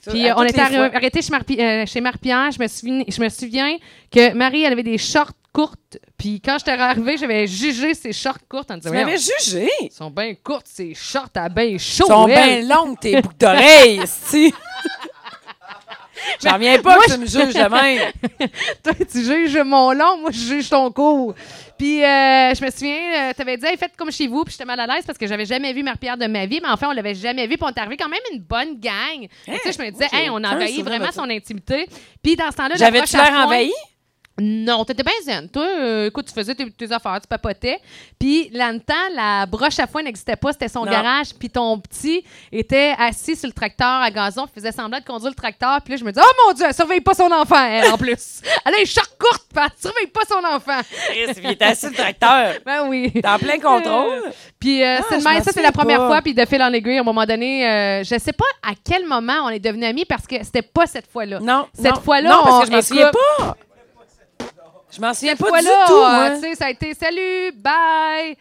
Ça,
Puis
Ah! à
euh, on
toutes
était
les fois.
arrêté chez Marie- euh, chez Marie-Pierre. Je, me souviens- je me souviens que Marie, elle avait des shorts courtes. Puis quand j'étais arrivée, j'avais jugé ses shorts courtes en disant
Tu
Voyons,
m'avais jugé. Oh,
Ils sont bien courtes, ces shorts à bien
Ils
chaud.
sont
elle.
bien longues, tes boucles d'oreilles, si. J'en viens pas que tu me juges de même.
Toi, tu juges mon long, moi, je juge ton cours. Puis, euh, je me souviens, tu avais dit, Hey, faites comme chez vous, puis j'étais mal à l'aise parce que j'avais jamais vu Marie-Pierre de ma vie, mais enfin, on l'avait jamais vu, puis on est arrivé quand même une bonne
Hein?
gang. Tu sais, je me disais,
moi, j'ai
hey, on
aucun
a envahi
souvenir
vraiment
de ça.
son intimité. Puis, dans ce temps-là, la
J'avais-tu
prochaine
l'air
fois-
envahi?
Non, t'étais bien zen. Toi, euh, écoute, tu faisais tes, tes affaires, tu papotais. Puis, là temps, la broche à foin n'existait pas, c'était son
Non.
garage. Puis, ton petit était assis sur le tracteur à gazon, puis faisait semblant de conduire le tracteur. Puis là, je me dis, oh mon Dieu, elle surveille pas son enfant, elle, en plus. Elle a les shorts courtes, puis elle surveille pas son enfant.
Chris, puis il était assis le tracteur.
Ben oui.
T'es en plein contrôle.
Puis euh, c'est
Ah, je
le même,
m'en
ça c'est la
souviens
première
pas.
fois, puis de fil en aiguille, à un moment donné, euh, je sais pas à quel moment on est devenus amis parce que c'était pas cette fois-là.
Non.
Cette
non,
fois-là,
Non, parce que
on-
je m'en souviens
écoute,
pas. Je m'en souviens
Cette
pas du
fois-là,
tout,
euh,
moi.
tu sais, ça a été salut, bye,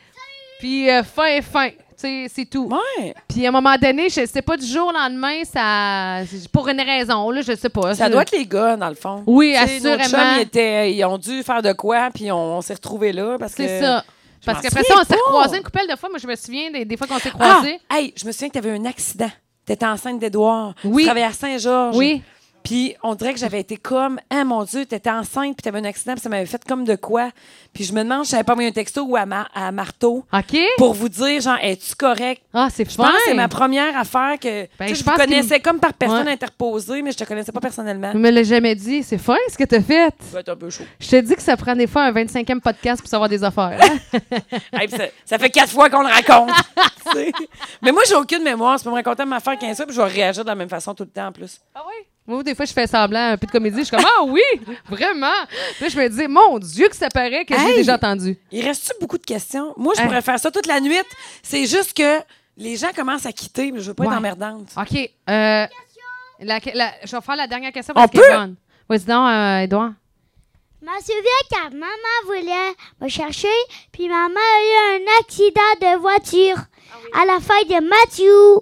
puis euh, fin, fin. Tu sais, c'est tout.
Ouais.
Puis à un moment donné, je sais pas, du jour au lendemain, ça. Pour une raison, là, je sais pas.
Ça
Je-
doit être les gars, dans le fond.
Euh, Oui,
Tu sais, nos
assurément.
chums, ils, étaient- ils ont dû faire de quoi, puis on, on s'est retrouvés là. parce que
C'est ça. Parce
m'en
qu'après ça,
souviens
on s'est
pas.
recroisés une couple de fois. Moi, je me souviens des, des fois qu'on s'est
Ah,
croisés.
hey, je me souviens que tu avais un accident. Tu étais enceinte d'Edouard.
Oui.
Tu travaillais à Saint-Georges.
Oui.
Puis on dirait que j'avais été comme, ah mon Dieu, tu étais enceinte, puis tu avais un accident, puis ça m'avait fait comme de quoi. Puis je me demande, je n'avais pas envoyé un texto ou à, Mar- à Marteau
OK?
pour vous dire, genre, es-tu correct?
Ah, c'est
Je pense
fin.
que c'est ma première affaire que tu
Ben,
sais,
je
je,
pense
vous connaissais comme par personne
Ouais. Mm.
interposée, mais je te connaissais pas personnellement.
Tu me l'as jamais dit. C'est fin ce que t'as fait.
Ça va être un peu chaud.
Je te dis que ça prend des fois un 25e podcast pour savoir des affaires. hein?
Hey, puis ça, ça fait quatre fois qu'on le raconte. tu sais. mais moi, j'ai aucune mémoire. Tu peux me raconter ma affaire 15 fois, puis je vais réagir de la même façon tout le temps en plus.
Ah oui? Moi, des fois, je fais semblant un peu de comédie. Je suis comme, ah oui, vraiment. Puis là, je me dis, mon Dieu, que ça paraît que j'ai
Hey!
déjà entendu.
Il reste-tu beaucoup de questions? Moi, je
Hey.
pourrais faire ça toute la nuit. C'est juste que les gens commencent à quitter, mais je veux pas
Ouais.
être emmerdante.
OK. euh, la- la- je vais faire la dernière question
On
parce qu'elle
peut?
est bonne. Vas-y donc, euh, Édouard.
Je me souviens quand maman voulait me chercher, puis maman a eu un accident de voiture à la fête de Mathieu.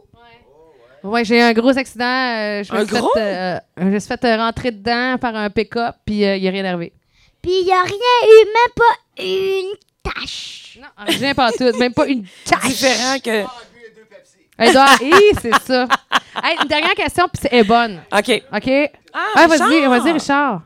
Oui, j'ai eu un gros accident. euh, je me
Un
suis
gros?
fait, euh, je me suis fait euh, rentrer dedans par un pick-up, puis euh, il est rien arrivé.
Puis il n'y a rien eu, même pas une tache.
Non, rien pas tout. Même pas une tache.
Différent que.
Édouard, hi, c'est ça. Hey, une dernière question, puis c'est elle est bonne.
OK.
OK?
Ah,
Ah, vas-y,
Richard!
vas-y, Richard.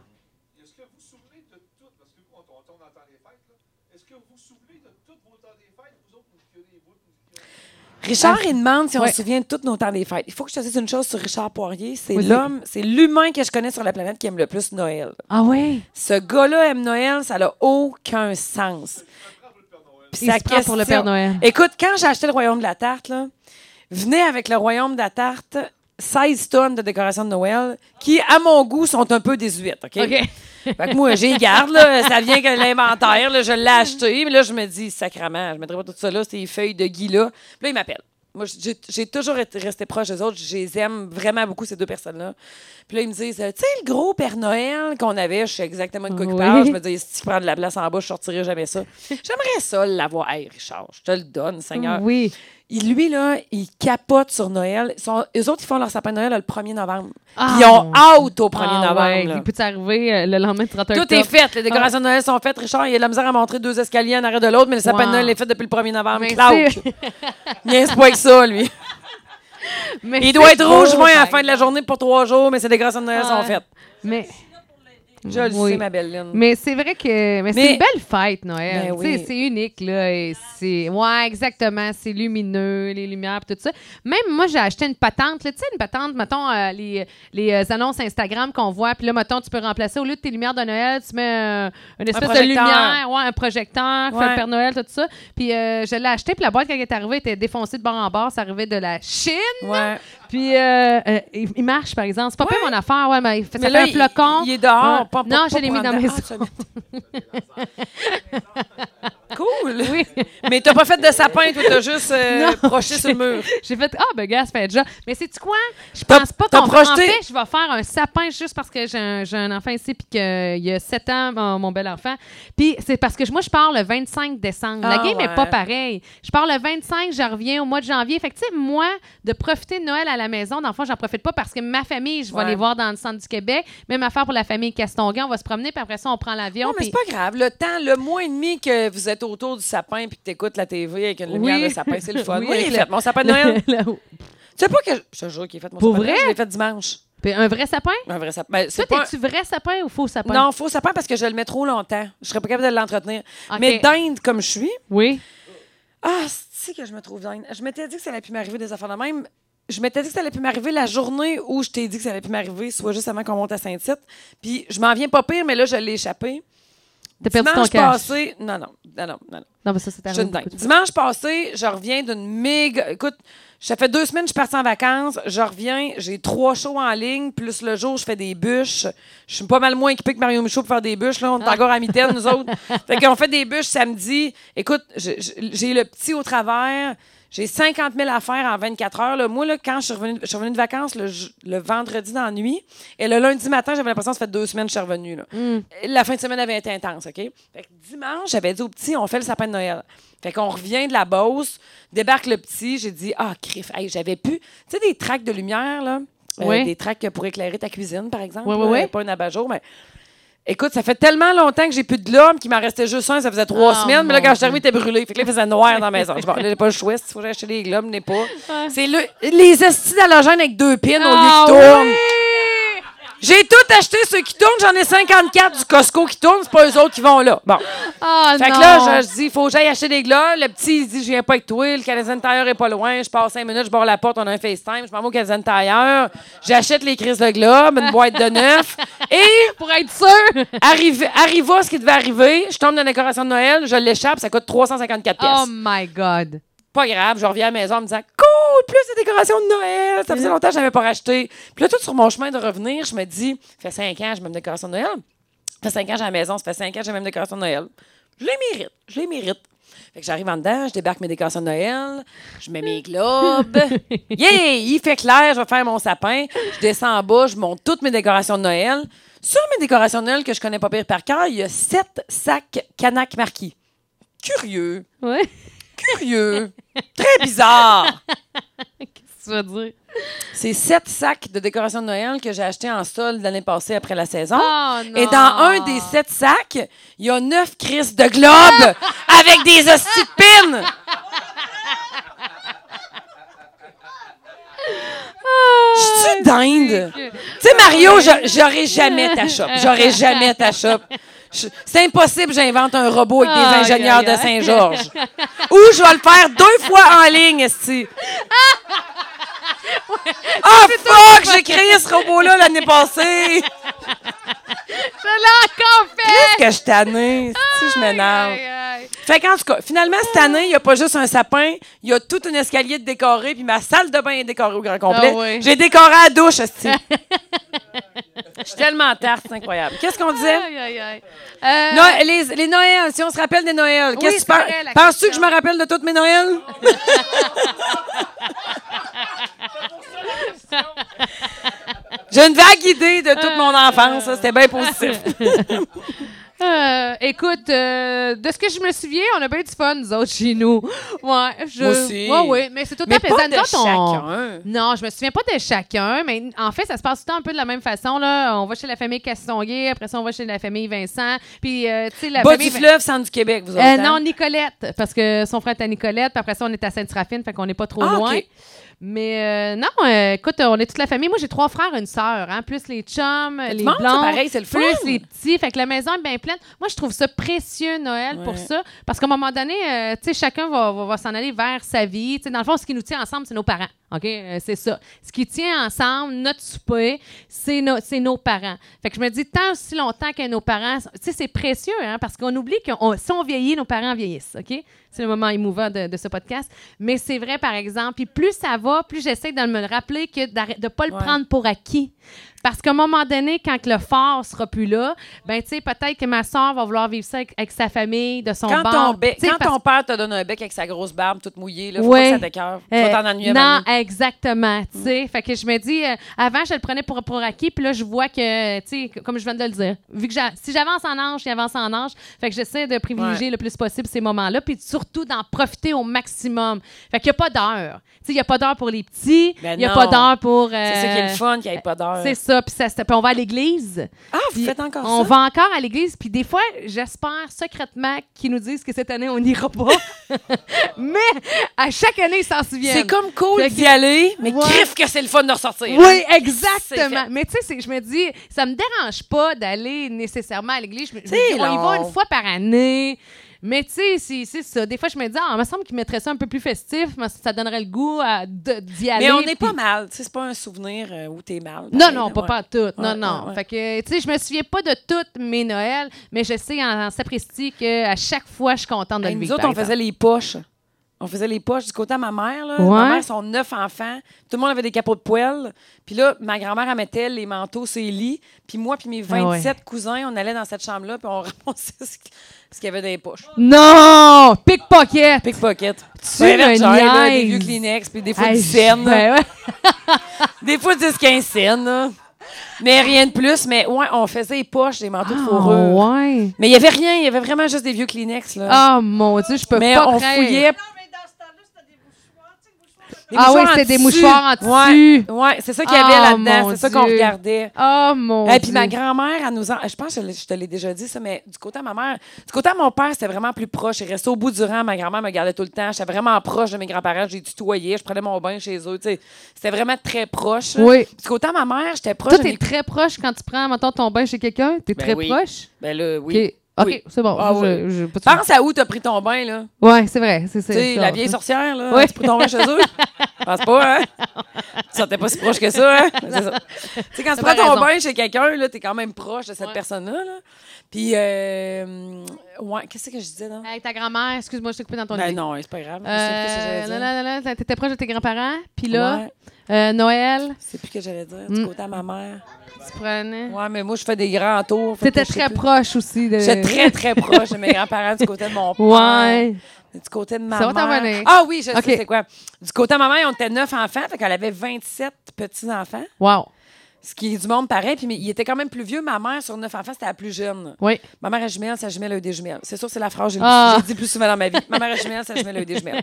Est-ce que vous vous souvenez de tout, parce que on, on tourne en temps des fêtes, là, est-ce que vous vous souvenez de tous vos temps des fêtes, vous autres, vous avez des bouts, vous avez-
Richard, il demande si on
Ouais.
se souvient de tous nos temps des fêtes. Il faut que je te dise une chose sur Richard Poirier. C'est
Vas-y.
l'homme, c'est l'humain que je connais sur la planète qui aime le plus Noël.
Ah oui?
Ce gars-là aime Noël, ça n'a aucun sens. Puis
Il
sa
se prend pour le Père Noël.
Écoute, quand j'ai acheté le Royaume de la Tarte, là, venez avec le Royaume de la Tarte 16 tonnes de décorations de Noël qui, à mon goût, sont un peu désuètes. OK?
OK.
Fait que moi, j'y garde, là, ça vient que l'inventaire, là, je l'ai acheté, mais là, je me dis, sacrament, je mettrai pas tout ça là, ces feuilles de Guy là. Puis là, ils m'appellent. Moi, j'ai j'ai toujours été- resté proche des autres. Je les aime vraiment beaucoup, ces deux personnes-là. Puis là, ils me disent, tu sais, le gros Père Noël qu'on avait, je sais exactement de quoi
Oui.
il parle. Je me dis, si tu prends de la place en bas, je sortirai jamais ça. J'aimerais ça l'avoir. Hey, Richard, je te le donne, Seigneur.
Oui.
Il- lui, là, il capote sur Noël. Son- eux autres, ils font leur sapin de Noël le 1er novembre.
Ah,
ils ont
mon
hâte au 1er
Ah,
novembre.
ouais.
là.
Il peut t'arriver euh, le lendemain du 31
Tout est fait. Les
Ah.
décorations de Noël sont faites. Richard, il a de la misère à montrer deux escaliers en arrêt de l'autre, mais le sapin
Wow.
de Noël est fait depuis le 1er novembre.
Mais
Claude, niaise pas que ça, lui.
Mais
Il doit
c'est
être rouge
beau,
joint à la
par
fin de la journée pour trois jours, mais ses décorations de Noël
Ouais.
sont faites.
Mais,
Je le
Oui.
sais, ma belle Lynn.
mais c'est vrai que mais c'est
Mais-
une belle fête, Noël.
Ben
Tu sais,
oui.
C'est unique, là. Et c'est, ouais, exactement. C'est lumineux, les lumières, pis tout ça. Même moi, j'ai acheté une patente. là. Tu sais, une patente, mettons, euh, les, les euh, annonces Instagram qu'on voit. Puis là, mettons, tu peux remplacer, au lieu de tes lumières de Noël, tu mets euh, une espèce de
projecteur.
lumière, ouais, un projecteur, fait
Ouais.
le Père Noël, tout ça. Puis euh, je l'ai acheté, puis la boîte, quand elle est arrivée, était défoncée de bord en bord. Ça arrivait de la Chine.
Ouais.
Puis euh, euh, il il marche, par exemple. C'est pas pire mon affaire, ouais, mais il fait- ça
Mais
fait
là,
un
il-
flocon.
Il, est dehors.
Ouais.
pas- pas-
non,
pas
je l'ai
pour
mis
en
dans mes
dedans. Ah, tu- Cool.
Oui.
Mais t'as pas fait de sapin, toi, t'as juste euh,
Non.
proché sur le mur.
J'ai fait Ah, ben, gars, ça fait déjà. Mais c'est tu quoi? Je
T'as-
pense pas
t'as
qu'on En
projeté-
fait, je vais faire un sapin juste parce que j'ai un, j'ai un enfant ici, puis qu'il y a 7 ans, mon, mon bel enfant. Puis c'est parce que je- moi, je pars le 25 décembre. La
Ah,
game est
ouais.
pas pareille. Je pars le 25, je reviens au mois de janvier. Fait que, tu sais, moi, de profiter de Noël à la maison, dans le fond, j'en profite pas parce que ma famille, je vais
Ouais.
les voir dans le centre du Québec. Même affaire pour la famille Castonguay. On va se promener, puis après ça, on prend l'avion.
Non, mais
puis-
c'est pas grave. Le temps, le mois et demi que vous êtes autour du sapin puis que t'écoutes la TV avec une lumière
Oui.
de sapin, c'est le fun.
Oui,
Oui, il est
avec le-
fait. Mon sapin de Noël,
Là-haut.
Tu sais pas que. Je te jure qu'il est fait mon
Pour
sapin de
vrai?
Noël, Je l'ai fait dimanche.
Puis un vrai sapin?
Un vrai sapin. Ben,
Toi,
c'est pas.
t'es-tu vrai sapin ou faux sapin?
Non, faux sapin parce que je le mets trop longtemps. Je serais pas capable de l'entretenir.
Ok.
Mais dinde comme je suis.
Oui.
Ah, c'est que je me trouve dinde. Je m'étais dit que ça allait plus m'arriver des affaires de même. Je m'étais dit que ça allait plus m'arriver la journée où je t'ai dit que ça allait plus m'arriver, soit juste avant qu'on monte à Saint-Tite. Puis je m'en viens pas pire, mais là, je l'ai échappé.
T'as perdu ton
Dimanche
cash.
passé. Non, non, non, non, non. non.
Non, mais ça, c'est
Je suis
arrivé.
une dingue.
beaucoup de fois.
Dimanche passé, je reviens d'une méga. Écoute, ça fait deux semaines que je suis partie en vacances. Je reviens, j'ai trois shows en ligne, plus le jour, je fais des bûches. Je suis pas mal moins équipée que Mario Michaud pour faire des bûches. Là, on est encore à mitaine, nous autres. Fait qu'on fait des bûches samedi. Écoute, je- je- j'ai le petit au travers. J'ai 50 000 affaires en 24 heures. là. Moi, là, quand je suis revenue, je suis revenue de vacances le, j- le vendredi dans la nuit, et le lundi matin, j'avais l'impression que ça fait deux semaines que je suis revenue. là.
Mm.
La fin de semaine avait été intense, OK? Fait que dimanche, j'avais dit au petit, on fait le sapin de Noël. Fait qu'on revient de la Beauce, débarque le petit, j'ai dit, ah, crif, hey, j'avais pu. Tu sais, des tracts de lumière, là? Euh,
Oui.
Des tracts pour éclairer ta cuisine, par exemple.
Oui, oui,
là,
oui.
Pas un abat-jour, mais Écoute, ça fait tellement longtemps que j'ai plus de globe qu'il m'en restait juste un, ça faisait trois
Ah,
semaines. Mais là,
mon
quand je suis arrivée, il était brûlé. Fait que là, il faisait noir dans la maison. Je dis, bon, là, j'ai pas le choix. S'il faut que j'achète des globes, n'est pas. C'est le, les estis d'halogène avec deux pins au lieu
Ah,
qui tournent.
oui!
J'ai tout acheté, ceux qui tournent. J'en ai 54 du Costco qui tournent. C'est pas eux autres qui vont là. Bon.
Ah,
Fait
non.
que là, je, je dis, faut que j'aille acheter des globes. Le petit, il dit, je viens pas avec toi. Le Canadien Tire est pas loin. Je passe cinq minutes, je barre la porte, on a un FaceTime. Je m'en vais au Canadien Tire. J'achète les crises de globes, une boîte de neuf. Et
Pour être sûr.
Arrive, arriva ce qui devait arriver. Je tombe dans la décoration de Noël, je l'échappe, ça coûte 354 pièces.
Oh my God.
Pas grave, je reviens à la maison en me disant cool, plus de décorations de Noël. Ça faisait longtemps que je n'avais pas racheté. Puis là, tout sur mon chemin de revenir, je me dis, ça fait cinq ans, j'ai même décoration de Noël. Ça fait cinq ans, j'ai la maison, ça fait cinq ans, j'ai même décoration de Noël. Je les mérite, je les mérite. Fait que j'arrive en dedans, je débarque mes décorations de Noël, je mets mes globes. yeah! Il fait clair, je vais faire mon sapin. Je descends en bas, je monte toutes mes décorations de Noël. Sur mes décorations de Noël que je connais pas pire par cœur, il y a sept sacs Canac marquis. Curieux
Ouais.
curieux, très bizarre.
Qu'est-ce que tu vas dire?
C'est sept sacs de décoration de Noël que j'ai achetés en solde l'année passée après la saison.
Oh non.
Et dans un des sept sacs, il y a neuf crises de globe avec des hosties de pins. Je
Oh,
suis dinde. Tu sais, Mario, j'a- j'aurais jamais ta shop. J'aurais jamais ta shop. Je- C'est impossible, j'invente un robot avec
Ah,
des ingénieurs
aïe, aïe.
de Saint-Georges. Ou je vais le faire deux fois en ligne, esti. Ah, fuck! J'ai créé ce robot-là l'année passée!
Je l'ai encore fait.
Qu'est-ce que je suis tannée? Si je m'énerve.
Aïe, aïe, aïe.
Fait qu'en tout cas, finalement, cette année, il n'y a pas juste un sapin, il y a tout un escalier de décoré, puis ma salle de bain est décorée au grand complet.
Ah oui.
J'ai décoré à la douche, aussi. Je suis tellement tarte, c'est incroyable. Qu'est-ce qu'on disait?
Aïe, aïe, aïe. Euh,
No- les, les Noëls, si on se rappelle des Noëls, qu'est-ce que tu
c'est
penses?
vrai, la
Penses-tu que je
question.
me rappelle de toutes mes Noëls? J'ai une vague idée de toute mon enfance, ça, c'était bien positif.
euh, écoute, euh, de ce que je me souviens, on a bien du fun, nous autres, chez nous. Ouais, je,
Moi aussi.
Ouais, ouais, mais c'est tout le
Mais
temps plaisant.
pas de
Nous autres, on-
chacun.
Non, je me souviens pas de chacun, mais en fait, ça se passe tout le temps un peu de la même façon. Là. On va chez la famille Castonguay, après ça, on va chez la famille Vincent. Puis, euh, tu sais, la
Bas
famille.
du fleuve, centre du Québec, vous autres. hein?
Euh, non, Nicolette, parce que son frère est à Nicolette, puis après ça, on est à Sainte-Raphine, fait qu'on n'est pas trop
Ah,
loin.
ok.
Mais euh, non, euh, écoute, on est toute la famille. Moi, j'ai trois frères, une sœur, hein, plus les chums, les
du monde, ça,
blondes,
pareil, c'est le fun.
plus les petits. Fait que la maison est bien pleine. Moi, je trouve ça précieux, Noël, pour
Ouais.
ça. Parce qu'à un moment donné, euh, tu sais, chacun va, va- va s'en aller vers sa vie. Tu sais, dans le fond, ce qui nous tient ensemble, c'est nos parents. OK? Euh, c'est ça. Ce qui tient ensemble, notre souper, c'est no- c'est nos parents. Fait que je me dis, tant aussi longtemps que nos parents... Tu sais, c'est précieux, hein? Parce qu'on oublie que on- si on vieillit, nos parents vieillissent. OK? C'est le moment émouvant de, de ce podcast. Mais c'est vrai, par exemple. Puis plus ça va, plus j'essaie de me le rappeler que d'arrêt- de ne pas le
Ouais.
prendre pour acquis. Parce qu'à un moment donné, quand que le fort sera plus là, ben tu sais, peut-être que ma soeur va vouloir vivre ça avec, avec sa famille, de son
Quand,
bord.
ton, bec-
Tu sais,
quand
parce-
ton père te donne un bec avec sa grosse barbe toute mouillée, là, faut
Ouais.
pas que ça t'écœure. Tu vas
Euh,
t'en ennuyer,
Non,
maman.
exactement. Tu sais, fait que je me dis, euh, avant, je le prenais pour, pour acquis, puis là, je vois que, tu sais, c- comme je viens de le dire, vu que j'a- si j'avance en ange, j'avance en ange. Fait que j'essaie de privilégier le plus possible ces moments-là, puis surtout d'en profiter au maximum. Fait qu'il n'y a pas d'heure. Tu sais, il n'y a pas d'heure pour les petits, il
Ben
n'y a
non.
pas d'heure pour.
C'est ça qui est
euh,
le fun, qu'il n'y ait pas d'heure.
C'est ça, puis ça, se- puis on va à l'église.
Ah, vous
Puis
faites encore
on
ça?
va encore à l'église, puis des fois, j'espère secrètement qu'ils nous disent que cette année, on n'ira pas. Mais à chaque année, ils s'en souviennent.
C'est comme cool
Fait que-
d'y aller, mais
Ouais.
crif que c'est le fun de ressortir. hein.
Oui,
C'est
exactement.
fait.
Mais tu sais, c'est- je me dis, ça me dérange pas d'aller nécessairement à l'église. Je me- je me
C'est
dis, on y va
long.
une fois par année. Mais tu sais, c'est c'est ça. Des fois, je me dis, ah, il me semble qu'ils mettraient ça un peu plus festif, mais ça donnerait le goût à- de- d'y aller.
Mais on n'est
puis-
pas mal. tu sais, C'est pas un souvenir euh, où t'es mal.
non, non, pas, pas toutes.
Ouais,
Non, non.
ouais, ouais.
Fait que, tu sais, je me souviens pas de toutes mes Noëls, mais je sais en, en sapristi qu'à chaque fois, je suis contente de
Hey,
le
Ben, nous
vivre.
autres,
par
on faisait
exemple.
les poches. On faisait les poches du côté de ma mère. Là.
Ouais.
Ma mère, son neuf enfants. Tout le monde avait des capots de poêle. Puis là, ma grand-mère, elle mettait les manteaux sur les lits. Puis moi, puis mes
Ah
27
ouais.
cousins, on allait dans cette chambre-là, puis on ramassait ce qui- ce qu'il y avait dans les poches.
Non! Pickpocket!
Pickpocket.
Tu
Ouais,
me
Jack, là, Des
niaises.
vieux Kleenex, puis des fois
Hey,
du scène.
ben ouais.
Des fois 10-15 scènes. là. Mais rien de plus. Mais ouais, on faisait les poches, des manteaux de fourrure.
Ah, ouais.
Mais il y avait rien. Il y avait vraiment juste des vieux Kleenex. Là.
Ah, mon Dieu, je peux
mais
pas
on
croire.
fouillait.
Non, mais dans ce temps-là, c'était des mouchoirs. Tu sais, le mouchoir,
Des
Ah oui,
mouchoirs en
c'était des
tissu.
mouchoirs en
Ouais,
tissu.
ouais, c'est ça qu'il y avait
Ah,
là-dedans.
mon
C'est ça qu'on
Dieu.
regardait.
Oh mon
Et puis
Dieu.
ma grand-mère, elle nous en... je pense que je l'ai- je te l'ai déjà dit ça, mais du côté de ma mère, du côté de mon père, c'était vraiment plus proche. Il restait au bout du rang, ma grand-mère me gardait tout le temps. J'étais vraiment proche de mes grands-parents, j'ai tutoyé, je prenais mon bain chez eux. tu sais. C'était vraiment très proche.
Oui.
Du côté de ma mère, j'étais proche
Toi,
de
t'es
mes-
très proche quand tu prends, mettons, ton bain chez quelqu'un. T'es
Ben
très
oui.
proche.
Ben là, oui.
OK, OK,
Oui.
c'est bon.
Ah
je,
oui.
je- pas de
Pense à où t'as pris ton bain, là.
Ouais, c'est vrai. C'est, c'est,
Tu sais,
ça.
la vieille sorcière, là.
Oui.
Tu peux tomber chez eux. Je pense pas, hein? Tu sentais pas si proche que ça, hein? C'est ça. Tu sais, quand tu
T'as
prends
bien
ton
raison.
bain chez quelqu'un, là, t'es quand même proche de cette
Ouais.
personne-là, là. Puis, euh, ouais, qu'est-ce que je disais, non?
Avec ta grand-mère, excuse-moi, je t'ai coupé dans ton
Ben
idée.
non, c'est pas grave.
Euh,
c'est
non,
plus
non, non, non, t'étais proche de tes grands-parents, puis
que j'allais
là,
dire. Ouais,
euh, Noël,
c'est plus que j'allais dire.
Mm.
Du côté à ma mère.
tu prenais.
Ouais, mais moi, je fais des grands tours. fait que
T'étais
je sais
très
plus.
proche aussi. De...
J'étais très, très proche de mes grands-parents du côté de mon père.
Ouais.
Du côté de ma
Ça va t'en
mère.
venir.
Ah oui, je
OK.
sais c'est quoi. Du côté de ma mère, on était neuf enfants, fait qu'elle avait 27 petits-enfants,
Wow.
ce qui est du monde pareil. Puis mais il était quand même plus vieux. Ma mère, sur neuf enfants, c'était la plus jeune.
Oui.
Ma mère est jumelle, sa jumelle a eu des jumelles. C'est sûr, c'est la phrase que j'ai
Ah.
j'ai dit plus souvent dans ma vie. Ma mère est jumelle, sa jumelle a eu des jumelles.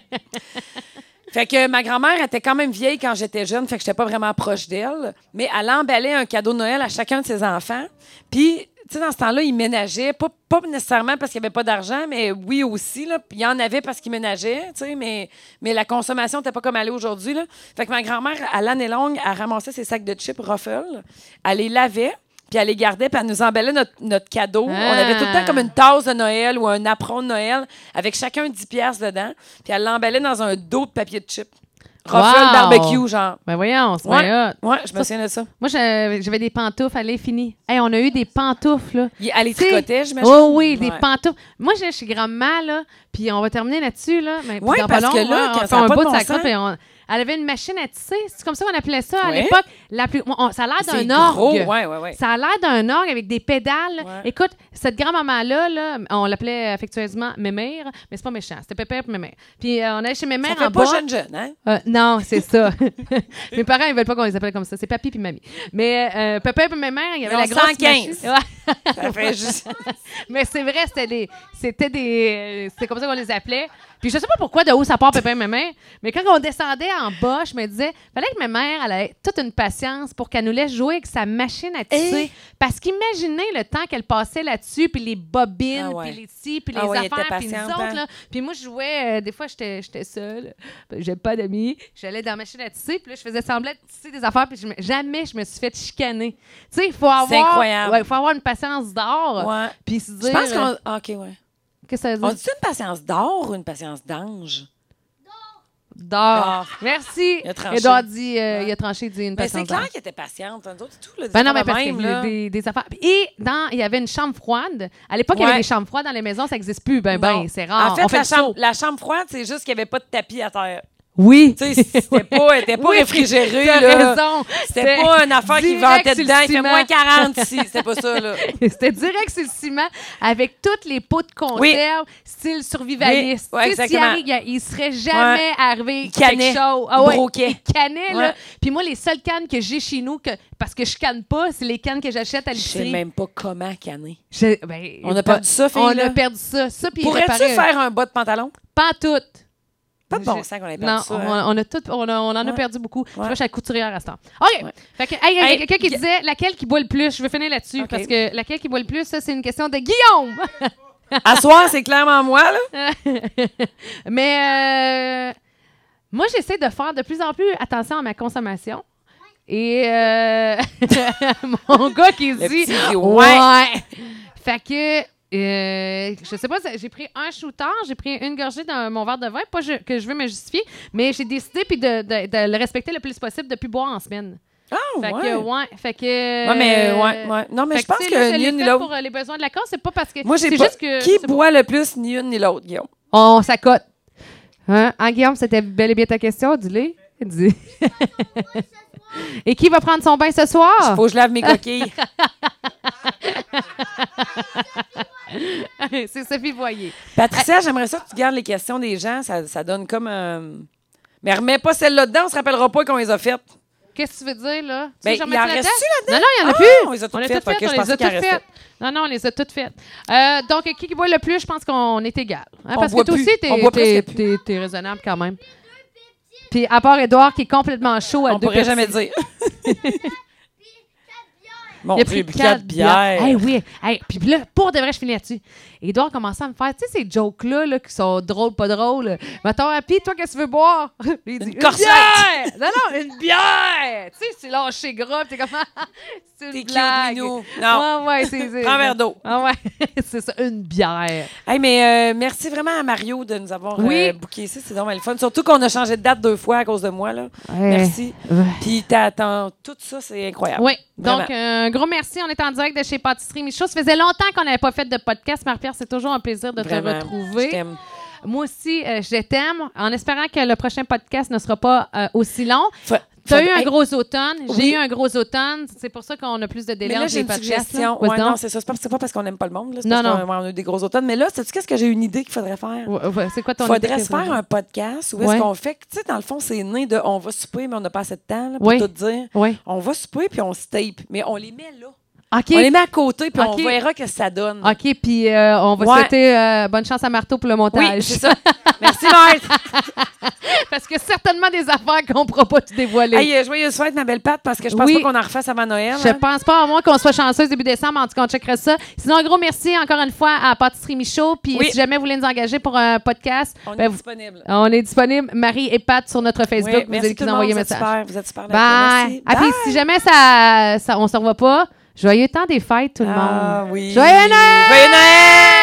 Fait que ma grand-mère était quand même vieille quand j'étais jeune, fait que j'étais pas vraiment proche d'elle, mais elle emballait un cadeau de Noël à chacun de ses enfants. Puis, tu sais, dans ce temps-là, ils ménageaient, pas, pas nécessairement parce qu'il n'y avait pas d'argent, mais oui aussi, là. Puis Il y en avait parce qu'ils ménageaient, tu sais, mais, mais la consommation n'était pas comme elle est aujourd'hui, là. Fait que ma grand-mère, à l'année longue, elle ramassait ses sacs de chips Ruffle, elle les lavait, puis elle les gardait, puis elle nous emballait notre, notre cadeau. On avait tout le temps
Ah.
comme une une tasse de Noël ou un apron de Noël avec chacun 10 pièces dedans, puis elle l'emballait dans un dos de papier de chips. Ruffle
Wow!
barbecue genre.
Ben voyons, c'est
Ouais.
bien hot.
Ouais, je me souviens de ça.
Moi, j'avais j'avais des pantoufles, elle est finie. Hey, on a eu des pantoufles, là.
Il- Elle les
Tu sais,
tricotait, j'imagine.
Oh oui, des
Ouais.
pantoufles. Moi, j'ai chez grand-mère, là, puis on va terminer là-dessus, là. Mais puis
Ouais,
dans
parce
pas long,
que là,
hein,
quand
on
ça
fait
a pas
un
de
bout de
bon
sa crotte,
sens.
puis on- Elle avait une machine à tisser. C'est comme ça qu'on appelait ça à
Ouais.
l'époque. La plus... on- ça a l'air
C'est
d'un orgue.
gros, ouais, ouais, ouais.
Ça a l'air d'un orgue avec des pédales.
Ouais.
Écoute, cette grand-maman-là, là, on l'appelait affectueusement Mémère, mais c'est pas méchant. C'était Pépère et Mémère. Puis euh, on allait chez Mémère
Ça
en
fait
bas.
pas jeune jeune, hein?
Euh, non, c'est ça. Mes parents, ils veulent pas qu'on les appelle comme ça. C'est papy puis mamie. Mais euh, papa et ma mère, il y avait
Ils
la
ont
grosse
115.
machine. Ouais.
Ça fait juste...
Mais c'est vrai, c'était des, c'était des, euh, c'était comme ça qu'on les appelait. Puis je sais pas pourquoi de où ça part Pépin et ma mère, mais quand on descendait en bas, je me disais, fallait que ma mère, elle ait toute une patience pour qu'elle nous laisse jouer avec sa machine à tisser.
Eh?
Parce qu'imaginez le temps qu'elle passait là-dessus, puis les bobines,
Ah ouais.
puis les ci, puis les
Ah ouais, elle était
affaires, puis nous
patiente,
autres.
hein?
là. Puis moi, je jouais, euh, des fois, j'étais j'étais seule, ben, j'avais pas d'amis, j'allais dans la machine à tisser, puis là, je faisais semblant de tisser des affaires, puis je me- jamais je me suis fait chicaner. Tu sais, il faut avoir...
incroyable.
Ouais, il faut avoir une patience d'or.
Ouais.
Puis se dire. hein.
Je pense qu'on... Ah, OK, ouais.
Qu'est-ce que ça veut
On
dire?
dit une patience d'or ou une patience d'ange?
D'or.
D'or.
Merci.
Ah. Il a tranché.
Edouard dit, euh,
Ouais.
il a tranché, dit une
Mais Ben, c'est
patience d'or.
clair qu'elle était patiente. Nous autres, tout, le
Ben non, mais parce
même,
que
là.
des, des affaires. Et dans, il y avait une chambre froide. À l'époque, il y
Ouais.
avait des chambres froides dans les maisons, ça n'existe plus. Ben, ben,
Non.
c'est rare.
En fait,
On
la,
le
chambre,
saut.
la chambre froide, c'est juste qu'il n'y avait pas de tapis à terre.
Oui.
Tu sais, c'était pas, elle était pas
Oui,
réfrigérée.
T'as
là.
raison.
C'était pas une affaire qui
direct
ventait
sur le
dedans. Il fait
ciment.
moins 40 ici. C'était pas ça, là.
C'était direct sur le ciment avec toutes les pots de conserve, style survivaliste.
Oui, ouais,
Tu sais, s'il
exactement.
arrive, il y a- il serait jamais
Ouais.
arrivé
Il
quelque
cannait,
chose.
il
Oh, ah ouais,
broquait.
il cannait, là.
Ouais.
Puis moi, les seules cannes que j'ai chez nous, que, parce que je canne pas, c'est les cannes que j'achète à
Je sais
l'épicerie.
même pas comment canner.
Je- ben,
On a perdu ça, fille,
On
là.
a perdu ça. Ça, puis
Pourrais-tu
réparer-
faire un bas de pantalon?
Pas toutes.
Pas de bon
Je-
sens qu'on ait perdu
Non,
ça.
on,
hein.
on a tout, on, a- on en a
Ouais.
perdu beaucoup. Je
Ouais.
crois que je suis la couturière à ce temps. OK.
Ouais.
Fait que, hey, il y a
Hey,
quelqu'un qui
Gu-
disait laquelle qui boit le plus. Je vais finir là-dessus
OK.
parce que laquelle qui boit le plus, ça, c'est une question de Guillaume.
À soir, c'est clairement moi, là.
Mais euh, moi, j'essaie de faire de plus en plus attention à ma consommation. Et euh, mon gars qui
Le
dit
petit dit ouais.
ouais. Fait que euh, je sais pas, ça- j'ai pris un shooter, j'ai pris une gorgée dans mon verre de vin, pas je- que je veux me justifier, mais j'ai décidé puis de, de- de le respecter le plus possible de plus boire en semaine.
Ah,
Fait
ouais.
que ouais, fait que
Ouais, mais, ouais, ouais. Non, mais
Fait
je pense
tu sais,
que
là, je
ni
l'ai
une ni
fait
l'autre.
pour euh, les besoins de la cause, c'est pas parce que
Moi, j'ai
c'est
pas-
juste que
Qui
c'est pas-
boit le plus, ni une ni l'autre, Guillaume?
on s'accote. Hein? Hein, Guillaume, c'était bel et bien ta question, dis-le. Dis. et qui va prendre son bain ce soir?
Faut que je lave mes coquilles.
C'est Sophie Voyer.
Patricia, j'aimerais ça que tu gardes les questions des gens. Ça, ça donne comme. euh, Mais remets pas celle-là dedans, on se rappellera pas qu'on les a faites.
Qu'est-ce que tu veux dire, là? Tu
Ben,
veux que j'en
il
mette
en
là-dedans?
reste-tu
Non, non, il n'y en a
Ah,
plus.
on les a toutes
on
faites. Ok, je
on les
pensais
a
qu'il en
toutes faites.
restait.
Non, non, on les a toutes faites. Euh, donc, qui qui boit le plus, je pense qu'on est égal.
On
Hein, parce que
boit
toi
plus.
aussi, t'es-
On boit
t'es-
presque plus.
t'es t'es raisonnable quand même. Puis à part Édouard qui est complètement chaud à
On
deux
pourrait jamais
Pepsi.
dire. Mon
Il a
Dieu, quatre bières.
Hey, oui. Hey, puis là, pour de vrai, je finis là-dessus. Édouard commençait à me faire, tu sais, ces jokes-là là, qui sont drôles, pas drôles. Mettons, Ah, puis toi, qu'est-ce que tu veux boire? Il
Une corsette.
bière! Non, non, une bière! Tu sais, c'est lâché gras, puis t'es comme, Ah, c'est
T'es
une
cute,
blague.
minou. Non.
Ah, ouais, c'est, c'est-
Prends un verre d'eau.
Ah, ouais, c'est ça, une bière.
Hey, mais euh, merci vraiment à Mario de nous avoir
Oui.
euh, booké ici. C'est vraiment le fun. Surtout qu'on a changé de date deux fois à cause de moi. Là. Merci.
Ouais.
Puis t'attends tout ça, c'est incroyable.
Oui,
Ah, Vraiment.
donc euh, un gros merci. On est en direct de chez Pâtisserie Michaud. Ça faisait longtemps qu'on n'avait pas fait de podcast. Marie-Pierre, c'est toujours un plaisir de
Vraiment.
te retrouver.
Je t'aime.
Moi aussi, euh, je t'aime. En espérant que le prochain podcast ne sera pas euh, aussi long.
Fa-
Tu as
fa-
eu un
Hey,
gros automne. J'ai
Oui.
eu un gros automne. C'est pour ça qu'on a plus de
Mais
délai
là,
entre
j'ai
les
une
podcasts. là.
suggestion.
Ouais,
Ouais,
donc.
non, c'est ça. C'est pas, c'est pas parce qu'on n'aime pas le monde. Là. C'est
Non,
parce
non.
qu'on ouais, on a eu des gros automnes. Mais là, sais-tu qu'est-ce que j'ai une idée qu'il faudrait faire?
Ouais, ouais, c'est quoi ton
Il faudrait se faire un podcast où est-ce
Ouais.
qu'on fait. que, Tu sais, dans le fond, c'est né de on va souper, mais on n'a pas assez de temps là, pour
Oui.
tout dire.
Oui.
On va souper, puis on se tape. Mais on les met là.
OK.
On les met à côté, puis
Ok.
on verra que ça donne.
OK, puis euh, on va
Ouais.
souhaiter euh, bonne chance à Marteau pour le montage.
Oui, c'est ça. Merci, Marthe.
Parce que certainement des affaires qu'on ne pourra pas te dévoiler.
Hey, euh, joyeuse fête, ma belle patte, parce que je pense
Oui.
pas qu'on en refasse avant Noël.
Je
hein.
pense pas, à moins qu'on soit chanceuse début décembre. En tout cas, on checkerait ça. Sinon, un gros merci encore une fois à Pâtisserie Michaud. Puis
Oui.
si jamais vous voulez nous engager pour un podcast,
On
ben,
est
vous-
disponible.
on est disponible. Marie et Pat sur notre
Oui,
Facebook. vous
merci
allez
tout
nous
le monde,
envoyer un
vous êtes
message.
super, vous êtes super. d'accord,
Bye.
Merci.
Ah, puis si jamais ça, ça, on ne se revoit pas, joyeux temps des fêtes, tout le monde.
Ah, oui.
Joyeux Noël!
Joyeux Noël!